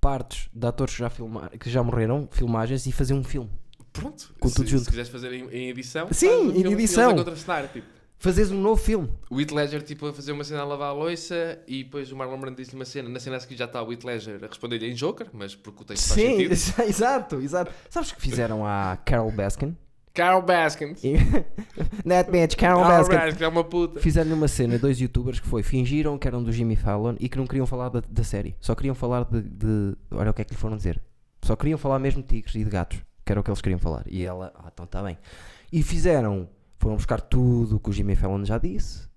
A: partes de atores que já, filmar, que já morreram, filmagens, e fazer um filme.
B: Pronto,
A: Com
B: se,
A: tudo junto.
B: se quiseres fazer em, em edição,
A: Sim,
B: faz um
A: em
B: filme e eles
A: edição.
B: a contracenar, tipo.
A: Fazeres um novo filme.
B: O Heath Ledger tipo a fazer uma cena a lavar a loiça e depois o Marlon Brando disse uma cena, na cena a seguir já está o Heath Ledger a responder-lhe em Joker, mas porque o texto faz
A: Sim,
B: sentido.
A: exa- exato, exato. Sabes que fizeram à Carol Baskin?
B: Carl Baskins.
A: E- That bitch, Carol
B: Carl
A: Baskin.
B: Baskins é uma puta.
A: Fizeram uma cena, dois youtubers que foi, fingiram que eram do Jimmy Fallon e que não queriam falar da, da série. Só queriam falar de, de- Olha o que é que lhe foram dizer. Só queriam falar mesmo de tigres e de gatos, que era o que eles queriam falar. E ela, ah, então está bem. E fizeram, foram buscar tudo o que o Jimmy Fallon já disse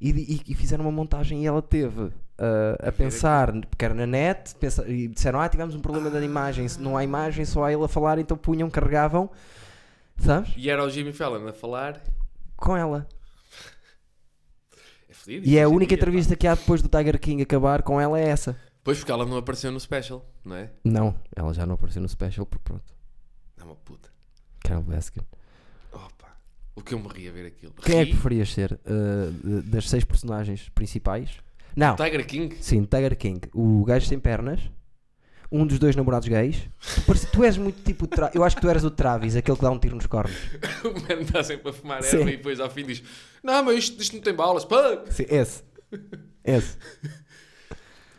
A: e, di- e- e fizeram uma montagem e ela teve. ah, a pensar, porque era na net, pensa- e disseram: Ah, tivemos um problema da imagem, se não há imagem, só há ele a falar, então punham, carregavam, sabes?
B: E era o Jimmy Fallon a falar.
A: Com ela.
B: É fodido.
A: E é a
B: isso
A: única
B: aqui, pá.
A: entrevista que há depois do Tiger King acabar com ela é essa.
B: Pois porque ela não apareceu no special, não é?
A: Não, ela já não apareceu no special porque pronto.
B: É uma puta.
A: Carol Baskin.
B: Opa. O que eu morri a ver aquilo.
A: Quem é que
B: Ri.
A: preferias ser uh, de- das seis personagens principais? Não,
B: Tiger King?
A: sim, Tiger King. O gajo sem pernas. Um dos dois namorados gays. Tu, parece- tu és muito tipo. o Tra- Eu acho que tu eras o Travis, aquele que dá um tiro nos cornos.
B: O mano está sempre a fumar
A: Sim.
B: erva e depois ao fim diz: Não, mas isto, isto não tem balas. Pá,
A: Sim, esse. Esse.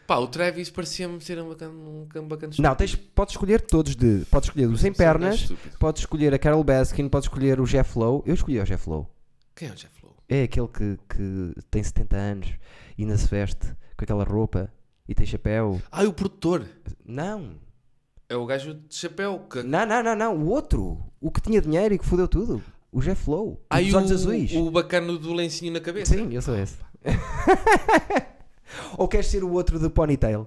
B: Pá, o Travis parecia-me ser um bacana, um cão bacana
A: Não,
B: estúpido.
A: tens, podes escolher todos de. Podes escolher o sem
B: Só um gajo
A: pernas.
B: estúpido.
A: Podes escolher a Carol Baskin. Podes escolher o Jeff Lowe. Eu escolhi o Jeff Lowe.
B: Quem é o Jeff Lowe?
A: É aquele que, que tem 70 anos e ainda se veste com aquela roupa e tem chapéu.
B: Ah, e o produtor.
A: Não,
B: É o gajo de chapéu. Que...
A: não, não, não, não. O outro, o que tinha dinheiro e que fodeu tudo. O Jeff Lowe,
B: Ah,
A: os
B: e
A: olhos
B: o,
A: azuis.
B: O bacano do lencinho na cabeça.
A: Sim, eu sou esse. Ou queres ser o outro de ponytail?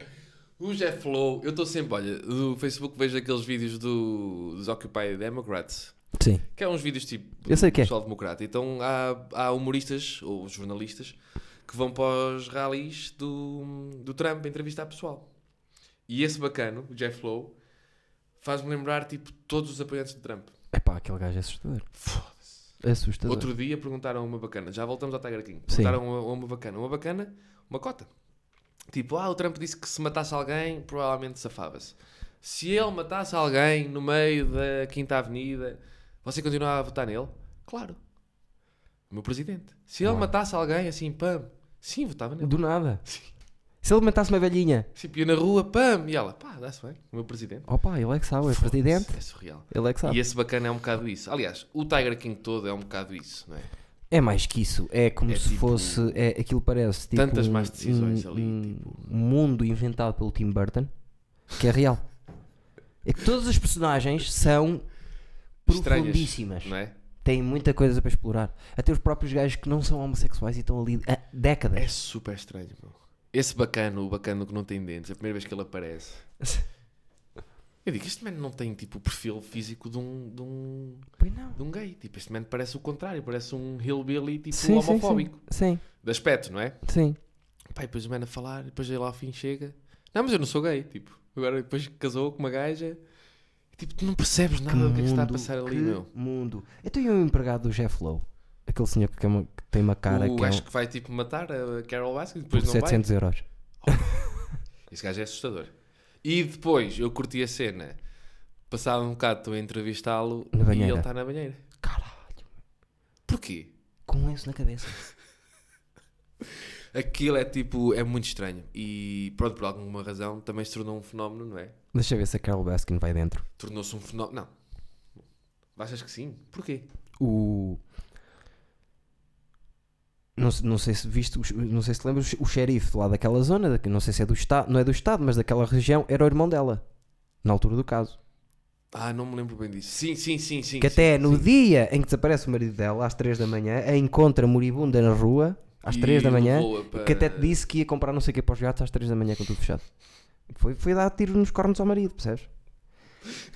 B: O Jeff Lowe, eu estou sempre, olha, no Facebook vejo aqueles vídeos do, dos Occupy Democrats.
A: Sim.
B: Que é uns vídeos tipo
A: Eu sei
B: do
A: que é.
B: pessoal democrata. Então há, há humoristas ou jornalistas que vão para os rallies do, do Trump entrevistar pessoal. E esse bacano, o Jeff Lowe, faz-me lembrar tipo todos os apoiantes de Trump.
A: Epá, aquele gajo é assustador. É assustador.
B: Outro dia perguntaram a uma bacana, já voltamos ao Tiger King,
A: Sim.
B: perguntaram a a uma bacana, uma bacana, uma cota. Tipo, ah, o Trump disse que se matasse alguém, provavelmente safava-se. Se ele matasse alguém no meio da Quinta Avenida, você continuava a votar nele? Claro. O meu presidente. Se ele
A: Claro.
B: matasse alguém assim, pam, sim, votava nele.
A: Do nada.
B: Sim.
A: Se ele matasse uma velhinha.
B: Tipo, ia na rua, pam, e ela, pá, dá-se bem, o meu presidente.
A: Opa, ele é que sabe, é presidente.
B: É surreal.
A: Ele é que sabe.
B: E esse bacana é um bocado isso. Aliás, o Tiger King todo é um bocado isso, não é?
A: É mais que isso, é como
B: É
A: se
B: tipo-
A: fosse. É, aquilo parece tipo.
B: Tantas más decisões ali, tipo-
A: um mundo inventado pelo Tim Burton que é real. É que todas as personagens são
B: Estranhas,
A: profundíssimas.
B: Não é?
A: Têm muita coisa para explorar. Até os próprios gajos que não são homossexuais e estão ali há
B: É
A: décadas.
B: super estranho, meu. Esse bacano, o bacano que não tem dentes, é a primeira vez que ele aparece. Eu digo, este man não tem tipo o perfil físico de um, de um,
A: Pois não.
B: de um gay. Tipo, este man parece o contrário, parece um hillbilly tipo
A: Sim, sim,
B: homofóbico.
A: Sim,
B: De aspecto, não é?
A: sim.
B: Pá, e depois o man a falar, e depois ele lá ao fim chega. Não, mas eu não sou gay, tipo. Agora depois casou com uma gaja. E, tipo, tu não percebes nada do que é que está a
A: mundo,
B: passar ali,
A: que
B: meu.
A: mundo. Eu tenho um empregado do Jeff Lowe, aquele senhor que, tem uma- que tem uma cara
B: o
A: que é
B: gajo
A: um,
B: que vai tipo matar a Carol Baskin,
A: por
B: depois não vai.
A: 700 euros.
B: Esse gajo é assustador. E depois eu curti a cena. Passado um bocado estou a entrevistá-lo
A: Na
B: e
A: banheira.
B: ele está na banheira.
A: Caralho,
B: Porquê?
A: com um lenço na cabeça.
B: Aquilo é tipo, é muito estranho. E pronto, por alguma razão também se tornou um fenómeno, não é?
A: Deixa eu ver se a Carol Baskin vai dentro.
B: Tornou-se um fenómeno. Não. Achas que sim? Porquê?
A: o não, se- não sei se viste, os- não sei se te lembras, o xerife lá daquela zona, da- não sei se é do estado, não é do estado, mas daquela região, era o irmão dela, na altura do caso.
B: Ah, não me lembro bem disso. Sim, sim, sim, sim.
A: que
B: sim,
A: até é no
B: sim.
A: dia em que desaparece o marido dela, às 3 da manhã, a encontra moribunda na rua, às
B: E
A: 3 da manhã,
B: levou-a para-
A: que até te disse que ia comprar não sei o que para os gatos às 3 da manhã com tudo fechado. Foi, foi dar tiro nos cornos ao marido, percebes?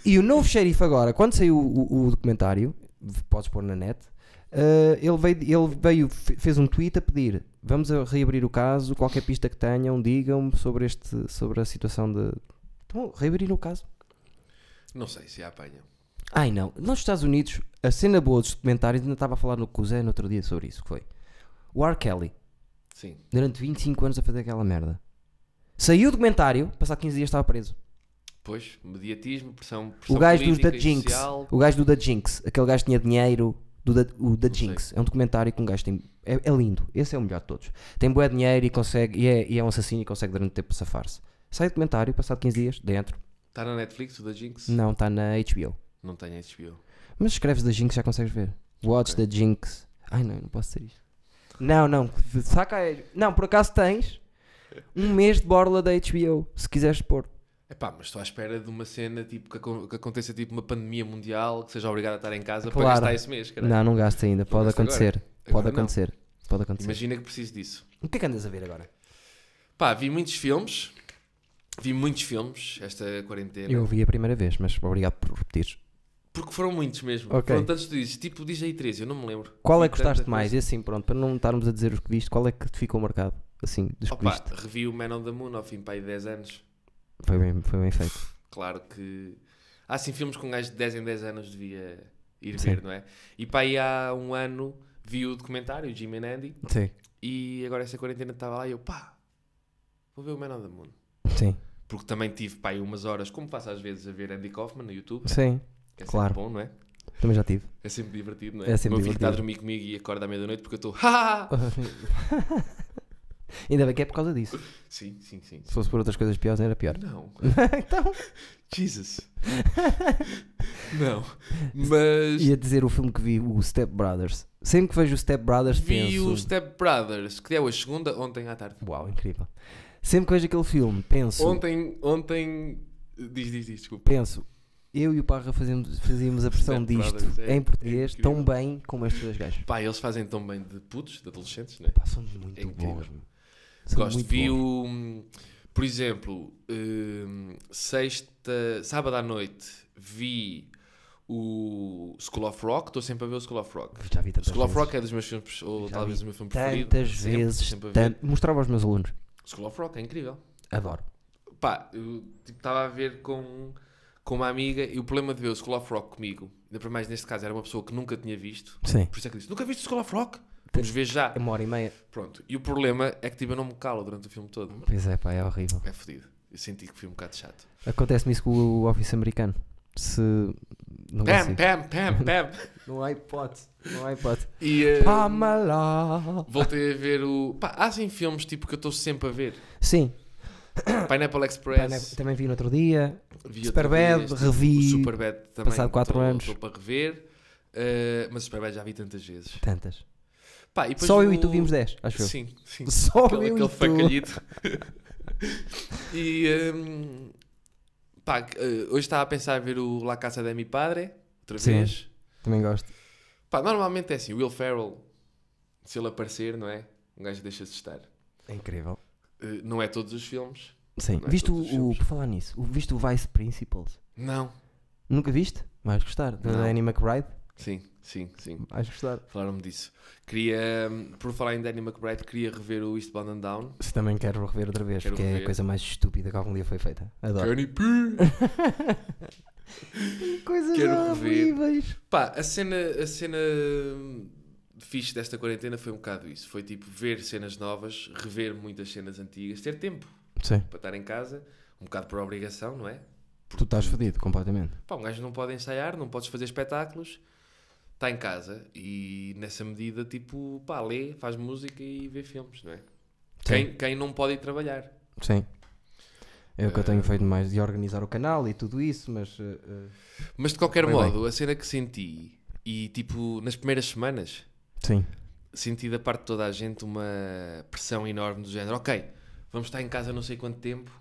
A: E o novo xerife agora, quando saiu o, o documentário, v- podes pôr na net, eh, ele, veio, ele veio, fe- fez um tweet a pedir vamos a reabrir o caso, qualquer pista que tenham, digam-me sobre, este, sobre a situação de... Então, reabrir o caso.
B: Não sei se a apanham.
A: Ai não, nos Estados Unidos, a cena boa dos documentários, ainda estava a falar no com o Zé no outro dia sobre isso, que foi o R. Kelly,
B: Sim.
A: durante 25 anos a fazer aquela merda. Saiu o documentário, passado 15 dias estava preso.
B: Pois, mediatismo, pressão, pressão
A: O gajo dos
B: política
A: da
B: e
A: Jinx.
B: social.
A: O gajo do da Jinx. Aquele gajo que tinha dinheiro. Do da, o da
B: Não
A: Jinx. É um documentário que um gajo tem. É, é lindo. Esse é o melhor de todos. Tem bué dinheiro e consegue. E é, e é um assassino e consegue durante tempo safar-se. Sai o documentário, passado 15 dias, dentro.
B: Está Tá na Netflix o da Jinx?
A: Não, está na HBO.
B: Não tem HBO.
A: Mas escreves da Jinx já consegues ver. Watch da Jinx. Ai não, eu não posso dizer isto. Não, não. Saca. a- Não, por acaso tens um mês de borla da HBO. Se quiseres pôr.
B: Epá, mas estou à espera de uma cena tipo, que, acon- que aconteça tipo uma pandemia mundial que seja obrigada a estar em casa para
A: Claro.
B: gastar esse mês, caralho.
A: Não, não gasta ainda. Pode
B: gasta agora.
A: acontecer. Pode
B: Agora não.
A: acontecer. Pode acontecer.
B: Imagina que preciso disso.
A: O que é que andas a ver agora?
B: Pá, vi muitos filmes. Vi muitos filmes esta quarentena.
A: Eu ouvi a primeira vez, mas obrigado por repetir.
B: Porque foram muitos mesmo.
A: Ok.
B: Foram tantos que tu dizes. Tipo DJ 13, eu não me lembro.
A: Qual
B: Vi
A: é que gostaste
B: tanta
A: mais? E assim, pronto, para não estarmos a dizer os que viste, qual é que te ficou marcado? Assim, dos
B: coisa.
A: que
B: Opa,
A: viste.
B: revi o Man on the Moon ao fim pá, aí de 10 anos.
A: Foi bem, foi bem feito.
B: Claro que. Há sim filmes com um gajo de 10 em 10 anos devia ir
A: Sim.
B: ver, não é? E pá, aí há um ano vi o documentário, Jim and Andy,
A: Sim,
B: e agora essa quarentena estava lá e eu, pá, vou ver o Man on the Moon.
A: sim,
B: Porque também tive, pá, aí umas horas, como faço às vezes, a ver Andy Kaufman no YouTube.
A: sim.
B: que É
A: Claro.
B: sempre bom, não é?
A: Também já tive.
B: É sempre divertido, não
A: É sempre
B: o meu filho está a
A: divertido.
B: dormir comigo e acorda à meia-noite porque eu estou. "Ha, ha, ha."
A: ainda bem que é por causa disso.
B: Sim, sim, sim.
A: Se fosse por outras coisas piores, era pior.
B: Não.
A: então,
B: Jesus. não. Mas.
A: ia dizer o filme que vi, o Step Brothers. Sempre que vejo o Step Brothers,
B: Vi
A: penso.
B: o Step Brothers, que deu a segunda ontem à tarde.
A: Uau, incrível. Sempre que vejo aquele filme, penso.
B: Ontem, ontem. Diz, diz, diz, desculpa.
A: penso, eu e o Parra fazíamos, fazíamos a versão
B: Step
A: disto
B: Brothers, é-
A: em português
B: é incrível.
A: tão bem como estes dois gajos.
B: Pá, eles fazem tão bem de putos, de adolescentes, né?
A: Pá, são muito
B: É incrível.
A: bons. meu. São
B: Gosto.
A: muito
B: Vi
A: bons.
B: o. Por exemplo, hum, sexta. Sábado à noite, vi o School of Rock. Estou sempre a ver o School of Rock.
A: Já vi
B: O
A: tantas
B: School of
A: vezes.
B: Rock é dos meus filmes, ou
A: Já
B: talvez
A: vi
B: o meu filme preferido.
A: Tantas
B: Sempre,
A: vezes.
B: sempre a ver.
A: Tan... Mostrava aos meus alunos.
B: School of Rock é incrível.
A: Adoro.
B: Pá, eu tipo, estava a ver com, com uma amiga e o problema de ver o School of Rock comigo, ainda para mais neste caso, era uma pessoa que nunca tinha visto.
A: Sim.
B: Por isso é que eu disse: Nunca viste o School of Rock? Vamos ver já.
A: É uma hora e meia.
B: Pronto. E o problema é que tipo, eu não me calo durante o filme todo.
A: Pois é, pá, é horrível.
B: É fodido. Eu senti que fui um bocado chato.
A: Acontece-me isso com o Office americano. Se. Não
B: Pam,
A: consigo.
B: pam, pam, pam.
A: Não há hipótese. Não há hipótese.
B: E eh,
A: Pamela.
B: voltei a ver o. Pá, há sim filmes tipo que eu estou sempre a ver.
A: Sim.
B: Pineapple
A: Pine-
B: Express.
A: Também vi no outro dia.
B: vi outra
A: Superbad.
B: vez, O
A: Revi.
B: Superbad também.
A: passado quatro
B: tô-
A: anos.
B: tô para rever. eh, mas o Superbad já vi tantas vezes.
A: Tantas.
B: Pá, e depois
A: Só eu
B: o-
A: e tu vimos 10, acho eu.
B: Sim, sim.
A: Só
B: aquele,
A: eu
B: aquele
A: e tu.
B: facalhito. e hum, pá, que, eh, hoje estava a pensar em ver o La Casa de Mi Padre, outra
A: Sim.
B: vez.
A: Também gosto.
B: Pá, normalmente é assim, o Will Ferrell, se ele aparecer, não é? Um gajo deixa-se estar.
A: É incrível.
B: Eh, não é todos os filmes?
A: Sim.
B: Não é
A: Viste
B: todos os
A: o, o.
B: filmes.
A: Por falar nisso, o- viste o Vice Principals?
B: Não.
A: Nunca viste? Vais gostar.
B: Não.
A: Da Annie McBride?
B: Sim, sim, sim.
A: Vais gostar.
B: Falaram-me disso. Queria, hum, por falar em Danny McBride, queria rever o Eastbound and Down.
A: Se também quero rever outra vez,
B: Quero
A: porque é
B: rever.
A: a coisa mais estúpida que algum dia foi feita. Adoro.
B: Kenny P.
A: Coisas
B: quero rever.
A: horríveis.
B: Pá, a cena, a cena hum, fixe desta quarentena foi um bocado isso. Foi tipo ver cenas novas, rever muitas cenas antigas, ter tempo
A: Sim,
B: para estar em casa, um bocado por obrigação, não é?
A: tu estás fodido completamente.
B: Pá, um gajo não pode ensaiar, não podes fazer espetáculos, está em casa e nessa medida, tipo, pá, lê, faz música e vê filmes, não é? Quem, quem não pode ir trabalhar.
A: Sim. É o que eu tenho
B: Eh,
A: feito mais de organizar o canal e tudo isso, mas. eh, eh,
B: Mas de qualquer
A: Foi bem.
B: modo, a cena que senti e tipo, nas primeiras semanas,
A: sim.
B: senti da parte de toda a gente uma pressão enorme do género, ok, vamos estar em casa não sei quanto tempo,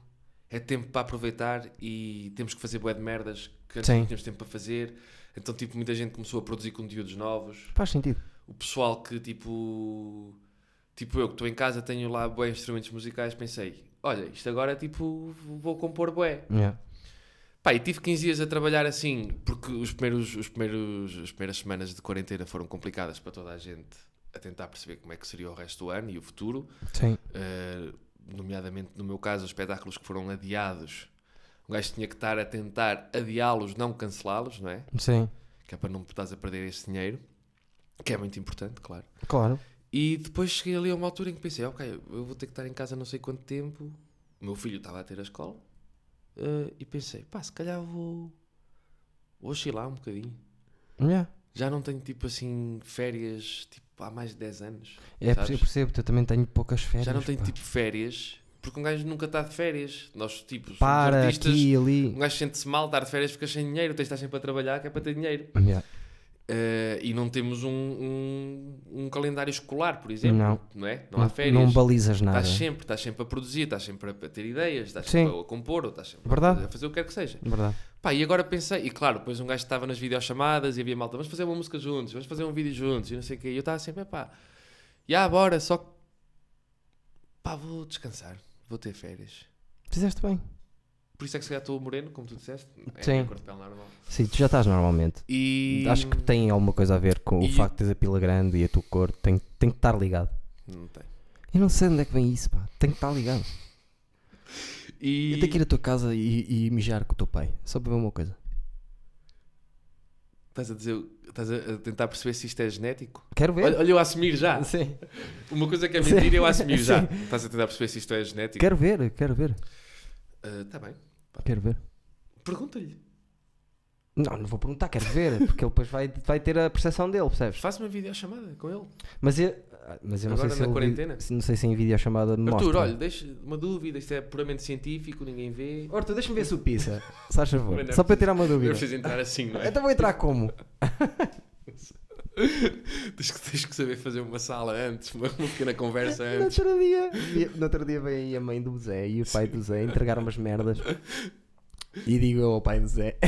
B: é tempo para aproveitar e temos que fazer bué de merdas que antes
A: Sim.
B: não tínhamos tempo para fazer. Então, tipo, muita gente começou a produzir conteúdos novos.
A: Faz sentido.
B: O pessoal que, tipo, tipo eu que estou em casa, tenho lá bué instrumentos musicais, pensei, olha, isto agora tipo, vou compor bué.
A: Yeah.
B: Pá, e tive 15 dias a trabalhar assim, porque os primeiros, os primeiros, as primeiras semanas de quarentena foram complicadas para toda a gente a tentar perceber como é que seria o resto do ano e o futuro.
A: Sim.
B: Uh, nomeadamente no meu caso, os espetáculos que foram adiados. O gajo tinha que estar a tentar adiá-los, não cancelá-los, não é?
A: Sim.
B: Que é para não estás a perder esse dinheiro, que é muito importante, claro.
A: Claro.
B: E depois cheguei ali a uma altura em que pensei, ok, eu vou ter que estar em casa não sei quanto tempo. O meu filho estava a ter a escola. eh, e pensei, pá, se calhar vou, vou oscilar um bocadinho.
A: Yeah.
B: Já não tenho, tipo assim, férias, tipo, há mais de 10 anos.
A: É,
B: sabes?
A: eu percebo, eu também tenho poucas férias.
B: Já não tenho,
A: pá.
B: tipo, férias, porque um gajo nunca está de férias. Nós, tipo, somos
A: Para
B: artistas,
A: aqui e
B: um
A: ali.
B: gajo sente-se mal, estar de férias, ficas sem dinheiro, tens de estar sempre a trabalhar, que é para ter dinheiro.
A: Yeah.
B: Eh, e não temos um, um, um calendário escolar, por exemplo,
A: Não.
B: não, é? Não há férias.
A: Não balizas nada.
B: Estás sempre, estás sempre a produzir, estás sempre a a ter ideias, estás
A: Sim. Tá.
B: sempre a compor, ou estás sempre a
A: É Verdade. é
B: fazer- a fazer o que quer que seja.
A: Verdade.
B: Pá, e agora pensei, e claro, depois um gajo estava nas videochamadas e havia malta, vamos fazer uma música juntos, vamos fazer um vídeo juntos, e não sei o quê. E eu estava sempre, pá, e agora só que. Pá, vou descansar, vou ter férias.
A: Fizeste bem.
B: Por isso é que se calhar estou moreno, como tu disseste, é
A: Sim.
B: a cor de pele normal.
A: Sim, tu já estás normalmente.
B: E.
A: Acho que tem alguma coisa a ver com o
B: e-
A: facto de teres a pila grande e a tua cor. Tem, tem que estar ligado.
B: Não tem.
A: Eu não sei onde é que vem isso, pá. Tem que estar ligado.
B: E.
A: Eu tenho que ir à tua casa e, e mijar com o teu pai. Só para ver uma coisa.
B: Estás a dizer, estás a a tentar perceber se isto é genético?
A: Quero ver.
B: Olha, olha eu a assumir já.
A: Sim.
B: Uma coisa que é
A: Sim.
B: mentira, eu a assumir já.
A: Sim.
B: Estás a tentar perceber se isto é genético?
A: Quero ver, quero ver.
B: Está bem.
A: Quero ver.
B: Pergunta-lhe.
A: Não, não vou perguntar, quero ver, porque ele depois vai, vai ter a percepção dele, percebes?
B: Faz uma videochamada com ele.
A: Mas eu, ah, mas eu não
B: Agora
A: sei se
B: na
A: ele vi-
B: quarentena?
A: se- não sei se em vídeo chamada de
B: Arthur,
A: mostra.
B: olha, deixa uma dúvida. Isto é puramente científico, ninguém vê.
A: Arthur, deixa-me ver a sua pizza. Só, faz favor.
B: Mas não é
A: Só para eu tirar uma
B: Não é
A: dúvida.
B: preciso entrar assim, não é?
A: Então vou entrar como? Então-
B: tens, que, tens que saber fazer uma sala antes, uma, uma pequena conversa
A: No
B: antes.
A: outro dia, vi- no outro dia veio aí a mãe do Zé e o pai do Zé entregar umas merdas. E digo eu ao pai do Zé: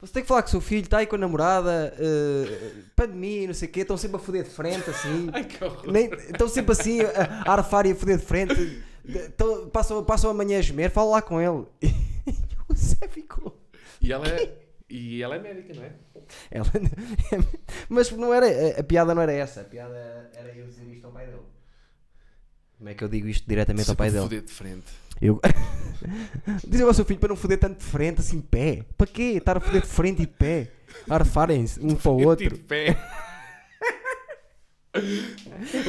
A: Você tem que falar com o seu filho, está aí com a namorada, eh, pandemia e não sei o quê, estão sempre a foder de frente assim.
B: Ai, que horror.
A: Nem- Estão sempre assim a a arfar e a foder de frente. De- tão- passam, passam amanhã a gemer, fala lá com ele. E o Zé ficou.
B: E ela é, e ela é médica, não é?
A: Ela- mas não era, a, a piada não era essa, a piada era eu dizer isto ao pai dele. Como é que eu digo isto diretamente ao pai
B: Sempre
A: dele?
B: foder de frente.
A: Eu... Dizem ao seu filho para não foder tanto de frente, assim, de pé. Para quê? Estar a foder de frente e de pé. Arfarem-se um para o
B: Tiro
A: outro.
B: de pé.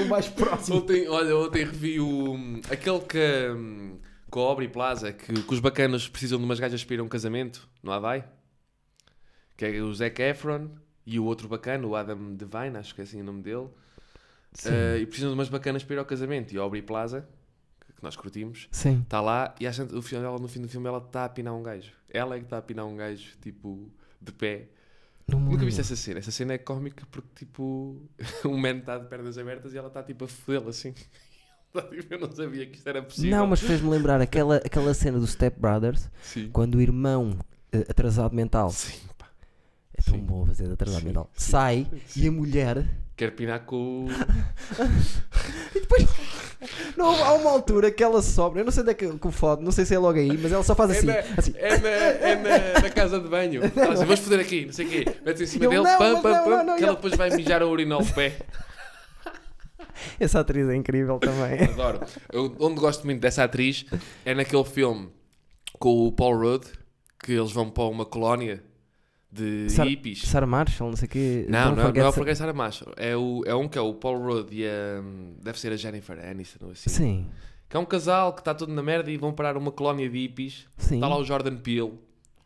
A: O mais próximo.
B: Ontem, olha, ontem revi o. aquele que. hum, com a Obra e Plaza, que, que os bacanas precisam de umas gajas para ir a um casamento, não há vai? Que é o Zac Efron e o outro bacana, o Adam Devine, acho que é assim o nome dele. Eh, e precisam de umas bacanas para ir ao casamento. E a Obra e Plaza, que nós curtimos,
A: Sim.
B: está lá e acha, no, final, no fim do filme ela está a apinar um gajo. Ela é que está a apinar um gajo, tipo, de pé.
A: Não me
B: Nunca
A: lembro.
B: viste essa cena. Essa cena é cómica porque, tipo, um man está de pernas abertas e ela está, tipo, a fodê-lo assim. Ela tá, tipo, Eu não sabia que isto era possível.
A: Não, mas fez-me lembrar aquela, aquela cena do Step Brothers,
B: Sim.
A: quando o irmão eh, atrasado mental,
B: Sim, pá.
A: é tão
B: Sim.
A: bom fazer de atrasado
B: Sim,
A: mental, sai
B: sim.
A: e a mulher
B: Quero pinar com o...
A: E depois. Não, há uma altura que ela sobra. Eu não sei onde é que, que o fode, não sei se é logo aí, mas ela só faz
B: É,
A: assim.
B: na,
A: assim.
B: é, na, é na, na casa de banho. Ela assim, vamos foder aqui, não sei o quê. Mete em cima
A: Eu,
B: dele,
A: não,
B: pam,
A: mas
B: pam,
A: não,
B: pam,
A: não, não,
B: que ela
A: eu-
B: depois vai mijar o urinol ao pé.
A: Essa atriz é incrível também.
B: Adoro. Eu- onde gosto muito dessa atriz é naquele filme com o Paul Rudd, que eles vão para uma colónia de
A: Sar-
B: hippies.
A: Sarah Marshall, não sei o quê.
B: Não,
A: Don't
B: não,
A: forget
B: não é o
A: Sa-
B: Forget Sarah Marshall. É, o, é um que é o Paul Rudd e a... Deve ser a Jennifer Aniston ou assim.
A: Sim,
B: Que é um casal que está tudo na merda e vão parar uma colónia de hippies.
A: sim.
B: Está Tá lá o Jordan Peele,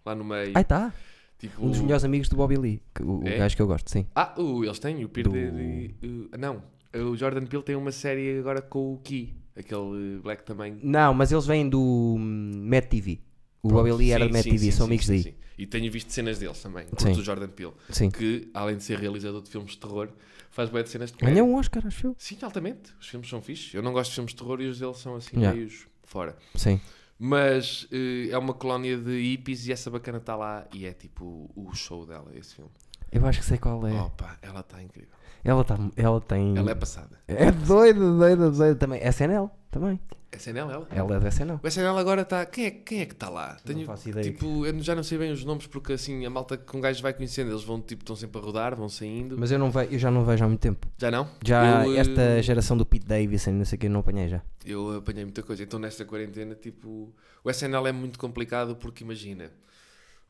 B: lá no meio.
A: Ah, está.
B: tipo...
A: Um dos melhores amigos do Bobby Lee, que- o, o
B: É?
A: gajo que eu gosto, sim.
B: Ah, uh, eles têm o Peele
A: Do-
B: de... de- uh, não, o Jordan Peele tem uma série agora com o Key. Aquele black também.
A: Não, mas eles vêm do hum, Mad TV. O Bobby Lee era
B: Sim,
A: do Mad
B: sim,
A: TV,
B: sim,
A: são
B: sim,
A: amigos
B: sim,
A: daí.
B: sim. E tenho visto cenas deles também.
A: Sim.
B: Sim. O Jordan Peele.
A: Sim.
B: Que, além de ser realizador de filmes de terror, faz bem de cenas de comédia.
A: Ganhou um Oscar, acho eu.
B: Sim, altamente. Os filmes são fixes. Eu não gosto de filmes de terror e os deles são assim
A: Yeah.
B: meios fora.
A: Sim.
B: Mas eh, é uma colónia de hippies e essa bacana está lá e é tipo o show dela, esse filme.
A: Eu acho que sei qual é.
B: Opa, ela está incrível.
A: Ela, tá, ela tem.
B: Ela é passada.
A: É doida, doida, doida também. SNL também.
B: SNL, ela?
A: Ela é da SNL.
B: O SNL agora está. Quem é, quem é que está lá?
A: faço ideia.
B: Tipo, eu já não sei bem os nomes porque assim a malta com um gajo vai conhecendo, eles vão tipo, estão sempre a rodar, vão saindo.
A: Mas eu, não ve- eu já não vejo há muito tempo.
B: Já não?
A: Já
B: Eu, eh,
A: esta geração do Pete Davidson, não sei o que, eu não apanhei já.
B: Eu apanhei muita coisa. Então nesta quarentena, tipo, o SNL é muito complicado porque imagina,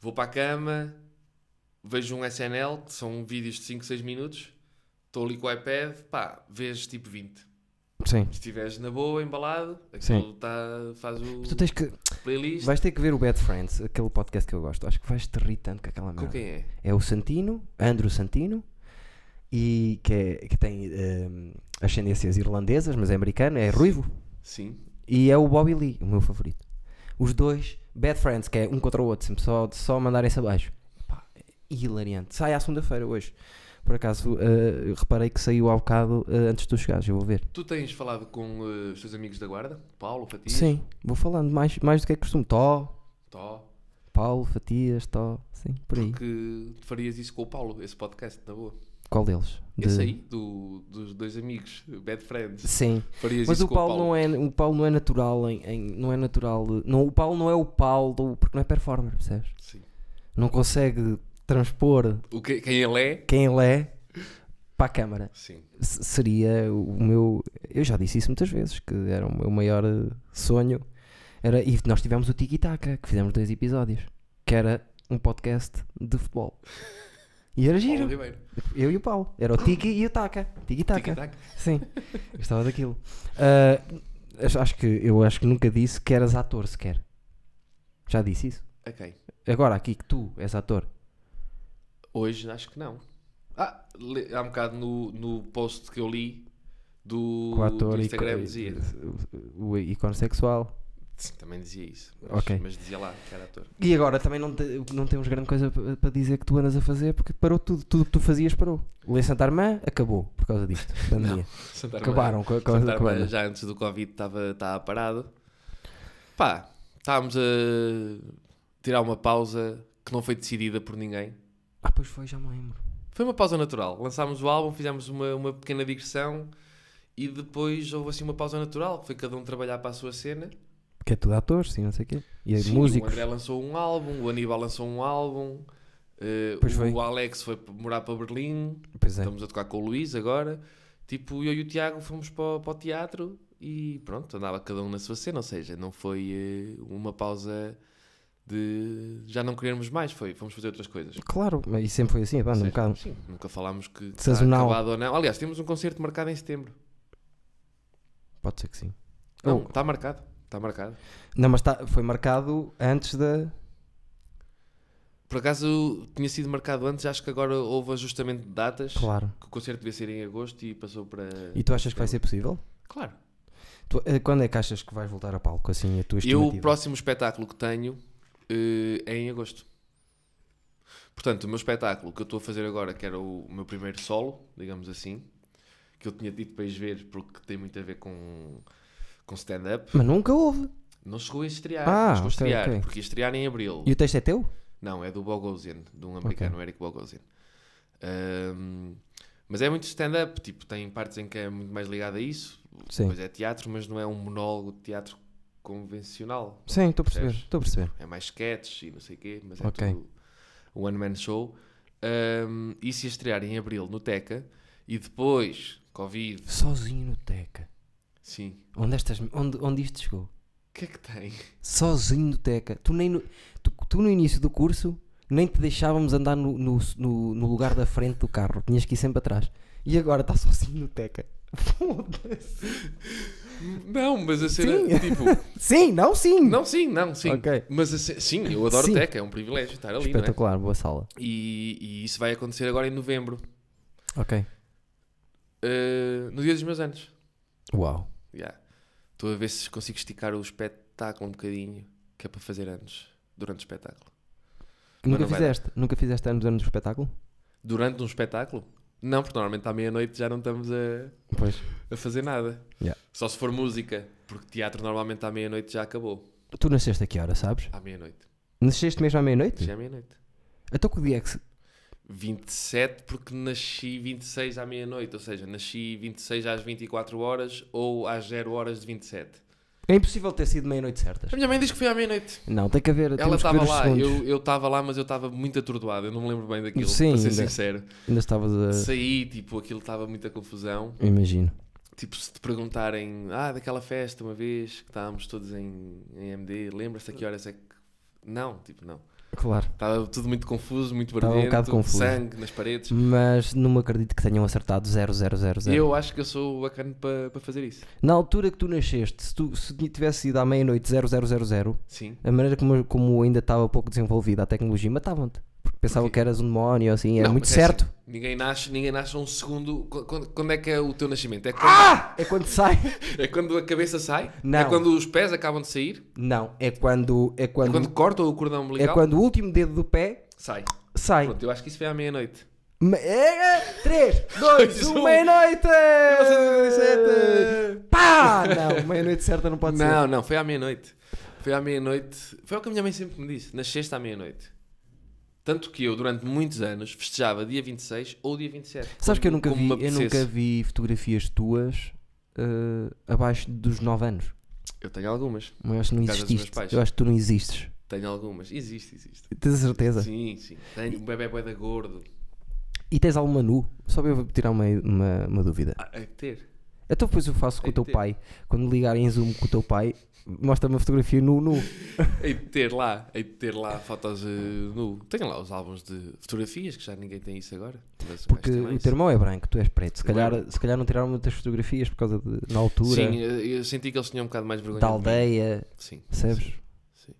B: vou para a cama, vejo um SNL, que são vídeos de 5, 6 minutos, estou ali com o iPad, pá, vês tipo 20. Se
A: Sim.
B: estiveres na boa, embalado, aquilo tá, faz o
A: Mas tu tens que.
B: playlist.
A: Vais ter que ver o Bad Friends, aquele podcast que eu gosto. Acho que vais te rir tanto com aquela
B: Com
A: merda.
B: quem é?
A: É o Santino, Andrew Santino, e que, é- que tem ehm, ascendências irlandesas, mas é americano, é ruivo.
B: Sim.
A: E é o Bobby Lee, o meu favorito. Os dois, Bad Friends, que é um contra o outro, sempre só, só mandarem-se abaixo. Pá, é hilariante. Sai à segunda-feira hoje. Por acaso, eh, reparei que saiu há bocado eh, antes de tu chegares, eu vou ver.
B: Tu tens falado com eh, os teus amigos da guarda? Paulo, Fatias?
A: Sim, vou falando mais, mais do que é costume. Tó,
B: Tó.
A: Paulo, Fatias, Tó, sim, por aí.
B: Porque farias isso com o Paulo, esse podcast, na boa.
A: Qual deles? De-
B: Esse aí, do- dos dois amigos, Bad Friends.
A: Sim.
B: Farias
A: Mas
B: isso
A: o
B: com o
A: Paulo, Não é, o Paulo não é natural em, em- não é natural, não, o Paulo não é o Paulo porque não é performer, percebes?
B: Sim.
A: Não consegue transpor
B: O que, quem ele é?
A: quem ele é para a câmara.
B: Sim.
A: S- seria o meu, eu já disse isso muitas vezes que era o meu maior eh, sonho era e nós tivemos o Tiki Taka que fizemos dois episódios, que era um podcast de futebol. E era
B: Paulo
A: giro, Tá
B: Ribeiro.
A: eu e o Paulo. Era o Tiki e o Taka. Tiki Taka.
B: Tic-tac.
A: Sim, gostava daquilo. Ah, acho- acho que eu acho que nunca disse que eras ator sequer. Já disse isso?
B: Ok.
A: Agora aqui que tu és ator.
B: Hoje acho que não. Ah, le- há um bocado no, no post que eu li do,
A: Com ator
B: do
A: e
B: Instagram
A: co-
B: dizia.
A: o ícone sexual.
B: Sim, Também dizia isso. Mas,
A: Ok.
B: mas dizia lá que era ator.
A: E agora também não, te- não temos grande coisa pa- para dizer que tu andas a fazer porque parou tudo. Tudo que tu fazias parou. O Lê Santarmã acabou por causa disto. Pandemia.
B: Santa Armada-
A: Acabaram com a causa
B: Santa
A: da
B: Armada
A: banda.
B: já antes do Covid estava estava parado. Pá, estávamos a tirar uma pausa que não foi decidida por ninguém.
A: Ah, pois foi, já me lembro.
B: Foi uma pausa natural. Lançámos o álbum, fizemos uma, uma pequena digressão e depois houve assim uma pausa natural. Foi cada um trabalhar para a sua cena.
A: Porque é tudo ator, sim, não sei o quê. E é
B: Sim, O
A: músicos.
B: André lançou um álbum, o Aníbal lançou um álbum, eh,
A: Pois
B: o
A: foi.
B: Alex foi p- morar para Berlim.
A: Pois é.
B: Estamos a tocar com o Luís agora. Tipo, eu e o Tiago fomos para, o- para o teatro e pronto, andava cada um na sua cena. Ou seja, não foi eh, uma pausa de já não querermos mais, foi, fomos fazer outras coisas.
A: Claro, mas isso sempre foi assim, a banda, um
B: Ou seja,
A: bocado.
B: Sim, nunca falámos que está
A: Sazonal.
B: acabado ou não. Aliás, temos um concerto marcado em setembro.
A: Pode ser que sim.
B: Não,
A: Oh.
B: está marcado. Está marcado.
A: Não, mas tá- foi marcado antes da.
B: Por acaso tinha sido marcado antes, acho que agora houve ajustamento de datas.
A: Claro.
B: Que o concerto devia ser em agosto e passou para.
A: E tu achas que vai ser possível?
B: Claro.
A: Tu- eh, quando é que achas que vais voltar a palco? Assim, a tua
B: E o
A: estimativa?
B: próximo espetáculo que tenho eh, é em agosto. Portanto, o meu espetáculo que eu estou a fazer agora, que era o meu primeiro solo, digamos assim, que eu tinha dito para ires ver porque tem muito a ver com, com stand-up,
A: Mas nunca houve.
B: não chegou a estrear.
A: Ah, ok,
B: não chegou a estrear,
A: ok.
B: porque ia estrear em abril.
A: E o texto é teu?
B: Não, é do Bogosian, de um americano, Eric Bogosian. Ahm, mas é muito stand-up, tipo, tem partes em que é muito mais ligado a isso.
A: Sim.
B: Pois é teatro, mas não é um monólogo de teatro convencional.
A: Sim, estou a perceber.
B: Percebes?
A: Estou a perceber.
B: É mais sketch e não sei o quê, mas é
A: Ok.
B: tudo um one-man show. Ahm, e se estrear em abril no Teca e depois, Covid,
A: Sozinho no Teca.
B: sim.
A: Onde, estas, onde, onde isto chegou?
B: O que é que tem?
A: Sozinho no Teca. Tu, nem no, tu, tu no início do curso nem te deixávamos andar no, no, no- no lugar da frente do carro. Tinhas que ir sempre atrás. E agora está sozinho no Teca.
B: Não, mas a cena, tipo,
A: Sim, não, sim.
B: não, sim, não, sim.
A: Ok.
B: Mas a ce- sim, eu adoro
A: Sim.
B: Teca, é um privilégio estar ali, não é?
A: Espetacular, boa sala.
B: E, e isso vai acontecer agora em novembro,
A: Ok.
B: eh, no dia dos meus anos.
A: Uau.
B: Yeah. Estou a ver se consigo esticar o espetáculo um bocadinho, que é para fazer anos, durante o espetáculo. Mas
A: Nunca
B: não vai dar.
A: fizeste? Nunca fizeste anos anos do espetáculo?
B: Durante um espetáculo? Não, porque normalmente à meia-noite já não estamos a,
A: Pois.
B: a fazer nada.
A: Yeah.
B: Só se for música, porque teatro normalmente à meia-noite já acabou.
A: Tu nasceste a que hora, sabes?
B: À meia-noite.
A: Nasceste mesmo à meia-noite?
B: Já é meia-noite.
A: Até que dia é que se-
B: 27, porque nasci 26 à meia-noite, ou seja, nasci 26 às 24 horas ou às 0 horas de 27.
A: É impossível ter sido meia-noite certas.
B: A minha mãe diz que foi à meia-noite.
A: Não, tem que haver.
B: Ela
A: temos que ver
B: estava
A: os
B: lá,
A: segundos.
B: eu eu estava lá, mas eu estava muito atordoado. Eu não me lembro bem daquilo,
A: Sim,
B: para ser
A: ainda. É.
B: sincero.
A: Ainda estavas a.
B: Saí, tipo, aquilo estava muita confusão.
A: Imagino.
B: Tipo, se te perguntarem, ah, daquela festa uma vez que estávamos todos em, em MD, lembra-se a que horas é que. Não, tipo, não.
A: Claro.
B: Estava tudo muito confuso, muito
A: Estava um
B: barulhento,
A: bocado confuso.
B: sangue nas paredes.
A: Mas não me acredito que tenham acertado 0, 0, 0, 0.
B: Eu acho que eu sou bacana para para fazer isso.
A: Na altura que tu nasceste, se, tu, se tivesse ido à meia-noite 0000,
B: Sim.
A: a maneira como, como ainda estava pouco desenvolvida a tecnologia, matavam-te. Porque pensavam
B: Porquê?
A: que eras um demónio, assim, era
B: Não,
A: muito
B: mas é
A: certo.
B: assim, ninguém, nasce, ninguém nasce um segundo. Qu- Quando, quando é que é o teu nascimento? É quando,
A: É quando sai?
B: é quando a cabeça sai?
A: Não.
B: É quando os pés acabam de sair?
A: Não, é quando. É
B: É
A: quando,
B: quando cortam o cordão
A: é
B: umbilical?
A: quando o último dedo do pé
B: Sai.
A: sai. é,
B: Pronto, eu acho que isso foi à meia-noite.
A: 3, 2,
B: um.
A: 1, meia-noite!
B: 1977.
A: Pá! Não, meia-noite certa não pode ser.
B: Não, não, foi à meia-noite. Foi à meia-noite. Foi o que a minha mãe sempre me disse. Nasceste à meia-noite. Tanto que eu, durante muitos anos, festejava dia 26 ou dia 27.
A: Sabes
B: como-
A: que eu nunca,
B: como
A: vi,
B: me
A: eu
B: apetecesse.
A: nunca vi fotografias tuas eh, abaixo dos 9 anos.
B: Eu tenho algumas.
A: Mas eu acho que não
B: Por causa dos meus
A: exististe.
B: pais.
A: Eu acho que tu não existes.
B: Tenho algumas. Existe, existe.
A: Tens a certeza?
B: Sim, sim. Tenho um bebê boeda gordo.
A: E tens alguma nu? Só para eu tirar uma, uma, uma dúvida.
B: Ah, é que ter.
A: Então depois eu faço com o
B: Tem que
A: teu
B: ter.
A: pai. Quando ligarem em zoom com o teu pai, mostra-me a fotografia nu, nu.
B: Hei de ter lá, hei de ter lá fotos eh, nu. Tenho lá os álbuns de fotografias, que já ninguém tem isso agora. Mas um
A: Porque
B: gajo tem lá
A: o
B: isso.
A: teu irmão é branco, tu és preto. Se
B: Eu
A: calhar,
B: lembro.
A: se calhar não tiraram muitas fotografias por causa de, na altura,
B: é? Sim, eu, eu senti que eles tinham um bocado mais vergonha.
A: da
B: de mim.
A: aldeia,
B: Sim.
A: percebes?
B: Sim.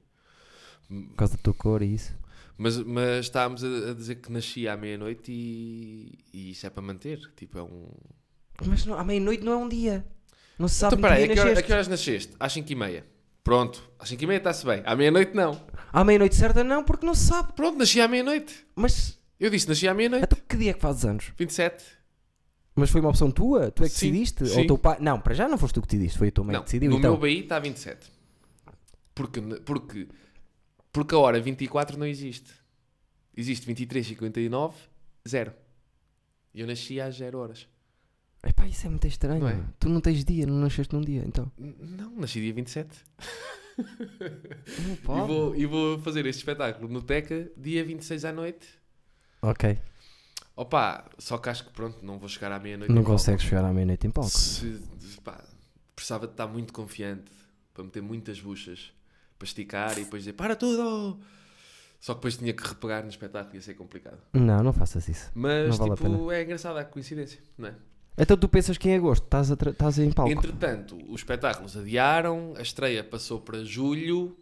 A: Por causa da tua cor e isso.
B: Mas, mas estávamos a, a dizer que nasci à meia-noite e, e isso é para manter. Tipo, é um.
A: Mas não, à meia-noite não é um dia. Não se sabe
B: Então,
A: em
B: peraí, a
A: que
B: que,
A: dia
B: hora- a
A: nasceste.
B: que horas nasceste? Às 5h30. Pronto, às 5h30 está-se bem. À meia-noite não.
A: À meia-noite certa não, porque não se sabe.
B: Pronto, nasci à meia-noite.
A: Mas
B: Eu disse, nasci à meia-noite.
A: então que dia é que fazes anos?
B: 27.
A: Mas foi uma opção tua? Tu é que
B: Sim,
A: decidiste? Ou
B: sim.
A: o teu pai? Não, para já não foste tu que decidiste, foi a tua mãe
B: Não,
A: que decidiu.
B: no
A: então.
B: meu BI está a 27. Porque, porque, porque a hora 24 não existe. Existe 23, 59, 0. E eu nasci às 0 horas.
A: Epá, isso é muito estranho.
B: Não é?
A: meu. Tu não tens dia, não nasceste num dia, então.
B: N- Não, nasci dia 27.
A: Não
B: E vou, e vou fazer este espetáculo no Teca dia 26 à noite.
A: Ok.
B: Opa, só que acho que pronto, não vou chegar à meia-noite.
A: Não
B: em palco.
A: consegues chegar à meia-noite em palco.
B: Se, pá, precisava de estar muito confiante para meter muitas buchas, para esticar e depois dizer para tudo! Só que depois tinha que repegar no espetáculo, ia ser complicado.
A: Não, não faças isso.
B: Mas
A: Não vale a
B: tipo, é engraçada a coincidência, não é?
A: Então tu pensas que em agosto estás, a tra- estás em palco.
B: Entretanto, os espetáculos adiaram, a estreia passou para julho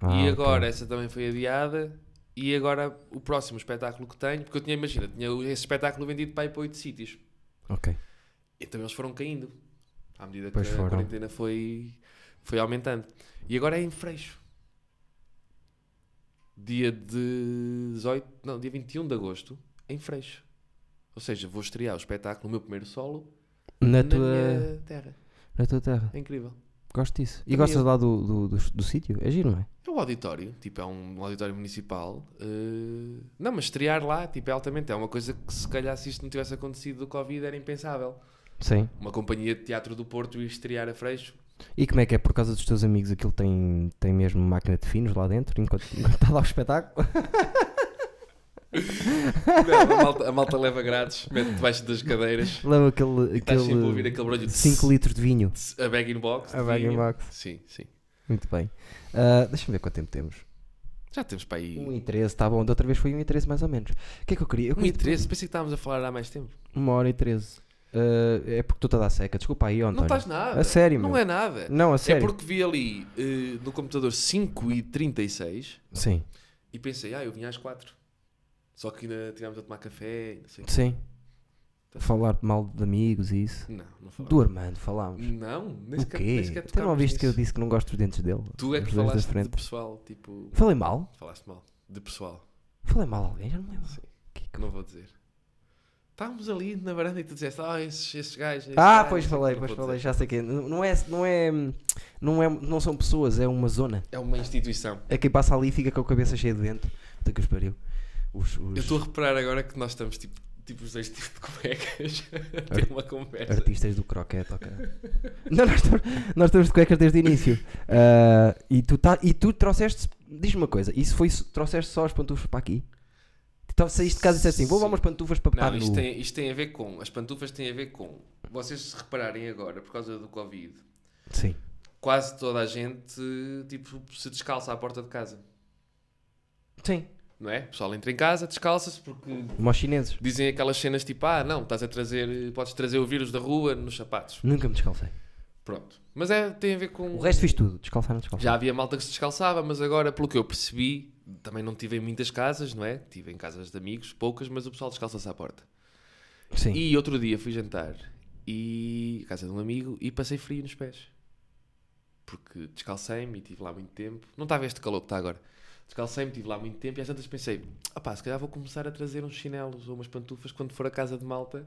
A: Ah,
B: e
A: ok.
B: agora essa também foi adiada. E agora o próximo espetáculo que tenho, porque eu tinha, imagina, tinha esse espetáculo vendido para ir para oito sítios.
A: Ok.
B: Então eles foram caindo à medida que
A: Pois
B: a
A: foram.
B: quarentena foi, foi aumentando. E agora é em Freixo. Dia 18, não, dia 21 de agosto, em Freixo. Ou seja, vou estrear o espetáculo, o meu primeiro solo,
A: Na,
B: na
A: tua,
B: minha terra.
A: na tua terra.
B: É incrível.
A: Gosto disso. E
B: Também
A: gostas
B: eu.
A: lá do, do, do, do sítio? É giro, não é?
B: É um auditório, tipo, é um auditório municipal. eh, não, mas estrear lá, tipo, é altamente. É uma coisa que se calhar se isto não tivesse acontecido do Covid era impensável.
A: Sim.
B: Uma companhia de teatro do Porto ir estrear a Freixo.
A: E como é que é? Por causa dos teus amigos aquilo tem, tem mesmo máquina de finos lá dentro enquanto enquanto está lá o espetáculo?
B: Não, a, malta, a malta leva grades, mete debaixo das cadeiras.
A: Leva aquele...
B: Estás sempre a ouvir
A: aquele
B: aquele barulho de
A: 5 litros de vinho.
B: tss, a bag in box.
A: A bag in box.
B: Sim, sim.
A: Muito bem. Ah, Deixa-me ver quanto tempo temos.
B: Já temos para aí.
A: 1 e 13, tá bom. Da outra vez foi 1 e 13 mais ou menos. O que é que eu queria? Eu
B: Um
A: queria-
B: interesse, pensei que estávamos a falar há mais tempo.
A: Uma hora e 13. Ah, é porque tu estás à seca. Desculpa aí, António.
B: Não estás nada.
A: A sério,
B: Não
A: meu.
B: é nada.
A: Não, a
B: É
A: sério.
B: porque vi ali eh, no computador 5 e 36
A: Sim,
B: e pensei, ah, eu vinha às 4. Só que ainda estivemos a tomar café e não sei o quê.
A: sim. Falar mal de amigos e isso.
B: Não, não falámos.
A: Do Armando falámos.
B: Não, Hum, nem
A: O
B: sequer, nem
A: quê?
B: sequer
A: Tu não
B: tocámos
A: ouviste que eu
B: nisso.
A: disse que não gosto dos dentes dele?
B: Tu é
A: Os dois
B: que
A: da
B: falaste de
A: frente.
B: pessoal, tipo.
A: Falei mal?
B: Falaste mal. De pessoal.
A: Falei mal a alguém? Já não me lembro.
B: Sim.
A: Que que-
B: Não vou dizer. Estávamos ali na varanda e tu disseste, ah, esses, esses gajos. esses
A: Ah,
B: gajos",
A: pois
B: não sei o
A: falei,
B: que, não
A: pois
B: vou
A: falei,
B: dizer.
A: já sei que é. N- Não é, não é, não é, não são pessoas, é uma zona.
B: É uma instituição.
A: É quem passa ali e fica com a cabeça cheia de dente. Puta que os pariu. Os, os-
B: Eu estou a reparar agora que nós estamos tipo tipo os dois tipos de cuecas a ter uma conversa.
A: Artistas do croquete, ok. Não, nós, estamos, nós estamos de cuecas desde o início. Ah, e, tu tá, e tu trouxeste, diz-me uma coisa, isso foi, trouxeste só as pantufas para aqui? Então saíste de casa e disseste assim, vou levar umas pantufas para estar
B: Não,
A: nu.
B: isto tem, isto tem a ver com, as pantufas têm a ver com, vocês se repararem agora, por causa do Covid,
A: Sim.
B: quase toda a gente, tipo, se descalça à porta de casa,
A: Sim.
B: não é? O pessoal entra em casa, descalça-se porque
A: Como aos chineses.
B: dizem aquelas cenas tipo, ah, não, estás a trazer, podes trazer o vírus da rua nos sapatos.
A: Nunca me descalcei.
B: Pronto. Mas é, tem a ver com...
A: O resto fiz tudo, descalçar, não descalçar.
B: Já havia malta que se descalçava, mas agora, pelo que eu percebi, também não tive em muitas casas, não é? Tive em casas de amigos, poucas, mas o pessoal descalça-se à porta.
A: Sim.
B: E outro dia fui jantar e à casa de um amigo e passei frio nos pés. Porque descalcei-me e tive lá muito tempo. Não estava este calor que está agora. Descalcei-me, tive lá muito tempo e às tantas pensei, opá, se calhar vou começar a trazer uns chinelos ou umas pantufas quando for a casa de malta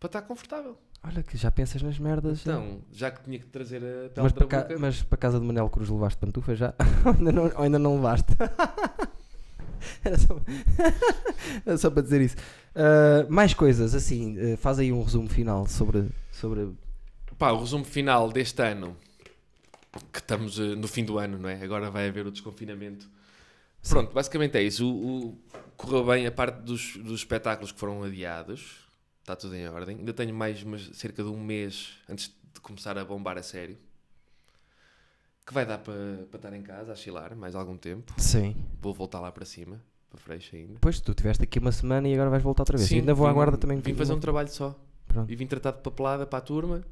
B: para estar confortável.
A: Olha que já pensas nas merdas.
B: Então, já que tinha que trazer a pele
A: mas,
B: da
A: para ca-
B: boca,
A: mas para casa de Manel Cruz levaste pantufa já? ou, ainda não, ou ainda não levaste? Era só, era só para dizer isso. Ah, mais coisas, assim, ah, faz aí um resumo final sobre. sobre...
B: Pá, o resumo final deste ano, que estamos eh, no fim do ano, não é? Agora vai haver o desconfinamento.
A: Sim.
B: Pronto, basicamente é isso. O, o- correu bem a parte dos, dos espetáculos que foram adiados. Está tudo em ordem. Ainda tenho mais umas- cerca de um mês antes de começar a bombar a sério. Que vai dar para para estar em casa, a chilar mais algum tempo.
A: Sim.
B: Vou voltar lá para cima, para Freixa ainda.
A: Depois tu estiveste aqui uma semana e agora vais voltar outra vez.
B: Sim,
A: ainda vou à
B: vim-
A: guarda também.
B: Vim fazer um trabalho só.
A: Pronto.
B: E vim tratar de papelada para a turma,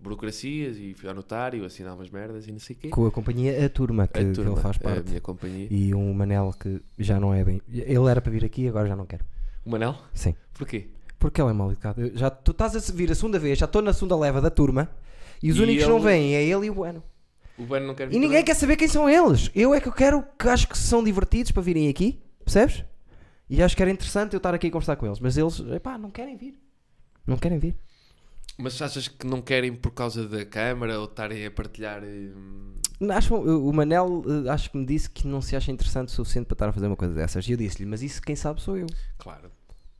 B: burocracias, e fui ao notário, assinar umas merdas e não sei o quê.
A: Com a companhia A Turma, que,
B: a
A: que
B: turma, é
A: ele faz
B: a
A: parte.
B: minha companhia.
A: E um Manel que já não é bem. Ele era para vir aqui, agora já não quero.
B: O Manel?
A: Sim.
B: Porquê?
A: Porque ele é mal educado. Eu já, tu estás a se vir a segunda vez, já estou na segunda leva da turma e os
B: E
A: únicos que não
B: ele-
A: vêm é ele É e o Bueno.
B: O Bueno não quer vir
A: E ninguém
B: também?
A: quer saber quem são eles. Eu é que eu quero, que acho que são divertidos para virem aqui, percebes? E acho que era interessante eu estar aqui a conversar com eles, mas eles, epá, não querem vir. Não querem vir.
B: Mas achas que não querem por causa da câmara ou estarem a partilhar... hum,
A: Acho, o Manel eh, acho que me disse que não se acha interessante o suficiente para estar a fazer uma coisa dessas. E eu disse-lhe, mas isso quem sabe sou eu.
B: Claro.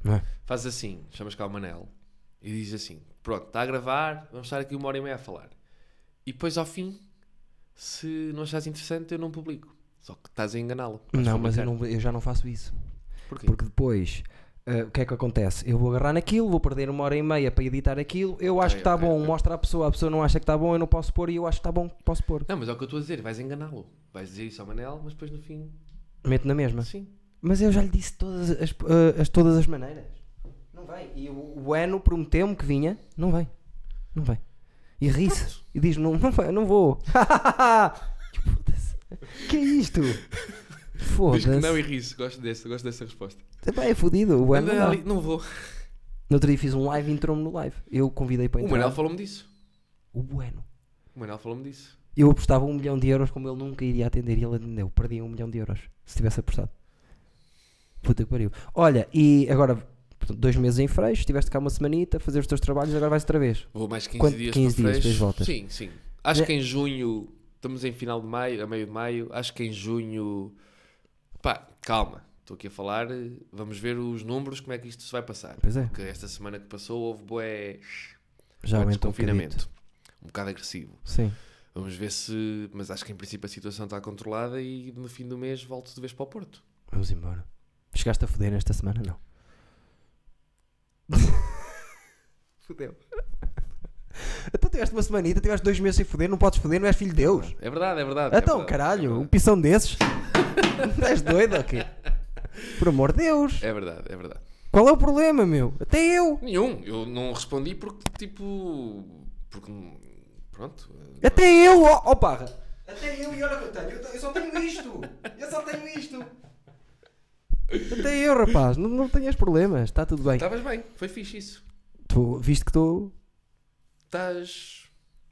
A: Não é?
B: Faz assim, chamas cá o Manel e diz assim, pronto, está a gravar, vamos estar aqui uma hora e meia a falar. E depois ao fim, se não achares interessante, eu não publico. Só que estás a enganá-lo. Vais
A: Não, mas eu,
B: publicar.
A: não- eu já não faço isso.
B: Porquê?
A: Porque depois, eh, o que é que acontece? Eu vou agarrar naquilo, vou perder uma hora e meia para editar aquilo. Eu acho que
B: Ok,
A: está
B: ok,
A: bom,
B: ok.
A: mostra à pessoa, a pessoa não acha que está bom, eu não posso pôr e eu acho que está bom, posso pôr.
B: Não, mas é o que eu estou a dizer, vais enganá-lo. Vais dizer isso ao Manel, mas depois no fim,
A: Meto na mesma.
B: sim.
A: Mas eu já lhe disse todas as, eh, as- todas as maneiras. Não vem. E o, o Eno prometeu-me que vinha. Não vem. Não vem. E ri-se. E diz-me: não, não, vai, não vou. Que Foda-se. Que é isto?
B: Diz que não
A: Foda-se.
B: e ri-se, gosto dessa, gosto dessa resposta.
A: Epá, É fodido. O Eno.
B: Anda
A: não dá.
B: ali, não vou.
A: No outro dia fiz um live e entrou-me no live. Eu convidei para
B: O
A: entrar.
B: Manel falou-me disso.
A: O Bueno.
B: O Manel falou-me disso.
A: Eu apostava um milhão de euros como ele nunca iria atender e ele atendeu. Perdia um milhão de euros se tivesse apostado. Puta que pariu. Olha, e agora, portanto, dois meses em freixo, estiveste cá uma semanita a fazer os teus trabalhos, agora vais outra vez.
B: Vou mais 15
A: Quanto-
B: dias
A: 15
B: para
A: dias,
B: Freixo.
A: depois voltas.
B: Sim, sim. Acho
A: É.
B: que em junho, estamos em final de maio, a meio de maio, acho que em junho, pá, calma, estou aqui a falar, eh, vamos ver os números, como é que isto se vai passar.
A: Pois é.
B: Porque esta semana que passou houve bué,
A: Já
B: bué
A: aumentou um bocadinho.
B: desconfinamento. Um bocado agressivo.
A: Sim.
B: Vamos ver se. Mas acho que em princípio a situação está controlada e no fim do mês volto de vez para o Porto.
A: Vamos embora. Chegaste a foder esta semana? Não. Fodeu. Então tiveste uma semanita, tiveste dois meses sem foder, não podes foder, não és filho de Deus.
B: É verdade, é verdade. é
A: Então,
B: verdade,
A: caralho, um
B: É verdade,
A: pissão desses? Estás doido ou quê? Por amor de Deus.
B: é verdade. É verdade.
A: Qual é o problema, meu? Até eu!
B: Nenhum, eu não respondi porque tipo. Porque. Pronto. eh,
A: Até eu! Ó ó parra! Até eu e olha o que eu tenho! Eu, te- eu só tenho isto! Eu só tenho isto! Até eu, rapaz! Não, não tenhas problemas, está tudo bem.
B: Estavas bem, foi fixe isso.
A: Tu viste que estou
B: Estás.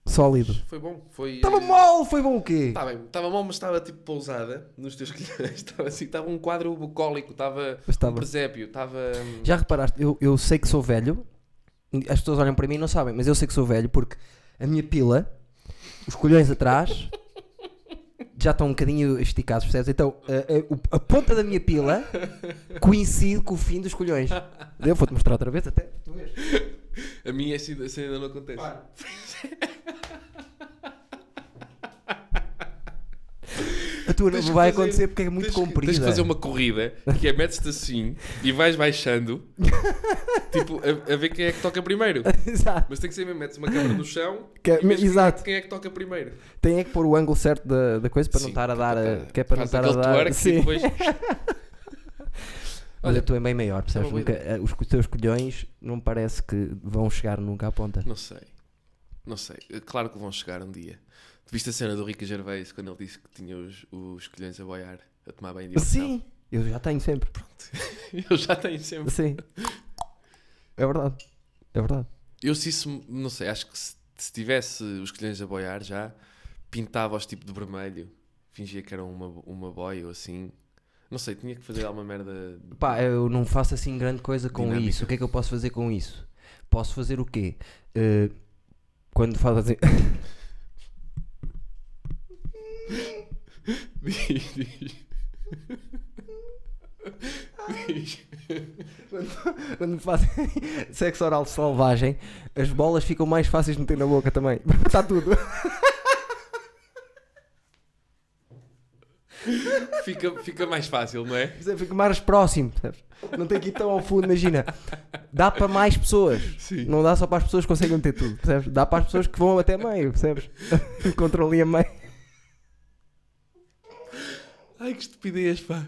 A: sólido.
B: Foi bom. Foi.
A: Estava
B: eh,
A: mal, foi bom o quê?
B: Tá bem, estava mal, mas estava tipo pousada nos teus quilhões. Estava assim, estava um quadro bucólico, estava
A: Mas
B: um
A: estava.
B: presépio, estava. hum,
A: Já reparaste, eu, eu sei que sou velho, as pessoas olham para mim e não sabem, mas eu sei que sou velho porque a minha pila, os colhões atrás, já estão um bocadinho esticados, percebes? Então, a, a- a ponta da minha pila coincide com o fim dos colhões. Eu vou-te mostrar outra vez até. Tu vês.
B: A minha essa essa ainda não acontece.
A: A tua não
B: Tens que
A: vai
B: fazer-
A: acontecer porque é muito
B: tens que-
A: comprida.
B: Tens de fazer uma corrida que é metes-te assim e vais baixando, tipo, a, a ver quem é que toca primeiro.
A: Exato.
B: Mas tem que ser mesmo, metes uma câmera no chão
A: Que-
B: e vês
A: exato.
B: quem é que toca primeiro.
A: Tem é que pôr o ângulo certo da, da coisa para
B: Sim,
A: não estar a dar. a-
B: tá-
A: Que é para não estar
B: faz
A: a
B: aquele
A: dar.
B: twerk e
A: Sim.
B: depois-
A: Mas
B: Olha,
A: a tua é bem maior, percebes?
B: é uma boa
A: Nunca- eh, os co- teus colhões não parece que vão chegar nunca à ponta.
B: não sei. Não sei. É Claro que vão chegar um dia. Viste a cena do Rica Gervais quando ele disse que tinha os, os colhões a boiar, a tomar bem de
A: Sim, eu já tenho sempre.
B: Eu já tenho sempre.
A: Sim. É verdade. É verdade.
B: Eu se isso, me- não sei, acho que se, se tivesse os colhões a boiar já, pintava-os tipo de vermelho, fingia que era uma, uma boia ou assim. Não sei, tinha que fazer alguma merda.
A: Pá, eu não faço assim grande coisa com
B: Dinâmica.
A: isso. O que é que eu posso fazer com isso? Posso fazer o quê? Eh, quando fazem.
B: Diz, diz. Diz.
A: quando fazem sexo oral selvagem, as bolas ficam mais fáceis de meter na boca também. Está tudo.
B: Fica, fica mais fácil, não é?
A: Percebe? Fica mais próximo. percebes? Não tem que ir tão ao fundo, imagina. Dá para mais pessoas.
B: Sim.
A: Não dá só para as pessoas que conseguem meter tudo. Percebes? Dá para as pessoas que vão até meio, percebes? Controlem a meio.
B: Ai que estupidez, pá.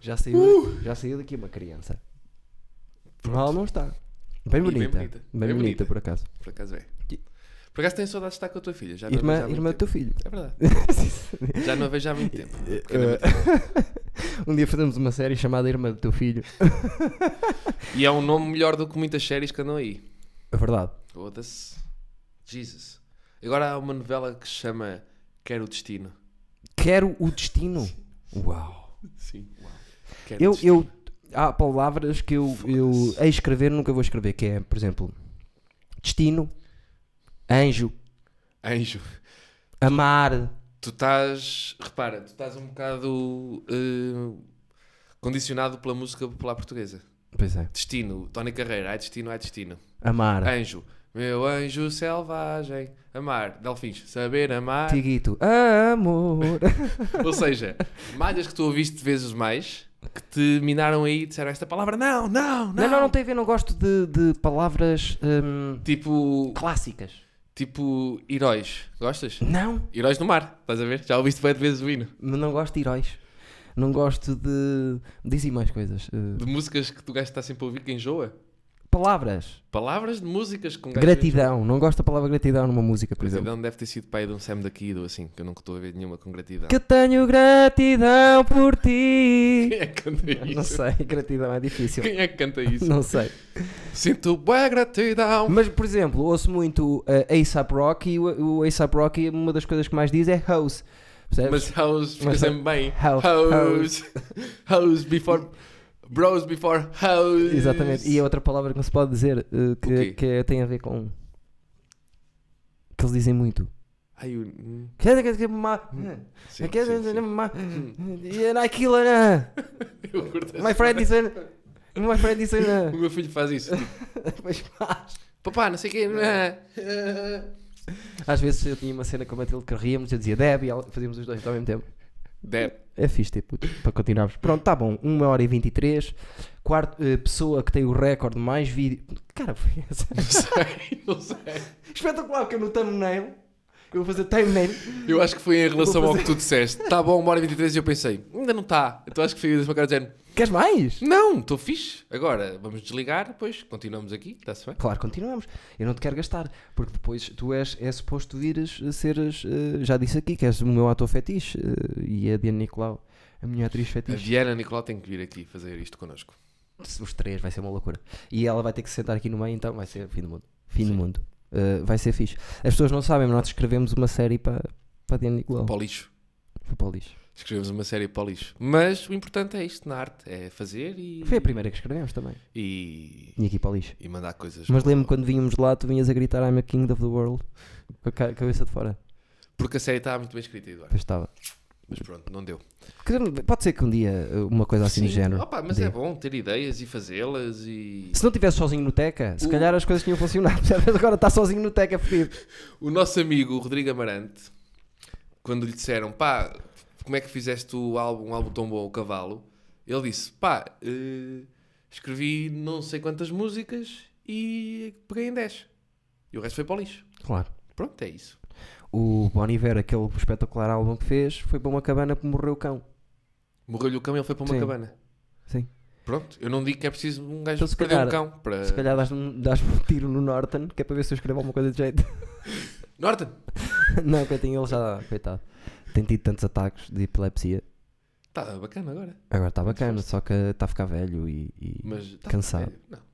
A: Já saiu,
B: Uh!
A: já saiu daqui uma criança. Mal não está. Bem
B: E bem
A: bonita. Bem
B: bonita.
A: bonita,
B: Bem bonita.
A: por acaso.
B: Por acaso é. Por acaso tenho saudades de estar com a tua filha. Já não a vejo há
A: Irmã,
B: muito
A: irmã do
B: tempo.
A: teu filho.
B: É verdade. Já não a vejo há muito tempo. Porque
A: Eh, um dia fazemos uma série chamada Irmã do teu filho.
B: E é um nome melhor do que muitas séries que andam aí.
A: É verdade.
B: Foda-se. Jesus. Agora há uma novela que se chama Quero o Destino.
A: Quero o destino. Uau.
B: Sim. Quero o
A: Eu,
B: Destino.
A: eu, há palavras que eu, eu a escrever nunca vou escrever, que é, por exemplo, destino, anjo,
B: Anjo,
A: amar.
B: tu estás. Repara, tu estás um bocado. eh, condicionado pela música popular portuguesa.
A: Pois é.
B: Destino, Tony Carreira, ai destino, ai destino.
A: Amar.
B: Anjo, meu anjo selvagem. Amar, Delfins, saber amar.
A: Tiguito. Amor.
B: Ou seja, malhas que tu ouviste vezes mais que te minaram aí e disseram esta palavra. Não, não, não.
A: Não, não, não tem a ver, não gosto de, de palavras hum,
B: Tipo,
A: clássicas.
B: tipo heróis. Gostas?
A: Não,
B: Heróis do Mar, estás a ver? Já ouviste bem de vezes o hino.
A: mas não gosto de heróis. Não gosto de. Dizem mais coisas. eh,
B: De músicas que tu gajo está sempre a ouvir que enjoa.
A: palavras.
B: Palavras de músicas com gajo
A: Gratidão. Não gosto da palavra gratidão numa música, por exemplo.
B: Gratidão deve ter sido pai de um Sam daqui ou assim, que eu nunca estou a ver nenhuma com gratidão.
A: Que tenho gratidão por ti.
B: Quem é que canta isso?
A: Não sei, gratidão é difícil.
B: Quem é que canta isso?
A: Não sei.
B: Sinto boa gratidão.
A: Mas, por exemplo, ouço muito uh, ASAP Rock e o, o ASAP Rock, uma das coisas que mais diz é house. Percebes?
B: Mas house fica
A: Mas-
B: sempre bem.
A: House,
B: House. House before. Bros before house.
A: Exatamente. E é outra palavra que não se pode dizer uh,
B: quê?
A: que, que é- tem a ver com. que eles dizem muito.
B: Ai, eu- hum, sim,
A: É
B: sim, sim.
A: My né?
B: Eu curto essa.
A: friend is in. My friend is
B: O
A: in.
B: meu filho faz isso. Papá, não é? sei quem.
A: Às vezes eu tinha uma cena com a Matilde que ríamos, eu dizia Deb e ela- fazíamos os dois ao mesmo tempo.
B: Deve.
A: É fixe ter puto, para continuarmos. Pronto, tá bom. 1 hora e 23. Quarto, eh, pessoa que tem o recorde mais vídeo. Cara, foi essa.
B: Não sei, não sei.
A: Espetacular, porque eu no thumbnail. Eu vou fazer thumbnail.
B: Eu acho que foi em relação
A: Vou
B: ao
A: fazer-
B: que tu disseste. Está bom, uma hora e 23 e eu pensei, ainda não está. Então acho que foi a mesma cara dizendo,
A: Queres mais?
B: não, estou fixe. Agora vamos desligar, depois continuamos aqui, está-se bem?
A: Claro, continuamos. Eu não te quero gastar, porque depois tu és, é suposto tu ires eh, seres. eh, já disse aqui que és o meu ator fetiche eh, e a Diana Nicolau, a minha atriz
B: A
A: fetiche.
B: Viana Nicolau tem que vir aqui fazer isto connosco.
A: Os três, vai ser uma loucura. E ela vai ter que se sentar aqui no meio, então vai ser fim do mundo. Fim do mundo. Eh, vai ser fixe. As pessoas não sabem, mas nós escrevemos uma série para, para a Diana Nicolau.
B: Para o lixo.
A: Foi para o lixo.
B: Escrevemos uma série para o lixo. Mas o importante é isto na arte, é fazer e...
A: Foi a primeira que escrevemos também.
B: E,
A: E aqui para o lixo.
B: e mandar coisas.
A: Mas lembro-me quando vínhamos lá, tu vinhas a gritar I'm a king of the world com a ca- cabeça de fora.
B: Porque a série estava tá muito bem escrita, Eduardo.
A: Pois estava.
B: Mas pronto, não deu.
A: Que- Pode ser que um dia uh, uma coisa assim do
B: Sim.
A: género.
B: Opa, mas
A: dê.
B: é bom ter ideias e fazê-las e.
A: Se não estivesse sozinho no Teca, se
B: O-
A: calhar as coisas tinham funcionado. percebes? Agora está sozinho no Teca, fodido.
B: O nosso amigo Rodrigo Amarante, quando lhe disseram, pá, como é que fizeste o álbum, um álbum tão bom, O Cavalo? Ele disse, pá, eh, escrevi não sei quantas músicas e peguei em 10. E o resto foi para o lixo.
A: Claro.
B: Pronto, é isso.
A: O Bon Iver, aquele espetacular álbum que fez, foi para uma cabana que morreu o cão.
B: Morreu-lhe o cão e ele foi para uma
A: Sim.
B: cabana.
A: Sim.
B: Pronto, eu não digo que é preciso um gajo
A: Então, se
B: perder um
A: calhar-
B: cão para...
A: Se calhar dás- dás-me um tiro no Norton, que é para ver se eu escrevo alguma coisa de jeito.
B: Norton,
A: não, coitinho, ele já, coitado. Tem tido tantos ataques de epilepsia.
B: está Tá bacana agora.
A: Agora está bacana, só que está a ficar velho e, e
B: Mas tá
A: cansado.
B: sério, Não.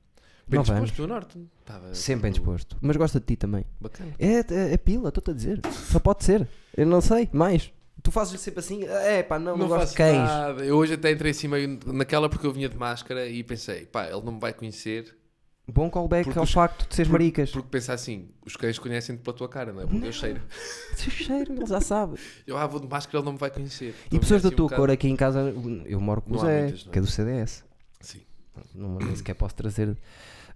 B: Bem
A: Nove anos.
B: disposto, o Norton. Estava
A: Sempre bem
B: tudo
A: disposto. Mas gosta de ti também.
B: Bacana.
A: É, é, é pila, estou-te a dizer. Só pode ser. Eu não sei, mais. Tu fazes sempre assim, é pá, não, não, gosto de cães.
B: nada. Eu hoje até entrei assim meio naquela porque eu vinha de máscara e pensei, pá, ele não me vai conhecer.
A: Bom callback
B: Porque
A: ao
B: os-
A: facto de seres maricas.
B: Porque pensar assim, os cães conhecem-te pela tua cara, não é? Porque eu cheiro.
A: Seu cheiro, ele já sabe.
B: Eu, ah, vou de máscara, ele não me vai conhecer.
A: E
B: Então,
A: pessoas
B: assim,
A: da
B: um
A: tua
B: bocado-
A: cor aqui em casa, eu moro com o
B: Não há
A: Zé,
B: muitas, não é?
A: que é do CDS.
B: Sim.
A: Não, nem sequer posso trazer.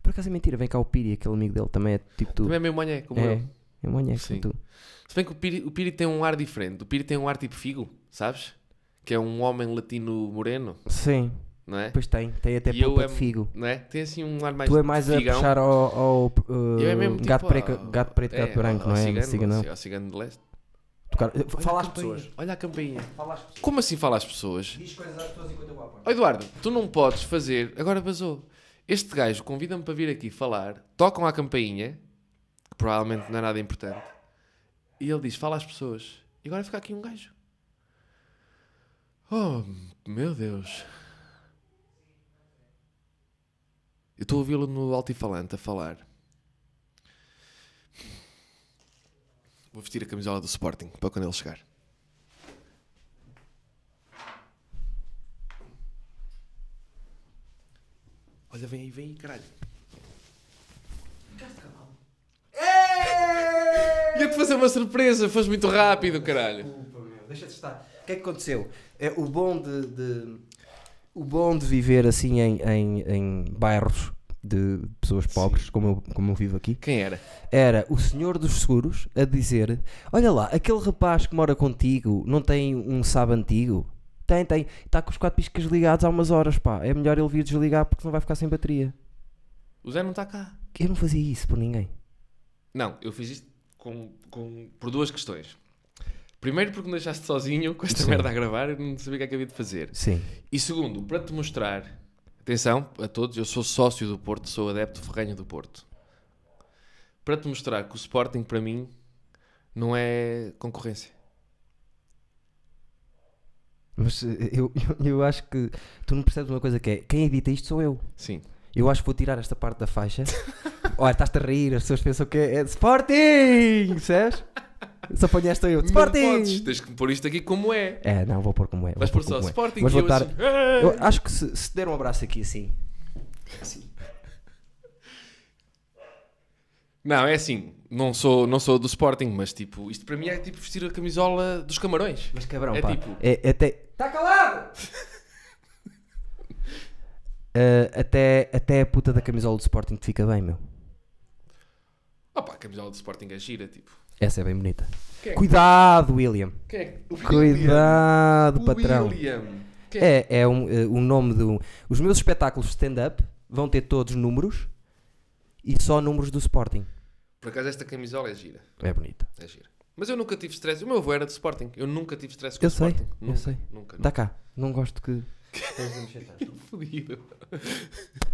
A: Por acaso é mentira, vem cá o Piri, aquele amigo dele também é tipo tu.
B: Também é meio manhã, como
A: é,
B: eu.
A: é manheco como
B: Sim.
A: tu.
B: Se bem que o Piri, o Piri tem um ar diferente. O Piri tem um ar tipo Figo, sabes? Que é um homem latino moreno,
A: Sim,
B: não é?
A: pois tem, tem até
B: E eu
A: polpa
B: é-
A: de figo.
B: Não é? Tem assim um ar mais
A: tu é mais a
B: figão.
A: puxar ao, ao, uh,
B: Eu é mesmo
A: gato,
B: tipo,
A: preca-
B: ao-
A: gato preto,
B: é,
A: gato branco,
B: ao
A: não é?
B: Cigano,
A: Cigano, não.
B: ao cigano de leste.
A: Tocar-
B: Olha
A: Fala
B: a
A: às
B: campainha,
A: pessoas.
B: Olha a campainha.
A: Fala às pessoas.
B: Como assim fala às pessoas?
A: Diz coisas às pessoas enquanto eu vou à
B: Ó Eduardo, tu não podes fazer. Agora vazou. Este gajo convida-me para vir aqui falar, tocam à campainha, que provavelmente não é nada importante, e ele diz: fala às pessoas. E agora fica aqui um gajo. Oh, meu Deus. Eu estou a ouvi-lo no altifalante a falar. Vou vestir a camisola do Sporting para quando ele chegar. Olha, vem aí, vem aí, caralho. Ia-te fazer uma surpresa, foste muito rápido, caralho.
A: Desculpa, meu, deixa-te estar. O que é que aconteceu? É, o bom de, de- o bom de viver assim em, em, em bairros de pessoas pobres, como eu, como eu vivo aqui,
B: Quem era?
A: era o senhor dos seguros a dizer: Olha lá, aquele rapaz que mora contigo não tem um sábado antigo? Tem, tem. Está com os quatro piscas ligados há umas horas, pá. É melhor ele vir desligar porque não vai ficar sem bateria.
B: O Zé não está cá.
A: Eu não fazia isso por ninguém.
B: Não, eu fiz isto com, com- por duas questões. Primeiro, porque me deixaste sozinho com esta merda a gravar e não sabia o que é que havia de fazer.
A: Sim.
B: E segundo, para te mostrar, atenção a todos, eu sou sócio do Porto, sou adepto ferrenho do Porto. Para te mostrar que o Sporting, para mim, não é concorrência.
A: Mas eh, eu, eu, eu acho que tu não percebes uma coisa que é: quem edita isto sou eu.
B: Sim.
A: Eu acho que vou tirar esta parte da faixa. Olha, estás-te a rir, as pessoas pensam que é, é de Sporting, percebes? Só ponho esta eu, de
B: Não podes,
A: Sporting!
B: tens que me pôr isto aqui como é.
A: É, não, vou pôr como é. vou
B: Vais pôr só
A: como é.
B: Sporting
A: Mas
B: e
A: vou
B: eu
A: dar-
B: assim, "Ah!"
A: Eu acho que se, se der um abraço aqui assim.
B: Não, é assim, não sou, não sou do Sporting, mas tipo, isto para mim é tipo vestir a camisola dos camarões.
A: Mas cabrão,
B: É
A: pá.
B: tipo-
A: É, é até. Está calado! Ah, até, até a puta da camisola do Sporting te fica bem, meu.
B: Opa, a camisola do Sporting é gira, tipo.
A: Essa é bem bonita.
B: Quem é que-
A: Cuidado, William!
B: Quem é que- o
A: Cuidado,
B: William.
A: patrão!
B: O William. Quem é?
A: É, é um, eh, o nome do. Os meus espetáculos de stand-up vão ter todos números e só números do Sporting.
B: Por acaso esta camisola é gira.
A: É bonita.
B: É gira. Mas eu nunca tive stress. O meu avô era de Sporting. Eu nunca tive stress com
A: Eu
B: o
A: sei,
B: Sporting.
A: eu
B: nunca,
A: sei. Tá.
B: Nunca.
A: Dá cá, não gosto que.
B: nunca. Fodido.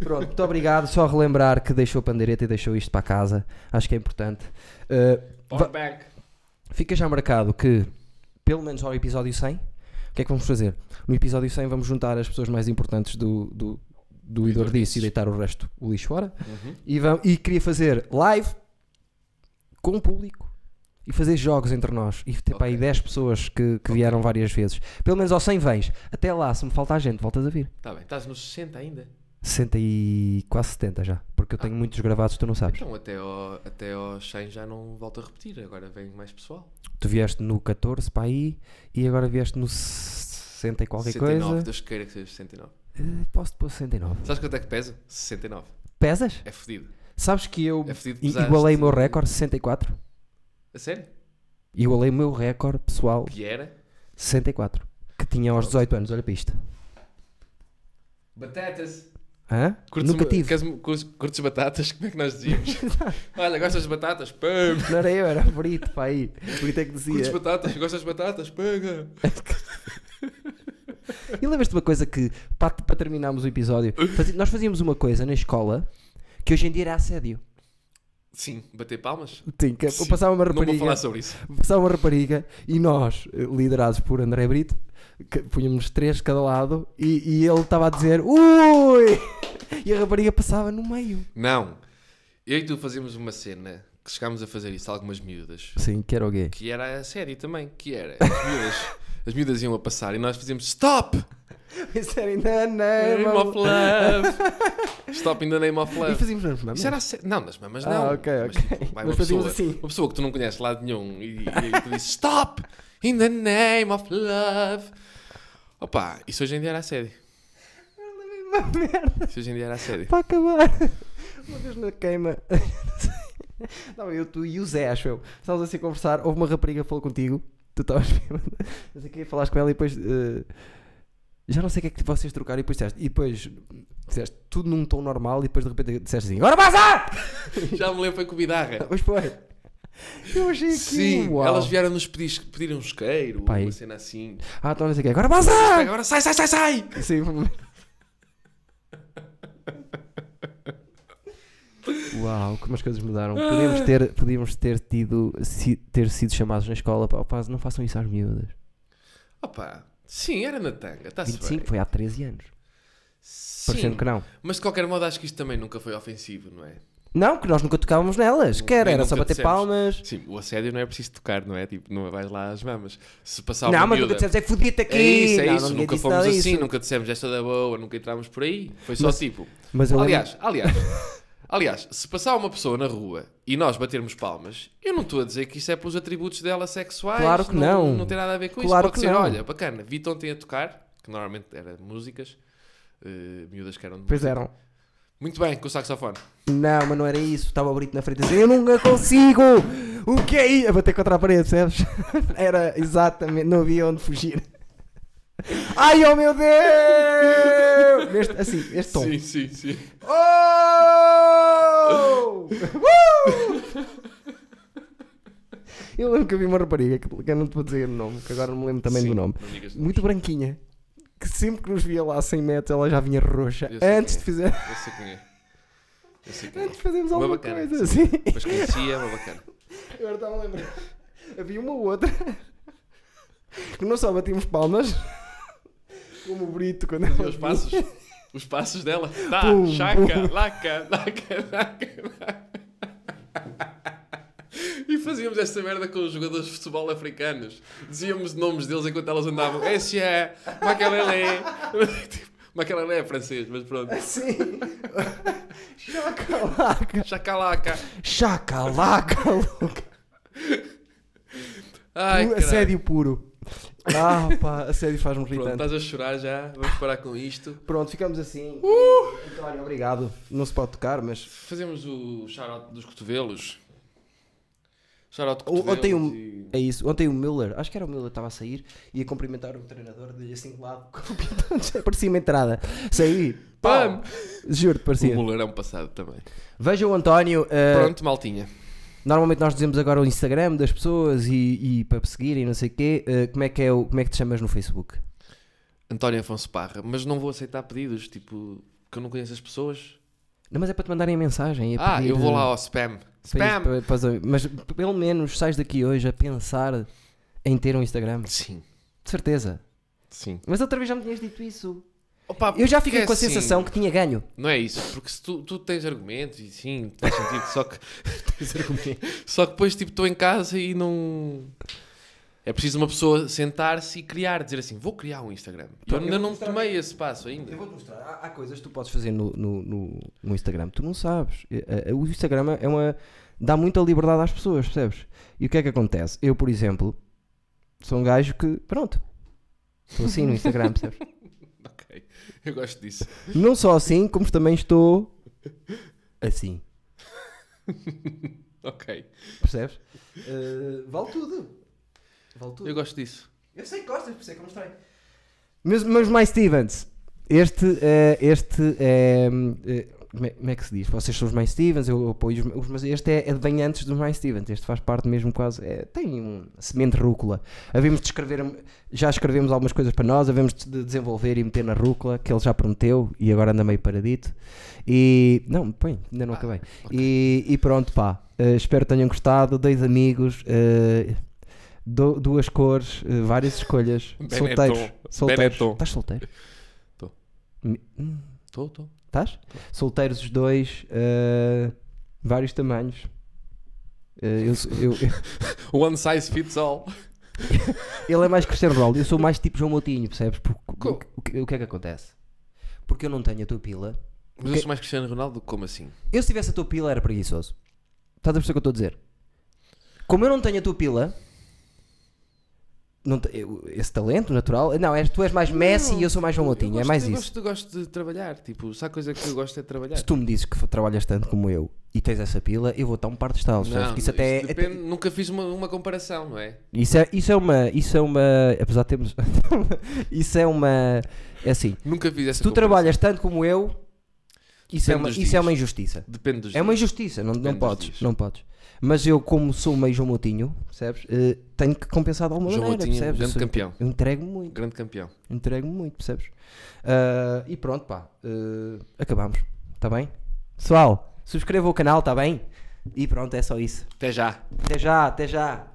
A: Pronto, muito obrigado. Só relembrar que deixou a pandeireta e deixou isto para casa. Acho que é importante. Eh,
B: On
A: va-
B: back.
A: fica já marcado que, pelo menos ao episódio 100, o que é que vamos fazer? No episódio 100 vamos juntar as pessoas mais importantes do, do, do Idor Disso e deitar o resto o lixo fora.
B: Uhum.
A: E, vam- e queria fazer live com o público e fazer jogos entre nós. E ter para aí
B: Ok.
A: 10 pessoas que, que vieram várias vezes. Pelo menos ao 100 vens. Até lá, se me falta a gente, voltas a vir.
B: Tá bem. Estás nos 60 ainda?
A: 60 e quase 70 já. Porque eu
B: Ah.
A: tenho muitos gravados que tu não sabes.
B: Então, até ao, até ao 100 já não volto a repetir, agora vem mais pessoal.
A: Tu vieste no 14 para aí e agora vieste no 60 e qualquer
B: 69,
A: coisa.
B: Deus queira que seja 69.
A: Eh, Posso pôr 69.
B: Sabes quanto é que pesa? 69.
A: Pesas?
B: É fodido.
A: Sabes que eu
B: É fedido,
A: i-
B: pesaste.
A: igualei o meu recorde 64.
B: A sério?
A: Igualei o meu recorde pessoal
B: Que era?
A: 64. Que tinha aos 18 anos, olha para isto.
B: Batatas.
A: Hã? Nunca tive.
B: Queres, um- curtes, curtes batatas? Como é que nós dizíamos? Olha, gostas de batatas? Pam!
A: Não era eu, era Brito, pá aí. Brito é que
B: Curtes
A: dizia.
B: batatas? Gostas de batatas? Pega!
A: E lembras-te de uma coisa que, pá, para, terminarmos o episódio, fazi- nós fazíamos uma coisa na escola que hoje em dia era assédio.
B: Sim, bater palmas?
A: Sim, que
B: Sim.
A: eu passava uma
B: Não vou
A: rapariga,
B: falar sobre isso.
A: passava uma rapariga e nós, eh, liderados por André Brito, que punhamos três de cada lado e, e ele estava a dizer ui! E a rapariga passava no meio.
B: Não. Eu e tu fazíamos uma cena que chegámos a fazer isso a algumas miúdas.
A: Sim, que era o gay.
B: Que era a série também. Que era. As miúdas, as miúdas iam a passar e nós fazíamos Stop!
A: Isso era ainda
B: Name
A: não,
B: of love! Stop in the name of
A: E
B: love!
A: fazíamos nas mamas.
B: Isso era a sé- Não, nas mamas
A: Ah,
B: não.
A: ok,
B: Mas,
A: ok.
B: tipo, vai
A: Mas
B: uma,
A: fazíamos
B: pessoa,
A: assim.
B: uma pessoa que tu não conheces de lado nenhum e, e aí tu dizes Stop! In the name of love! Opa, isso hoje em dia era assédio. Isso hoje em dia era assédio.
A: Para acabar. Uma vez na queima. Não, eu, tu e o Zé, acho eu. Estávamos assim a conversar. Houve uma rapariga que falou contigo. Tu estavas bêbado. Não sei o quê, falaste com ela e depois. eh, já não sei o que é que vocês trocaram e depois disseste. E depois disseste tudo num tom normal e depois de repente disseste assim: Agora passa!
B: Já me lembro, foi com bidarra.
A: Mas foi. Eu achei aqui.
B: Sim,
A: uau.
B: elas vieram nos pedir, pedir um isqueiro,
A: Pai.
B: uma cena assim.
A: Ah, então não sei o quê. Agora passa!
B: Agora sai, sai, sai, sai!
A: Sim. Uau, como as coisas mudaram. Podíamos ter, podíamos ter, tido, si- ter sido chamados na escola para, pá, não façam isso às miúdas.
B: Opa, sim, era na tanga, está-se
A: 25
B: bem.
A: foi há 13 anos.
B: Sim,
A: Parecendo que não.
B: mas de qualquer modo acho que isto também nunca foi ofensivo, não é?
A: Não, que nós nunca tocávamos nelas. Quer
B: nem
A: era só
B: nunca
A: bater
B: dissemos.
A: palmas.
B: Sim, o assédio não é preciso tocar, não é? Tipo, não vais lá às mamas. Se passar uma
A: Não, mas nunca
B: miúda...
A: dissemos é fodido aqui.
B: É isso, é
A: Não,
B: isso.
A: ninguém
B: nunca
A: disse
B: fomos
A: nada
B: assim,
A: disso.
B: nunca dissemos esta da boa, nunca entrámos por aí. Foi só tipo.
A: Mas eu lembro-
B: aliás, aliás, aliás, se passar uma pessoa na rua e nós batermos palmas, eu não estou a dizer que isso é pelos atributos dela sexuais.
A: Claro que não.
B: Não tem nada a ver com
A: Claro
B: isso. Pode
A: que
B: ser,
A: não.
B: olha, bacana, vi ontem a tocar, que normalmente era músicas, eh, miúdas que eram. de
A: Pois
B: música.
A: eram.
B: Muito bem, com o saxofone.
A: Não, mas não era isso. Estava o Brito na frente a dizer: Eu nunca consigo! O que é isso? A bater contra a parede, percebes? Era exatamente, não havia onde fugir. Ai, oh meu Deus! Neste, assim, este tom.
B: Sim, sim, sim.
A: Oh! Uh! Eu lembro que havia uma rapariga, que, que eu não te vou dizer o nome, que agora não me lembro também
B: Sim,
A: do nome,
B: não digas nomes.
A: muito branquinha, que sempre que nos via lá a 100 metros ela já vinha roxa,
B: Eu sei quem
A: antes
B: é.
A: de, fazer,
B: Eu sei quem é. Eu sei quem é.
A: antes de fazermos
B: Uma
A: alguma
B: bacana,
A: coisa. Sim.
B: Mas conhecia, uma bacana.
A: Agora estava a lembrar. Havia uma outra que não só batíamos palmas, como o Brito quando
B: Fazia
A: ela
B: os passos. Os passos dela. Tá,
A: Pum,
B: chaca,
A: pum.
B: laca, laca, laca, laca. E fazíamos esta merda com os jogadores de futebol africanos. Dizíamos nomes deles enquanto elas andavam. Esse é Makelele. Tipo, Makelele é francês, mas pronto.
A: Sim. Chacalaca.
B: Chacalaca.
A: Chacalaca, louca.
B: Ai,
A: Pu-
B: caralho.
A: assédio puro. Ah, pá, assédio faz-me rir
B: Pronto, tá-
A: tanto.
B: estás a chorar já. Vamos parar com isto.
A: Pronto, ficamos assim.
B: Uh!
A: António, obrigado. Não se pode tocar, mas.
B: Fazemos o charote dos cotovelos. Charote de
A: O-
B: cotovelos.
A: ontem um-
B: e-
A: É isso. Ontem o Miller, acho que era o Miller, estava a sair e a cumprimentar o treinador, dele assim de lado, com o pitão. parecia uma entrada. Saí, pam!
B: Pam!
A: Juro-te,
B: O
A: parecia.
B: Muller é um passado também.
A: Veja o António. eh,
B: Pronto, maltinha.
A: normalmente nós dizemos agora o Instagram das pessoas e, e para seguirem, não sei o quê. eh, como, é que é o, como é que te chamas no Facebook?
B: António Afonso Parra, mas não vou aceitar pedidos, tipo, que eu não conheço as pessoas.
A: Não, mas é para te mandarem a mensagem. é
B: ah,
A: pedir,
B: eu vou lá
A: eh,
B: ao
A: para
B: spam. Spam!
A: isso, para- para- mas pelo menos sais daqui hoje a pensar em ter um Instagram.
B: Sim,
A: De certeza.
B: sim.
A: Mas outra vez já me tinhas dito isso.
B: Opa,
A: Eu já
B: porque
A: fiquei
B: é
A: com a
B: assim,
A: sensação que tinha ganho.
B: Não é isso, porque se tu, tu tens argumentos e sim, faz é. sentido, só que. só que depois, tipo, estou em casa e não. É preciso uma pessoa sentar-se e criar, dizer assim, vou criar um Instagram. E eu
A: Eu
B: ainda
A: vou
B: não
A: mostrar-
B: tomei esse passo ainda.
A: Eu vou-te mostrar. Há, há coisas que tu podes fazer no, no, no- no Instagram. Tu não sabes. Eh, eh, O Instagram é uma. dá muita liberdade às pessoas, percebes? E o que é que acontece? Eu, por exemplo, sou um gajo que. pronto. Estou assim no Instagram, percebes?
B: Ok, eu gosto disso.
A: Não só assim, como também estou. assim.
B: Ok,
A: Percebes? Eh, vale tudo. Vale tudo.
B: eu gosto disso.
A: Eu sei que gostas, por isso é que eu mostrei. Mas, mas mais Stevens, este, eh, este é. eh, como é- como é que se diz? Vocês são os mais Stevens, eu apoio os, os mas este é, é bem antes dos mais Stevens, este faz parte mesmo quase. é, tem um semente rúcula. Havemos de escrever, já escrevemos algumas coisas para nós, havemos de desenvolver e meter na rúcula, que ele já prometeu e agora anda meio paradito. E. Não, põe, ainda não
B: Ah,
A: acabei. E, e pronto, pá. eh, espero que tenham gostado. Dois amigos. eh, Du- duas cores, eh, várias escolhas.
B: Benetton.
A: Solteiros. Solteiros.
B: Benetton.
A: Estás solteiro?
B: Tô.
A: Mi- hum,
B: Estou, estou.
A: Estás? Solteiros os dois, eh, vários tamanhos. Eh, eu sou- eu- eu-
B: One size fits all.
A: ele é mais Cristiano Ronaldo, eu sou mais tipo João Moutinho, percebes? Porque,
B: Co-
A: o, que, o que é que acontece? Porque eu não tenho a tua pila.
B: Mas eu
A: Ok.
B: sou mais Cristiano Ronaldo, como assim?
A: Eu se tivesse a tua pila era preguiçoso. Estás a perceber o que eu estou a dizer? Como eu não tenho a tua pila, não te- eu- esse talento natural. Não, és, tu és mais Messi e eu sou mais João Moutinho. É
B: Eu gosto-
A: mais
B: eu
A: isso.
B: Gosto, eu gosto de trabalhar, tipo, se há coisa que eu gosto é de trabalhar.
A: Se tu me dizes que fa- trabalhas tanto como eu e tens essa pila, eu vou dar um par de estalos. sabes?
B: Não,
A: Que Isso até é-
B: depende, nunca fiz uma, uma comparação, não é?
A: Isso é, isso é uma. Isso é uma. Apesar de termos. isso é uma. É assim.
B: Nunca fiz essa
A: Se tu
B: comparação.
A: trabalhas tanto como eu, isso, é
B: Depende
A: uma,
B: dos
A: isso é
B: dias.
A: uma injustiça.
B: Depende dos
A: É uma
B: dias.
A: injustiça, não, não
B: Depende dos
A: podes,
B: dias.
A: não podes. Mas eu, como sou meio João Moutinho, percebes? Eh, tenho que compensar de alguma
B: João
A: maneira,
B: Moutinho, é um
A: percebes? Assim, tipo- Eu
B: grande
A: sou-
B: campeão.
A: Eu entrego muito,
B: Grande campeão.
A: entrego muito, percebes? Ah, e pronto, pá, eh, acabamos, está bem? Pessoal, subscrevam o canal, está bem? E tá pronto, é só isso.
B: Até já.
A: Até já, até já.